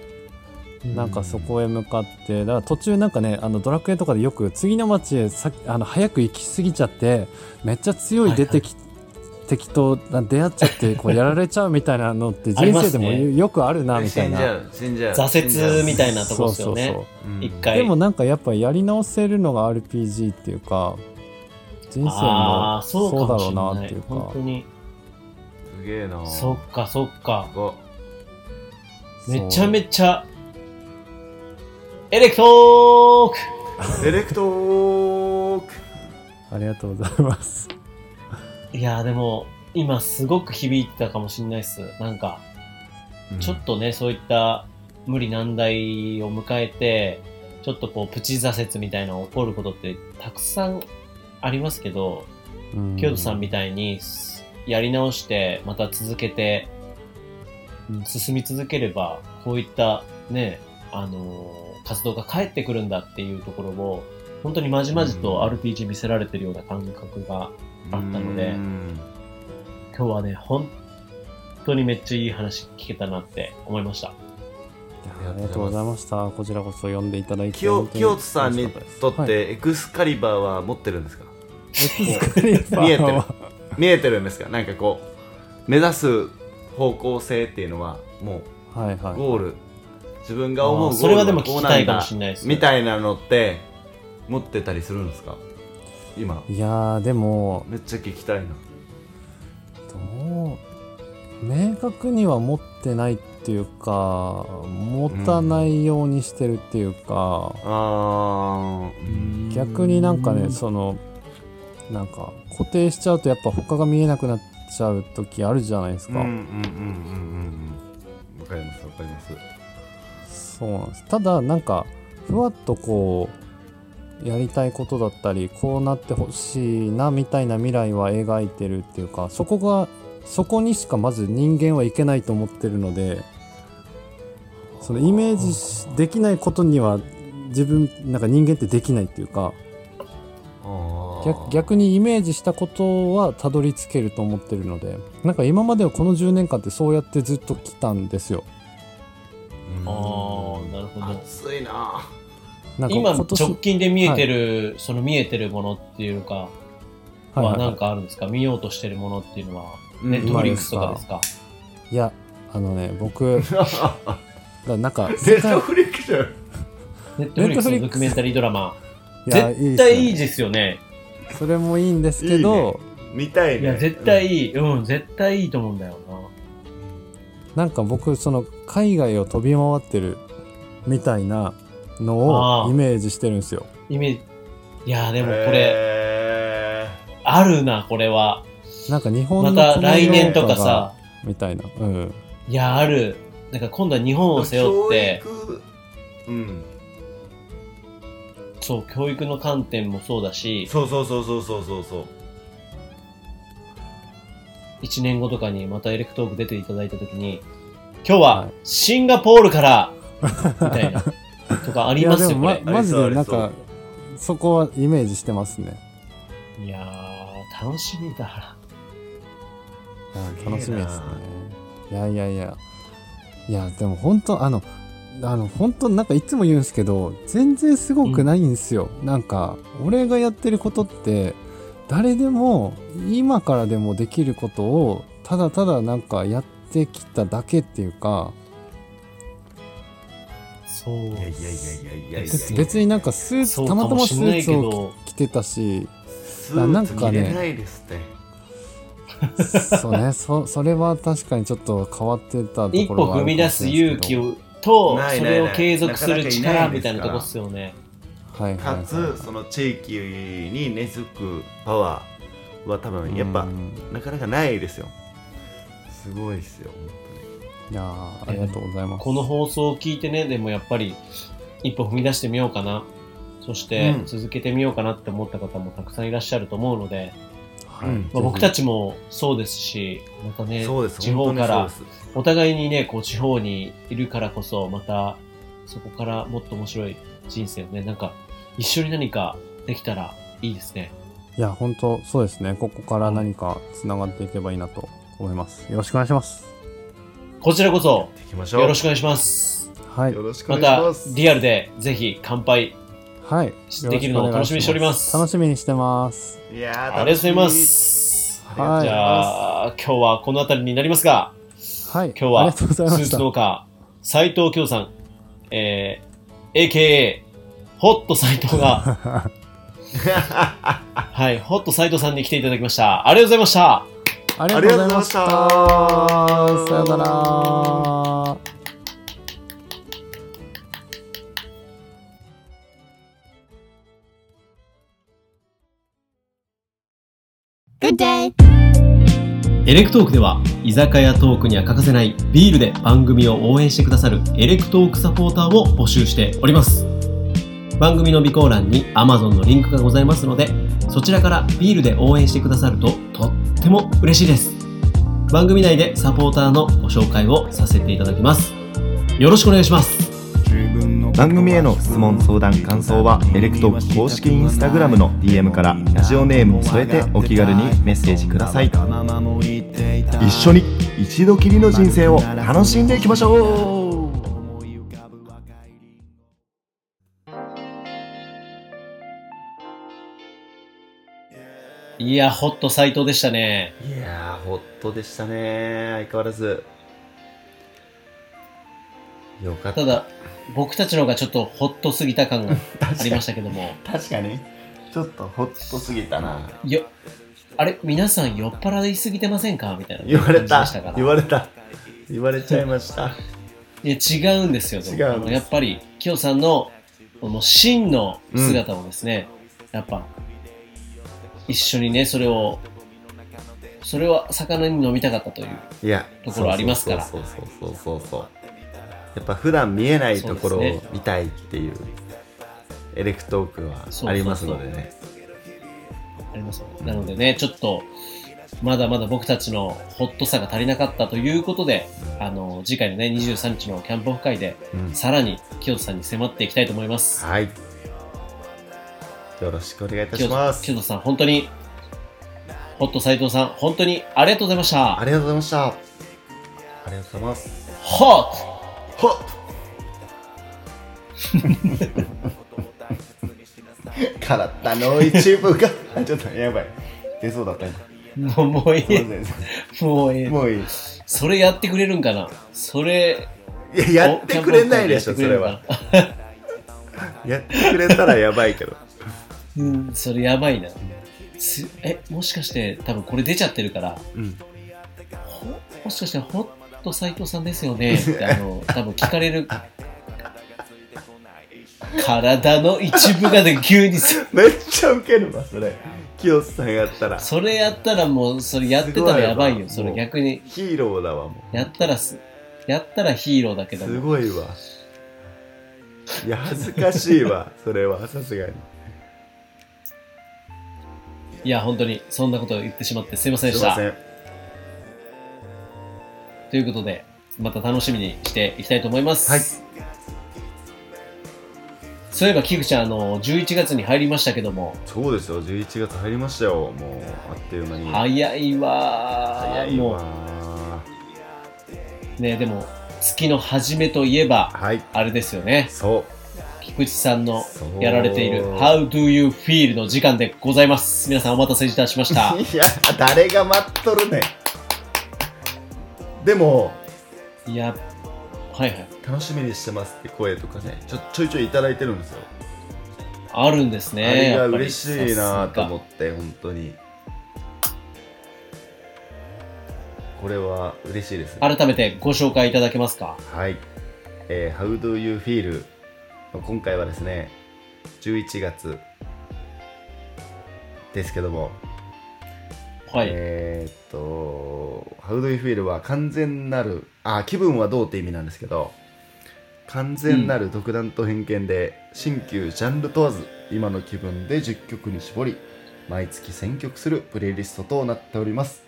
Speaker 1: なんかそこへ向かってだから途中なんかねあのドラクエとかでよく次の町へさあの早く行き過ぎちゃってめっちゃ強い出てき、敵とな出会っちゃって こうやられちゃうみたいなのって
Speaker 2: あり
Speaker 1: 人
Speaker 2: ま
Speaker 1: 生
Speaker 2: す
Speaker 1: で
Speaker 2: ね
Speaker 1: もよよくあるなみた
Speaker 3: 死
Speaker 1: い
Speaker 3: ん
Speaker 1: な
Speaker 3: じゃう死んじゃう
Speaker 2: 挫折みたいなと
Speaker 1: そ
Speaker 2: こ
Speaker 1: う
Speaker 2: です
Speaker 1: そ
Speaker 2: よ
Speaker 1: うそう
Speaker 2: ね。一
Speaker 3: 回
Speaker 2: 回。
Speaker 1: でもなんかやっぱやり直せるのが RPG っていうか人生
Speaker 2: あ
Speaker 1: も
Speaker 2: あ、そう
Speaker 1: そう
Speaker 2: か
Speaker 1: だ
Speaker 2: も
Speaker 1: ろ
Speaker 2: し
Speaker 1: う
Speaker 2: れ
Speaker 1: な
Speaker 2: な
Speaker 1: ってい
Speaker 2: い。
Speaker 1: う
Speaker 2: 本
Speaker 1: か
Speaker 2: 当に。
Speaker 3: すげえな
Speaker 2: そっかそっか。
Speaker 3: こ
Speaker 2: めちゃめちゃ。エレクトーク
Speaker 3: エレクトーク
Speaker 1: ありがとうございます
Speaker 2: いやーでも、今すごく響いてたかもしれないっす。なんか、 ちょっとね、そういった無理難題を迎えて、ちょっとこう、プチ挫折みたいなの起こることってたくさんありますけど、
Speaker 1: うん
Speaker 2: 京都さんみたいにすやり直してまた続けてうん進み続ければこういったねあのー活動が返ってくるんだっていうところを本当にまじまじと RPG 見せられてるような感覚があったので
Speaker 3: うん
Speaker 2: 今日はね本当にめっちゃいい話聞けたなって思いました
Speaker 1: いやありがとうございました。こちらこそ呼んでいただいて。
Speaker 3: 清
Speaker 1: 本当に
Speaker 3: 清津さんにとっ
Speaker 1: はい
Speaker 3: てエクスカリバーは持ってるんですか
Speaker 1: エクスカ
Speaker 3: 見え
Speaker 1: リ
Speaker 3: て
Speaker 1: バー
Speaker 3: る
Speaker 1: は
Speaker 3: 見えてるんですかなんかこう目指す方向性っていうのはも
Speaker 1: はいは
Speaker 3: う
Speaker 1: い。
Speaker 3: ゴール自分が思うゴ
Speaker 2: あ
Speaker 3: ー
Speaker 2: ー
Speaker 3: ル
Speaker 2: それはでも聞
Speaker 3: こう
Speaker 2: き
Speaker 3: んだ
Speaker 2: たいかもしれないです
Speaker 3: みたいなのって持ってたりするんですか今
Speaker 1: いやー、でも、
Speaker 3: めっちゃ聞きたいな
Speaker 1: どう、明確には持ってないっていうか、持たないようにしてるっていうか、
Speaker 3: あ
Speaker 1: 逆になんかね、その、なんか、固定しちゃうとやっぱ他が見えなくなっちゃう時あるじゃないです
Speaker 3: ーうん
Speaker 1: か。
Speaker 3: うんうんうんうんうんわかりますわかります
Speaker 1: そうなんですただなんかふわっとこうやりたいことだったりこうなってほしいなみたいな未来は描いてるっていうかそこがそこにしかまず人間はいけないと思ってるのでそのイメージしできないことには自分なんか人間ってできないっていうか
Speaker 3: あー
Speaker 1: 逆逆にイメージしたことはたどり着けると思ってるのでなんか今まではこの10年間ってそうやってずっと来たんですよ。
Speaker 3: うん
Speaker 2: あーなるほど
Speaker 3: 熱いな
Speaker 1: なんか
Speaker 2: 今
Speaker 1: 今年
Speaker 2: 直近で見えてる、その見えてるものっていうか
Speaker 1: はいはい
Speaker 2: は
Speaker 1: はい
Speaker 2: なんかあるんですか、見ようとしてるものっていうのは
Speaker 3: うん
Speaker 2: ネットフ
Speaker 1: 今
Speaker 2: リ
Speaker 1: で
Speaker 2: ック
Speaker 1: す
Speaker 2: ス
Speaker 1: か
Speaker 2: とかですか
Speaker 1: いやあのね 僕だなんか
Speaker 3: ネ
Speaker 1: 世
Speaker 3: ット
Speaker 1: 界
Speaker 3: フリックス
Speaker 2: ネットフリックスの
Speaker 1: Netflix
Speaker 2: ドキュメンタリードラマ。
Speaker 1: いや
Speaker 2: 絶対いい
Speaker 1: いっ
Speaker 2: ですよね。
Speaker 1: すねそれもいいんですけど
Speaker 3: 見たい
Speaker 2: い
Speaker 3: ね
Speaker 2: や、絶対いい。うん、絶対いいと思うんだよ
Speaker 1: なんか僕その海外を飛び回ってるみたいなの
Speaker 2: あ
Speaker 1: を
Speaker 2: ー
Speaker 1: イメージしてるんですよ
Speaker 2: な。イメージ。いやーで
Speaker 3: で
Speaker 2: もこれ、あるな、これは。
Speaker 1: なんか日本の
Speaker 2: また来年と
Speaker 1: この
Speaker 2: か
Speaker 1: 文化が
Speaker 2: さ、
Speaker 1: みたいなうん
Speaker 2: いや、ある。なんか今度は日本を背負って、
Speaker 3: うん
Speaker 2: そう、教育の観点もそうだし、
Speaker 3: そうそうそうそうそうそうそう
Speaker 2: 1年後とかにまたエレクトーク出ていただいたときに、今日
Speaker 1: は
Speaker 2: はいシンガポールから、みたいな、とかありますよ、
Speaker 1: いやでも
Speaker 2: こ
Speaker 1: ま
Speaker 2: れ。
Speaker 1: マジでなん
Speaker 3: あり
Speaker 1: か
Speaker 3: そう
Speaker 1: そこはイメージしてますね
Speaker 2: いやー、楽しみだな。
Speaker 1: はい
Speaker 3: すげえな
Speaker 1: 楽しみですねいやいやいやいやでも本当あのあの本当なんかいつも言うんですけど全然すごくないんですよ、なんか俺がやってることって誰でも今からでもできることをただただなんかやってきただけっていうか
Speaker 2: そう
Speaker 3: いやいやいやいやいやいや
Speaker 2: ですね
Speaker 1: 別になんかスー
Speaker 2: そ
Speaker 1: ツ
Speaker 2: う
Speaker 1: た
Speaker 2: か
Speaker 1: またま
Speaker 2: も
Speaker 1: ス
Speaker 2: しれな
Speaker 1: ー
Speaker 2: い
Speaker 1: ツ
Speaker 2: け
Speaker 1: を
Speaker 2: ど、
Speaker 1: 着てたし
Speaker 3: スーツ着
Speaker 1: なんか
Speaker 3: れ
Speaker 1: ね
Speaker 3: ないですって
Speaker 1: そう ね、そそれは確かにちょっと変わってたところ
Speaker 2: 一歩
Speaker 1: はあ
Speaker 2: 踏
Speaker 1: る
Speaker 2: み
Speaker 1: か
Speaker 2: 出
Speaker 1: もし
Speaker 2: す
Speaker 1: れない
Speaker 2: 勇
Speaker 1: です
Speaker 2: 気
Speaker 1: けど
Speaker 2: をと、
Speaker 3: ない
Speaker 2: そ
Speaker 3: ないない
Speaker 2: れを継続する
Speaker 3: なかなかいないで
Speaker 2: 力
Speaker 3: すから
Speaker 2: みたいなとこっすよね。
Speaker 1: はいはいはい
Speaker 3: かつその地域に根付くパワーは多分やっぱ
Speaker 1: うん
Speaker 3: なかなかないですよすごいですよ本
Speaker 1: いやーありがとうございます、
Speaker 2: この放送を聞いてね、でもやっぱり一歩踏み出してみようかな。そして
Speaker 3: うん
Speaker 2: 続けてみようかなって思った方もたくさんいらっしゃると思うので、
Speaker 1: はい
Speaker 3: うん
Speaker 2: まあ、僕たちもそうですし、また
Speaker 3: 当に
Speaker 2: ね、
Speaker 3: そうです
Speaker 2: 地方
Speaker 3: 本
Speaker 2: から
Speaker 3: 当に、そうです
Speaker 2: お互いにね、こう地方にいるからこそ、またそこからもっと面白い人生をね、なんか一緒に何かできたらいいですね。
Speaker 1: いや本当そうですねここから何かつながっていけばいいなと思いますよろしくお願いします
Speaker 2: こちらこそ
Speaker 3: 行きましょう
Speaker 2: よろしくお願いします。
Speaker 1: はい
Speaker 3: よろしくお
Speaker 2: ま
Speaker 3: 願いしたます
Speaker 2: リアルでぜひ乾杯
Speaker 1: はい
Speaker 2: できるのを楽しみにしております
Speaker 1: 楽しみにしてます
Speaker 3: いやー
Speaker 2: ありがとうございま
Speaker 3: 楽しみ
Speaker 2: す。
Speaker 3: ありがとうございます
Speaker 1: はい
Speaker 2: じゃあ、今日はこの辺りになりますが、
Speaker 1: はい
Speaker 2: 今日は
Speaker 1: ありがとうございま
Speaker 2: スー
Speaker 1: し
Speaker 2: ツ
Speaker 1: た
Speaker 2: 農家、斉藤京さん、えー、AKA、ホット斉藤が、 はい、ホット斉藤さんに来ていただきました。ありがとうございました。
Speaker 1: あり
Speaker 3: あ
Speaker 1: が
Speaker 3: り
Speaker 1: と
Speaker 3: が
Speaker 1: う
Speaker 3: とうござい
Speaker 1: ございま
Speaker 3: ま
Speaker 1: し
Speaker 3: したた
Speaker 1: さよなら
Speaker 2: エレクトークでは居酒屋トークには欠かせないビールで番組を応援してくださるエレクトークサポーターを募集しております番組の備考欄に Amazon のリンクがございますのでそちらからビールで応援してくださるととっても嬉しいです番組内でサポーターのご紹介をさせていただきますよろしくお願いします
Speaker 3: 番組への質問相談感想はエレクトーク公式インスタグラムの DM からラジオネームを添えてお気軽にメッセージください一緒に一度きりの人生を楽しんでいきましょう
Speaker 2: いやホット斎藤でしたね
Speaker 3: いやー、ほっとでしたね。相変わらず。よかった。
Speaker 2: だ僕たちの方がちょっとホッとすぎた感が
Speaker 4: 確かに
Speaker 2: したけども
Speaker 4: 確かにちょっとホッとすぎたな
Speaker 2: よあれ皆さん酔っ払いすぎてませんかみたいな
Speaker 3: 言われた。言われた。言われちゃいま した。
Speaker 2: いや違うんですよ、でも
Speaker 3: 違うんです
Speaker 2: あのやっぱり、きよさんのこの真の姿をですね、やっぱ、一緒にね、それを、それは魚に飲みたかったという。
Speaker 3: いや、
Speaker 2: ところありますから
Speaker 3: そうそうそうそうそうそう。やっぱ普段見えないところ
Speaker 2: そうで
Speaker 3: を
Speaker 2: す
Speaker 3: 見たいっていう、エレクトークは
Speaker 2: そうそうそう
Speaker 3: ありますのでね。
Speaker 2: ありますよねなのでね、ちょっと、まだまだ僕たちのホットさが足りなかったということで、あの、次回のね、23日のキャンプオフ会で、
Speaker 3: うん
Speaker 2: さらに清田さんに迫っていきたいと思います。
Speaker 3: はい。よろしくお願いいた
Speaker 2: 清
Speaker 3: しま
Speaker 2: 田
Speaker 3: す。
Speaker 2: 清田さん、本当に、ホット斎藤さん、本当にありがとうございました。
Speaker 3: ありがとうございました。ありがとうございます。
Speaker 2: ホット
Speaker 3: ほっ
Speaker 4: 体の一部があちょっとやばい出そうだった今
Speaker 2: もう、もうい
Speaker 4: ごめ
Speaker 2: い。
Speaker 4: んなさ
Speaker 2: もうえ
Speaker 4: い
Speaker 2: え。
Speaker 4: もういい
Speaker 2: それやってくれるんかなそれ。
Speaker 3: いや、やってくれないでしょ、
Speaker 2: お
Speaker 3: そ
Speaker 2: キャン
Speaker 3: れ
Speaker 2: プオフ会
Speaker 3: は
Speaker 2: やってく。れる
Speaker 3: やってく
Speaker 2: んか
Speaker 3: れたらやばいけど。
Speaker 2: な。うん、それやばいな。すえ、もしかして、多分これ出ちゃってるから、
Speaker 3: うん。
Speaker 2: ほもしかして、ホット斎藤さんですよねって、あの、多分聞かれる。体の一部がで急にさ
Speaker 3: めっちゃウケるわ、それ。清瀬さんやったら。
Speaker 2: それやったらもう、それやってたらやばいよ。
Speaker 3: す
Speaker 2: そ
Speaker 3: ごいな
Speaker 2: れ逆に。
Speaker 3: ヒーローだわ、もう。
Speaker 2: やったらす、やったらヒーローだけど
Speaker 3: す
Speaker 2: も。
Speaker 3: ごいわ。いや、恥ずかしいわ、それは、さすがに。
Speaker 2: いや、本当に、そんなことを言ってしまってすいませんですし
Speaker 3: いま
Speaker 2: た。
Speaker 3: せん。
Speaker 2: ということで、また楽しみにしていきたいと思います。
Speaker 3: はい
Speaker 2: そういえば、キクちゃん、あの、11月に入りましたけども、
Speaker 3: そうですよ11月入りましたよもうあっという間に
Speaker 2: 早いわー
Speaker 3: 早い
Speaker 2: も
Speaker 3: わ
Speaker 2: うね、でも、月の初めといえば、
Speaker 3: はい
Speaker 2: あれですよね。
Speaker 3: そ
Speaker 2: 菊池さんの
Speaker 3: そう
Speaker 2: やられている How do you feel の時間でございます。皆さんお待たせいたしま した。
Speaker 3: ういや誰が待っとるねんでも
Speaker 2: いや、はいはい。
Speaker 3: 楽しみにしてますって声とかねちょちょいちょいいただいてるんですよ、
Speaker 2: あるんです
Speaker 3: あ
Speaker 2: ね。
Speaker 3: れが
Speaker 2: やっぱり
Speaker 3: 嬉しいなと思
Speaker 2: さ
Speaker 3: って本当にこれは嬉しいです
Speaker 2: す
Speaker 3: ね
Speaker 2: が改めてご紹介いただけますか。
Speaker 3: はい、えー How do you feel? 今回はですね11月ですけども、
Speaker 2: はい。
Speaker 3: えーっと How do you feel は完全なるあ気分はどうって意味なんですけど完全なる独断と偏見で、新旧ジャンル問わず今の気分で10曲に絞り毎月選曲するプレイリストとなっております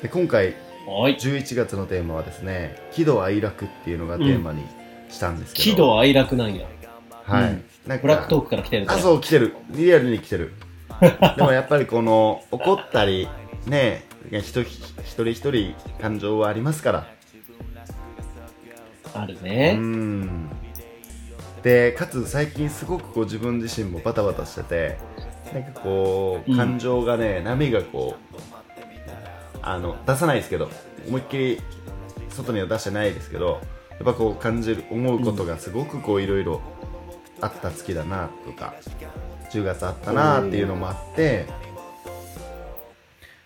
Speaker 3: で今回
Speaker 2: はい。
Speaker 3: 11月のテーマはですね喜怒哀楽っていうのがテーマにしたんですけど、
Speaker 2: 喜怒哀楽なんや。
Speaker 3: はい、
Speaker 2: うん
Speaker 3: なんか
Speaker 2: ブラックトークから来てるね
Speaker 3: あそう来てるリアルに来てるでもやっぱりこの怒ったりねいや人一人一人感情はありますから
Speaker 2: ある
Speaker 3: う
Speaker 2: ね。
Speaker 3: んでかつ最近すごくこう自分自身もバタバタしててなんかこう
Speaker 2: うん
Speaker 3: 感情がね、波がこうあの出さないですけど思いっきり外には出してないですけどやっぱこう感じる思うことがすごくこういろいろあった月だなとか10月あったなっていうのもあって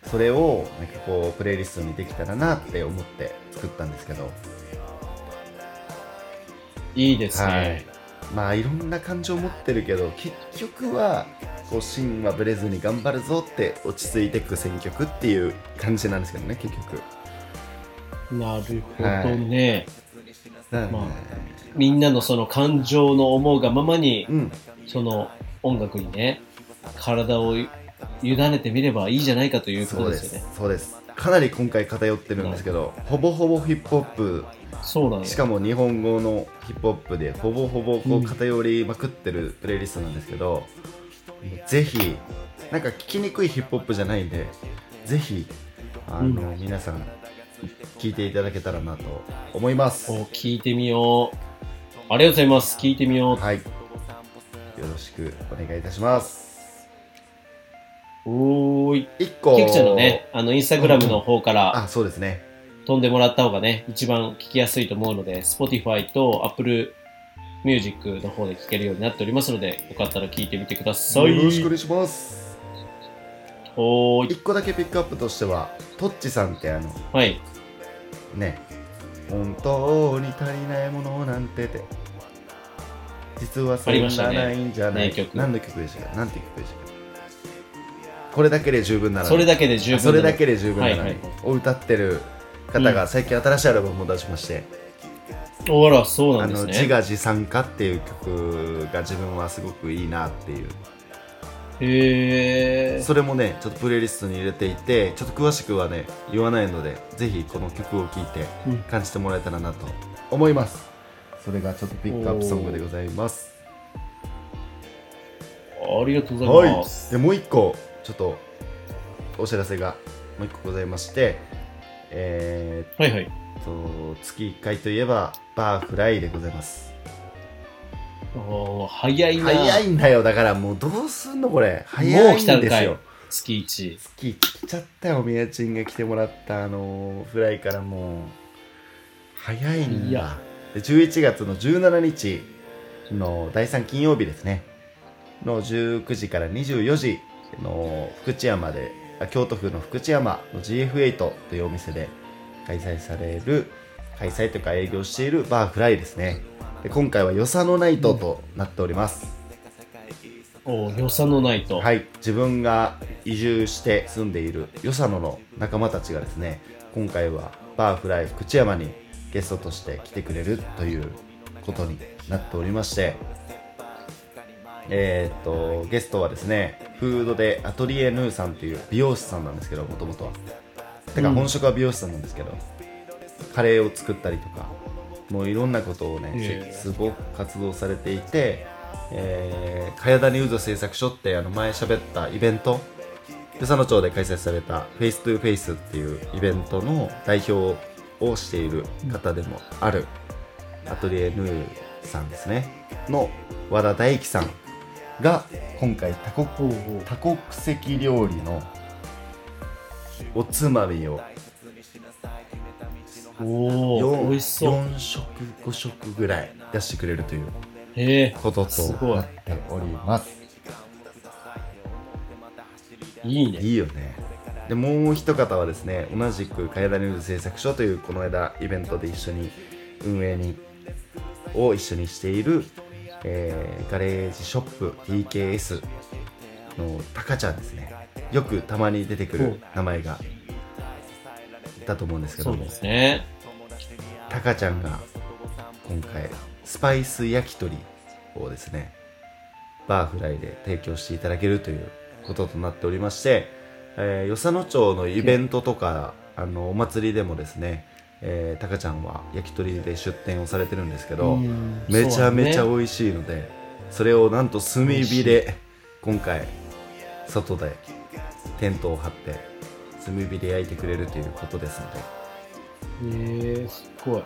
Speaker 3: それをなんかこうプレイリストにできたらなって思って作ったんですけど
Speaker 2: いいですね。
Speaker 3: まあいろんな感情持ってるけど結局はこう芯はぶれずに頑張るぞって落ち着いてく選曲っていう感じなんですけどね結局
Speaker 2: なるほどね。
Speaker 3: だよね
Speaker 2: まあみんなのその感情の思うがままに、
Speaker 3: うん
Speaker 2: その音楽にね、体を委ねてみればいいじゃないかというこ
Speaker 3: そ
Speaker 2: と
Speaker 3: う
Speaker 2: で
Speaker 3: です
Speaker 2: よね。
Speaker 3: すそうですかなり今回偏ってるんですけど、ほぼほぼヒップホップ
Speaker 2: そうなんで
Speaker 3: し
Speaker 2: す
Speaker 3: かも日本語のヒップホップでほぼほぼこ
Speaker 2: う
Speaker 3: う
Speaker 2: ん
Speaker 3: 偏りまくってるプレイリストなんですけど、ぜひなんか聞きにくいヒップホップじゃないんでぜひあの、皆さん聞いていただけたらなと思います
Speaker 2: お聞いてみよう。ありがとうございます。聞いてみよう。
Speaker 3: はいよろしくお願いいたします
Speaker 2: おーい。
Speaker 3: 一個
Speaker 2: キクちゃんのね、あの、インスタグラムの方から
Speaker 3: あそうですね
Speaker 2: 飛んでもらった方がね、一番聞きやすいと思うので、Spotify と Apple Music の方で聞けるようになっておりますので、よかったら聞いてみてください。
Speaker 3: よろしくお願いします
Speaker 2: おーい。
Speaker 3: 一個だけピックアップとしてはトッチさんってあの
Speaker 2: はい。
Speaker 3: ね本当に足りないものなんてて実はそ
Speaker 2: ありま
Speaker 3: ん
Speaker 2: し
Speaker 3: な
Speaker 2: たね
Speaker 3: ないんじゃない、
Speaker 2: 名曲
Speaker 3: 何の曲でしたか何て曲でしたかこれだけで十分なら
Speaker 2: それだけで十分
Speaker 3: それだけ
Speaker 2: で。
Speaker 3: で十分なのに、
Speaker 2: はいはい
Speaker 3: を歌ってる方が最近新しいアルバムを出しまして
Speaker 2: おら、そう
Speaker 3: 「
Speaker 2: な
Speaker 3: あ
Speaker 2: んで
Speaker 3: の
Speaker 2: すね。
Speaker 3: 自画自賛歌」っていう曲が自分はすごくいいなっていう
Speaker 2: へー。
Speaker 3: それもねちょっとプレイリストに入れていてちょっと詳しくはね言わないのでぜひこの曲を聴いて
Speaker 2: うん
Speaker 3: 感じてもらえたらなと思います、それがちょっとピックアップソングでございます
Speaker 2: ありがとうございま
Speaker 3: はい
Speaker 2: す。
Speaker 3: でもう一個ちょっとお知らせがもう一個ございましてえー
Speaker 2: はいはい。
Speaker 3: っと月1回といえばバーフライでございます
Speaker 2: おー早いな。
Speaker 3: 早いんだよだからもうどうすんのこれ早いん
Speaker 2: もう来
Speaker 3: で
Speaker 2: た
Speaker 3: す
Speaker 2: ん
Speaker 3: よ
Speaker 2: か月一。
Speaker 3: 月来ちゃったよみやちんが来てもらったあのーフライからもう早いん
Speaker 2: い
Speaker 3: だ
Speaker 2: や
Speaker 3: で11月の17日の第3金曜日ですねの19時から24時の福知山であ京都府の福知山の GF8 というお店で開催される開催というか営業しているバーフライですねで今回はよさのナイトとなっております、
Speaker 2: おー予算のないと。
Speaker 3: はい、自分が移住して住んでいる与謝野の仲間たちがですね今回はバーフライ福知山にゲストとして来てくれるということになっておりましてえーっとゲストはですねフードでアトリエヌーさんという美容師さんなんですけどもともとはてか
Speaker 2: うん
Speaker 3: 本職は美容師さんなんですけど、カレーを作ったりとかもういろんなことをね、
Speaker 2: へえ
Speaker 3: すごく活動されていて「えー、かやだにうぞ製作所」ってあの前喋ったイベント与謝野町で開催された「フェイストゥフェイスっていうイベントの代表をしている方でもある、アトリエヌーさんですねの和田大樹さんが今回多国
Speaker 2: ほうほ
Speaker 3: 多国籍料理のおつまみを
Speaker 2: う。おお、
Speaker 3: 4
Speaker 2: 美味しそう。
Speaker 3: 食5食ぐらい出してくれるという
Speaker 2: へえ、
Speaker 3: こと
Speaker 2: す
Speaker 3: と
Speaker 2: ごい
Speaker 3: なっ。ております
Speaker 2: いいね。
Speaker 3: いいよねでもう一方はですね同じく「かやだニューズ製作所」というこの間イベントで一緒に運営にを一緒にしている、えーガレージショップ TKS のタカちゃんですねよくたまに出てくる名前がいたと思うんですけど
Speaker 2: そう
Speaker 3: も
Speaker 2: ですね。
Speaker 3: タカちゃんが今回スパイス焼き鳥をですねバーフライで提供していただけるということとなっておりまして、えー、与謝野町のイベントとかあのお祭りでもですね、えー、タカちゃんは焼き鳥で出店をされてるんですけど、
Speaker 2: うん
Speaker 3: めちゃめちゃ
Speaker 2: そうだね
Speaker 3: 美味しいのでそ,、れをなんと炭火で今回外でテントを張って炭火で焼いてくれるということですので
Speaker 2: へえ、すごい。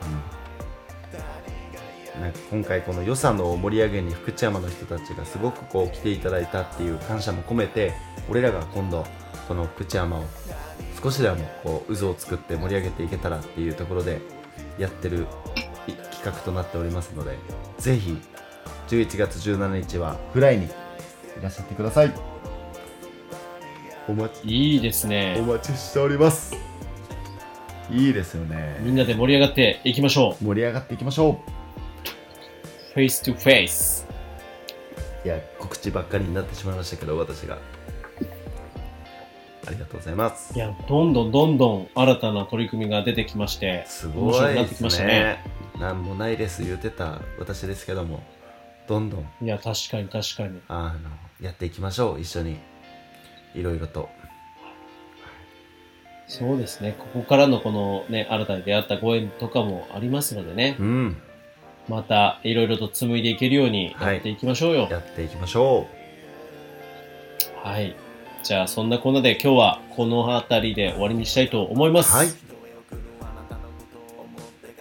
Speaker 3: なんか今回この良さの盛り上げに福知山の人たちがすごくこう来ていただいたっていう感謝も込めて俺らが今度この福知山を少しでもこう渦を作って盛り上げていけたらっていうところでやってるい企画となっておりますのでぜひ11月17日はフライにいらっしゃってくださいお待ち
Speaker 2: いいです
Speaker 3: お
Speaker 2: ね。
Speaker 3: 待ちしておりますいいですよ
Speaker 2: み
Speaker 3: ね
Speaker 2: んなで盛り上がっていきましょう。
Speaker 3: 盛り上がっていきましょう
Speaker 2: フェイストゥフェイス。
Speaker 3: いや告知ばっかりになってしまいましたけど私がありがとうございます
Speaker 2: いや、どんどんどんどん新たな取り組みが出てきまして、
Speaker 3: すごいですねなんもないです言ってた私ですけどもどんどん
Speaker 2: いや、確かに確かに。
Speaker 3: あのやっていきましょう一緒にいろいろと
Speaker 2: そうですね。ここからのこのね、新たに出会ったご縁とかもありますのでね、
Speaker 3: うん
Speaker 2: またいろいろと紡いでいけるように
Speaker 3: はい
Speaker 2: やっていきましょうよ。はい。
Speaker 3: やっていきましょ
Speaker 2: じゃあ、そんなこんなで今日はこの辺りで終わりにしたいと思います。
Speaker 3: はい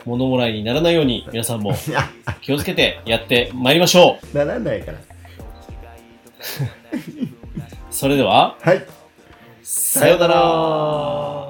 Speaker 2: 物もらいにならないように皆さんも
Speaker 3: ういや
Speaker 2: 気をつけてやってまいりましょ う。
Speaker 3: ならないから
Speaker 2: それでは、
Speaker 3: はい
Speaker 2: さようなら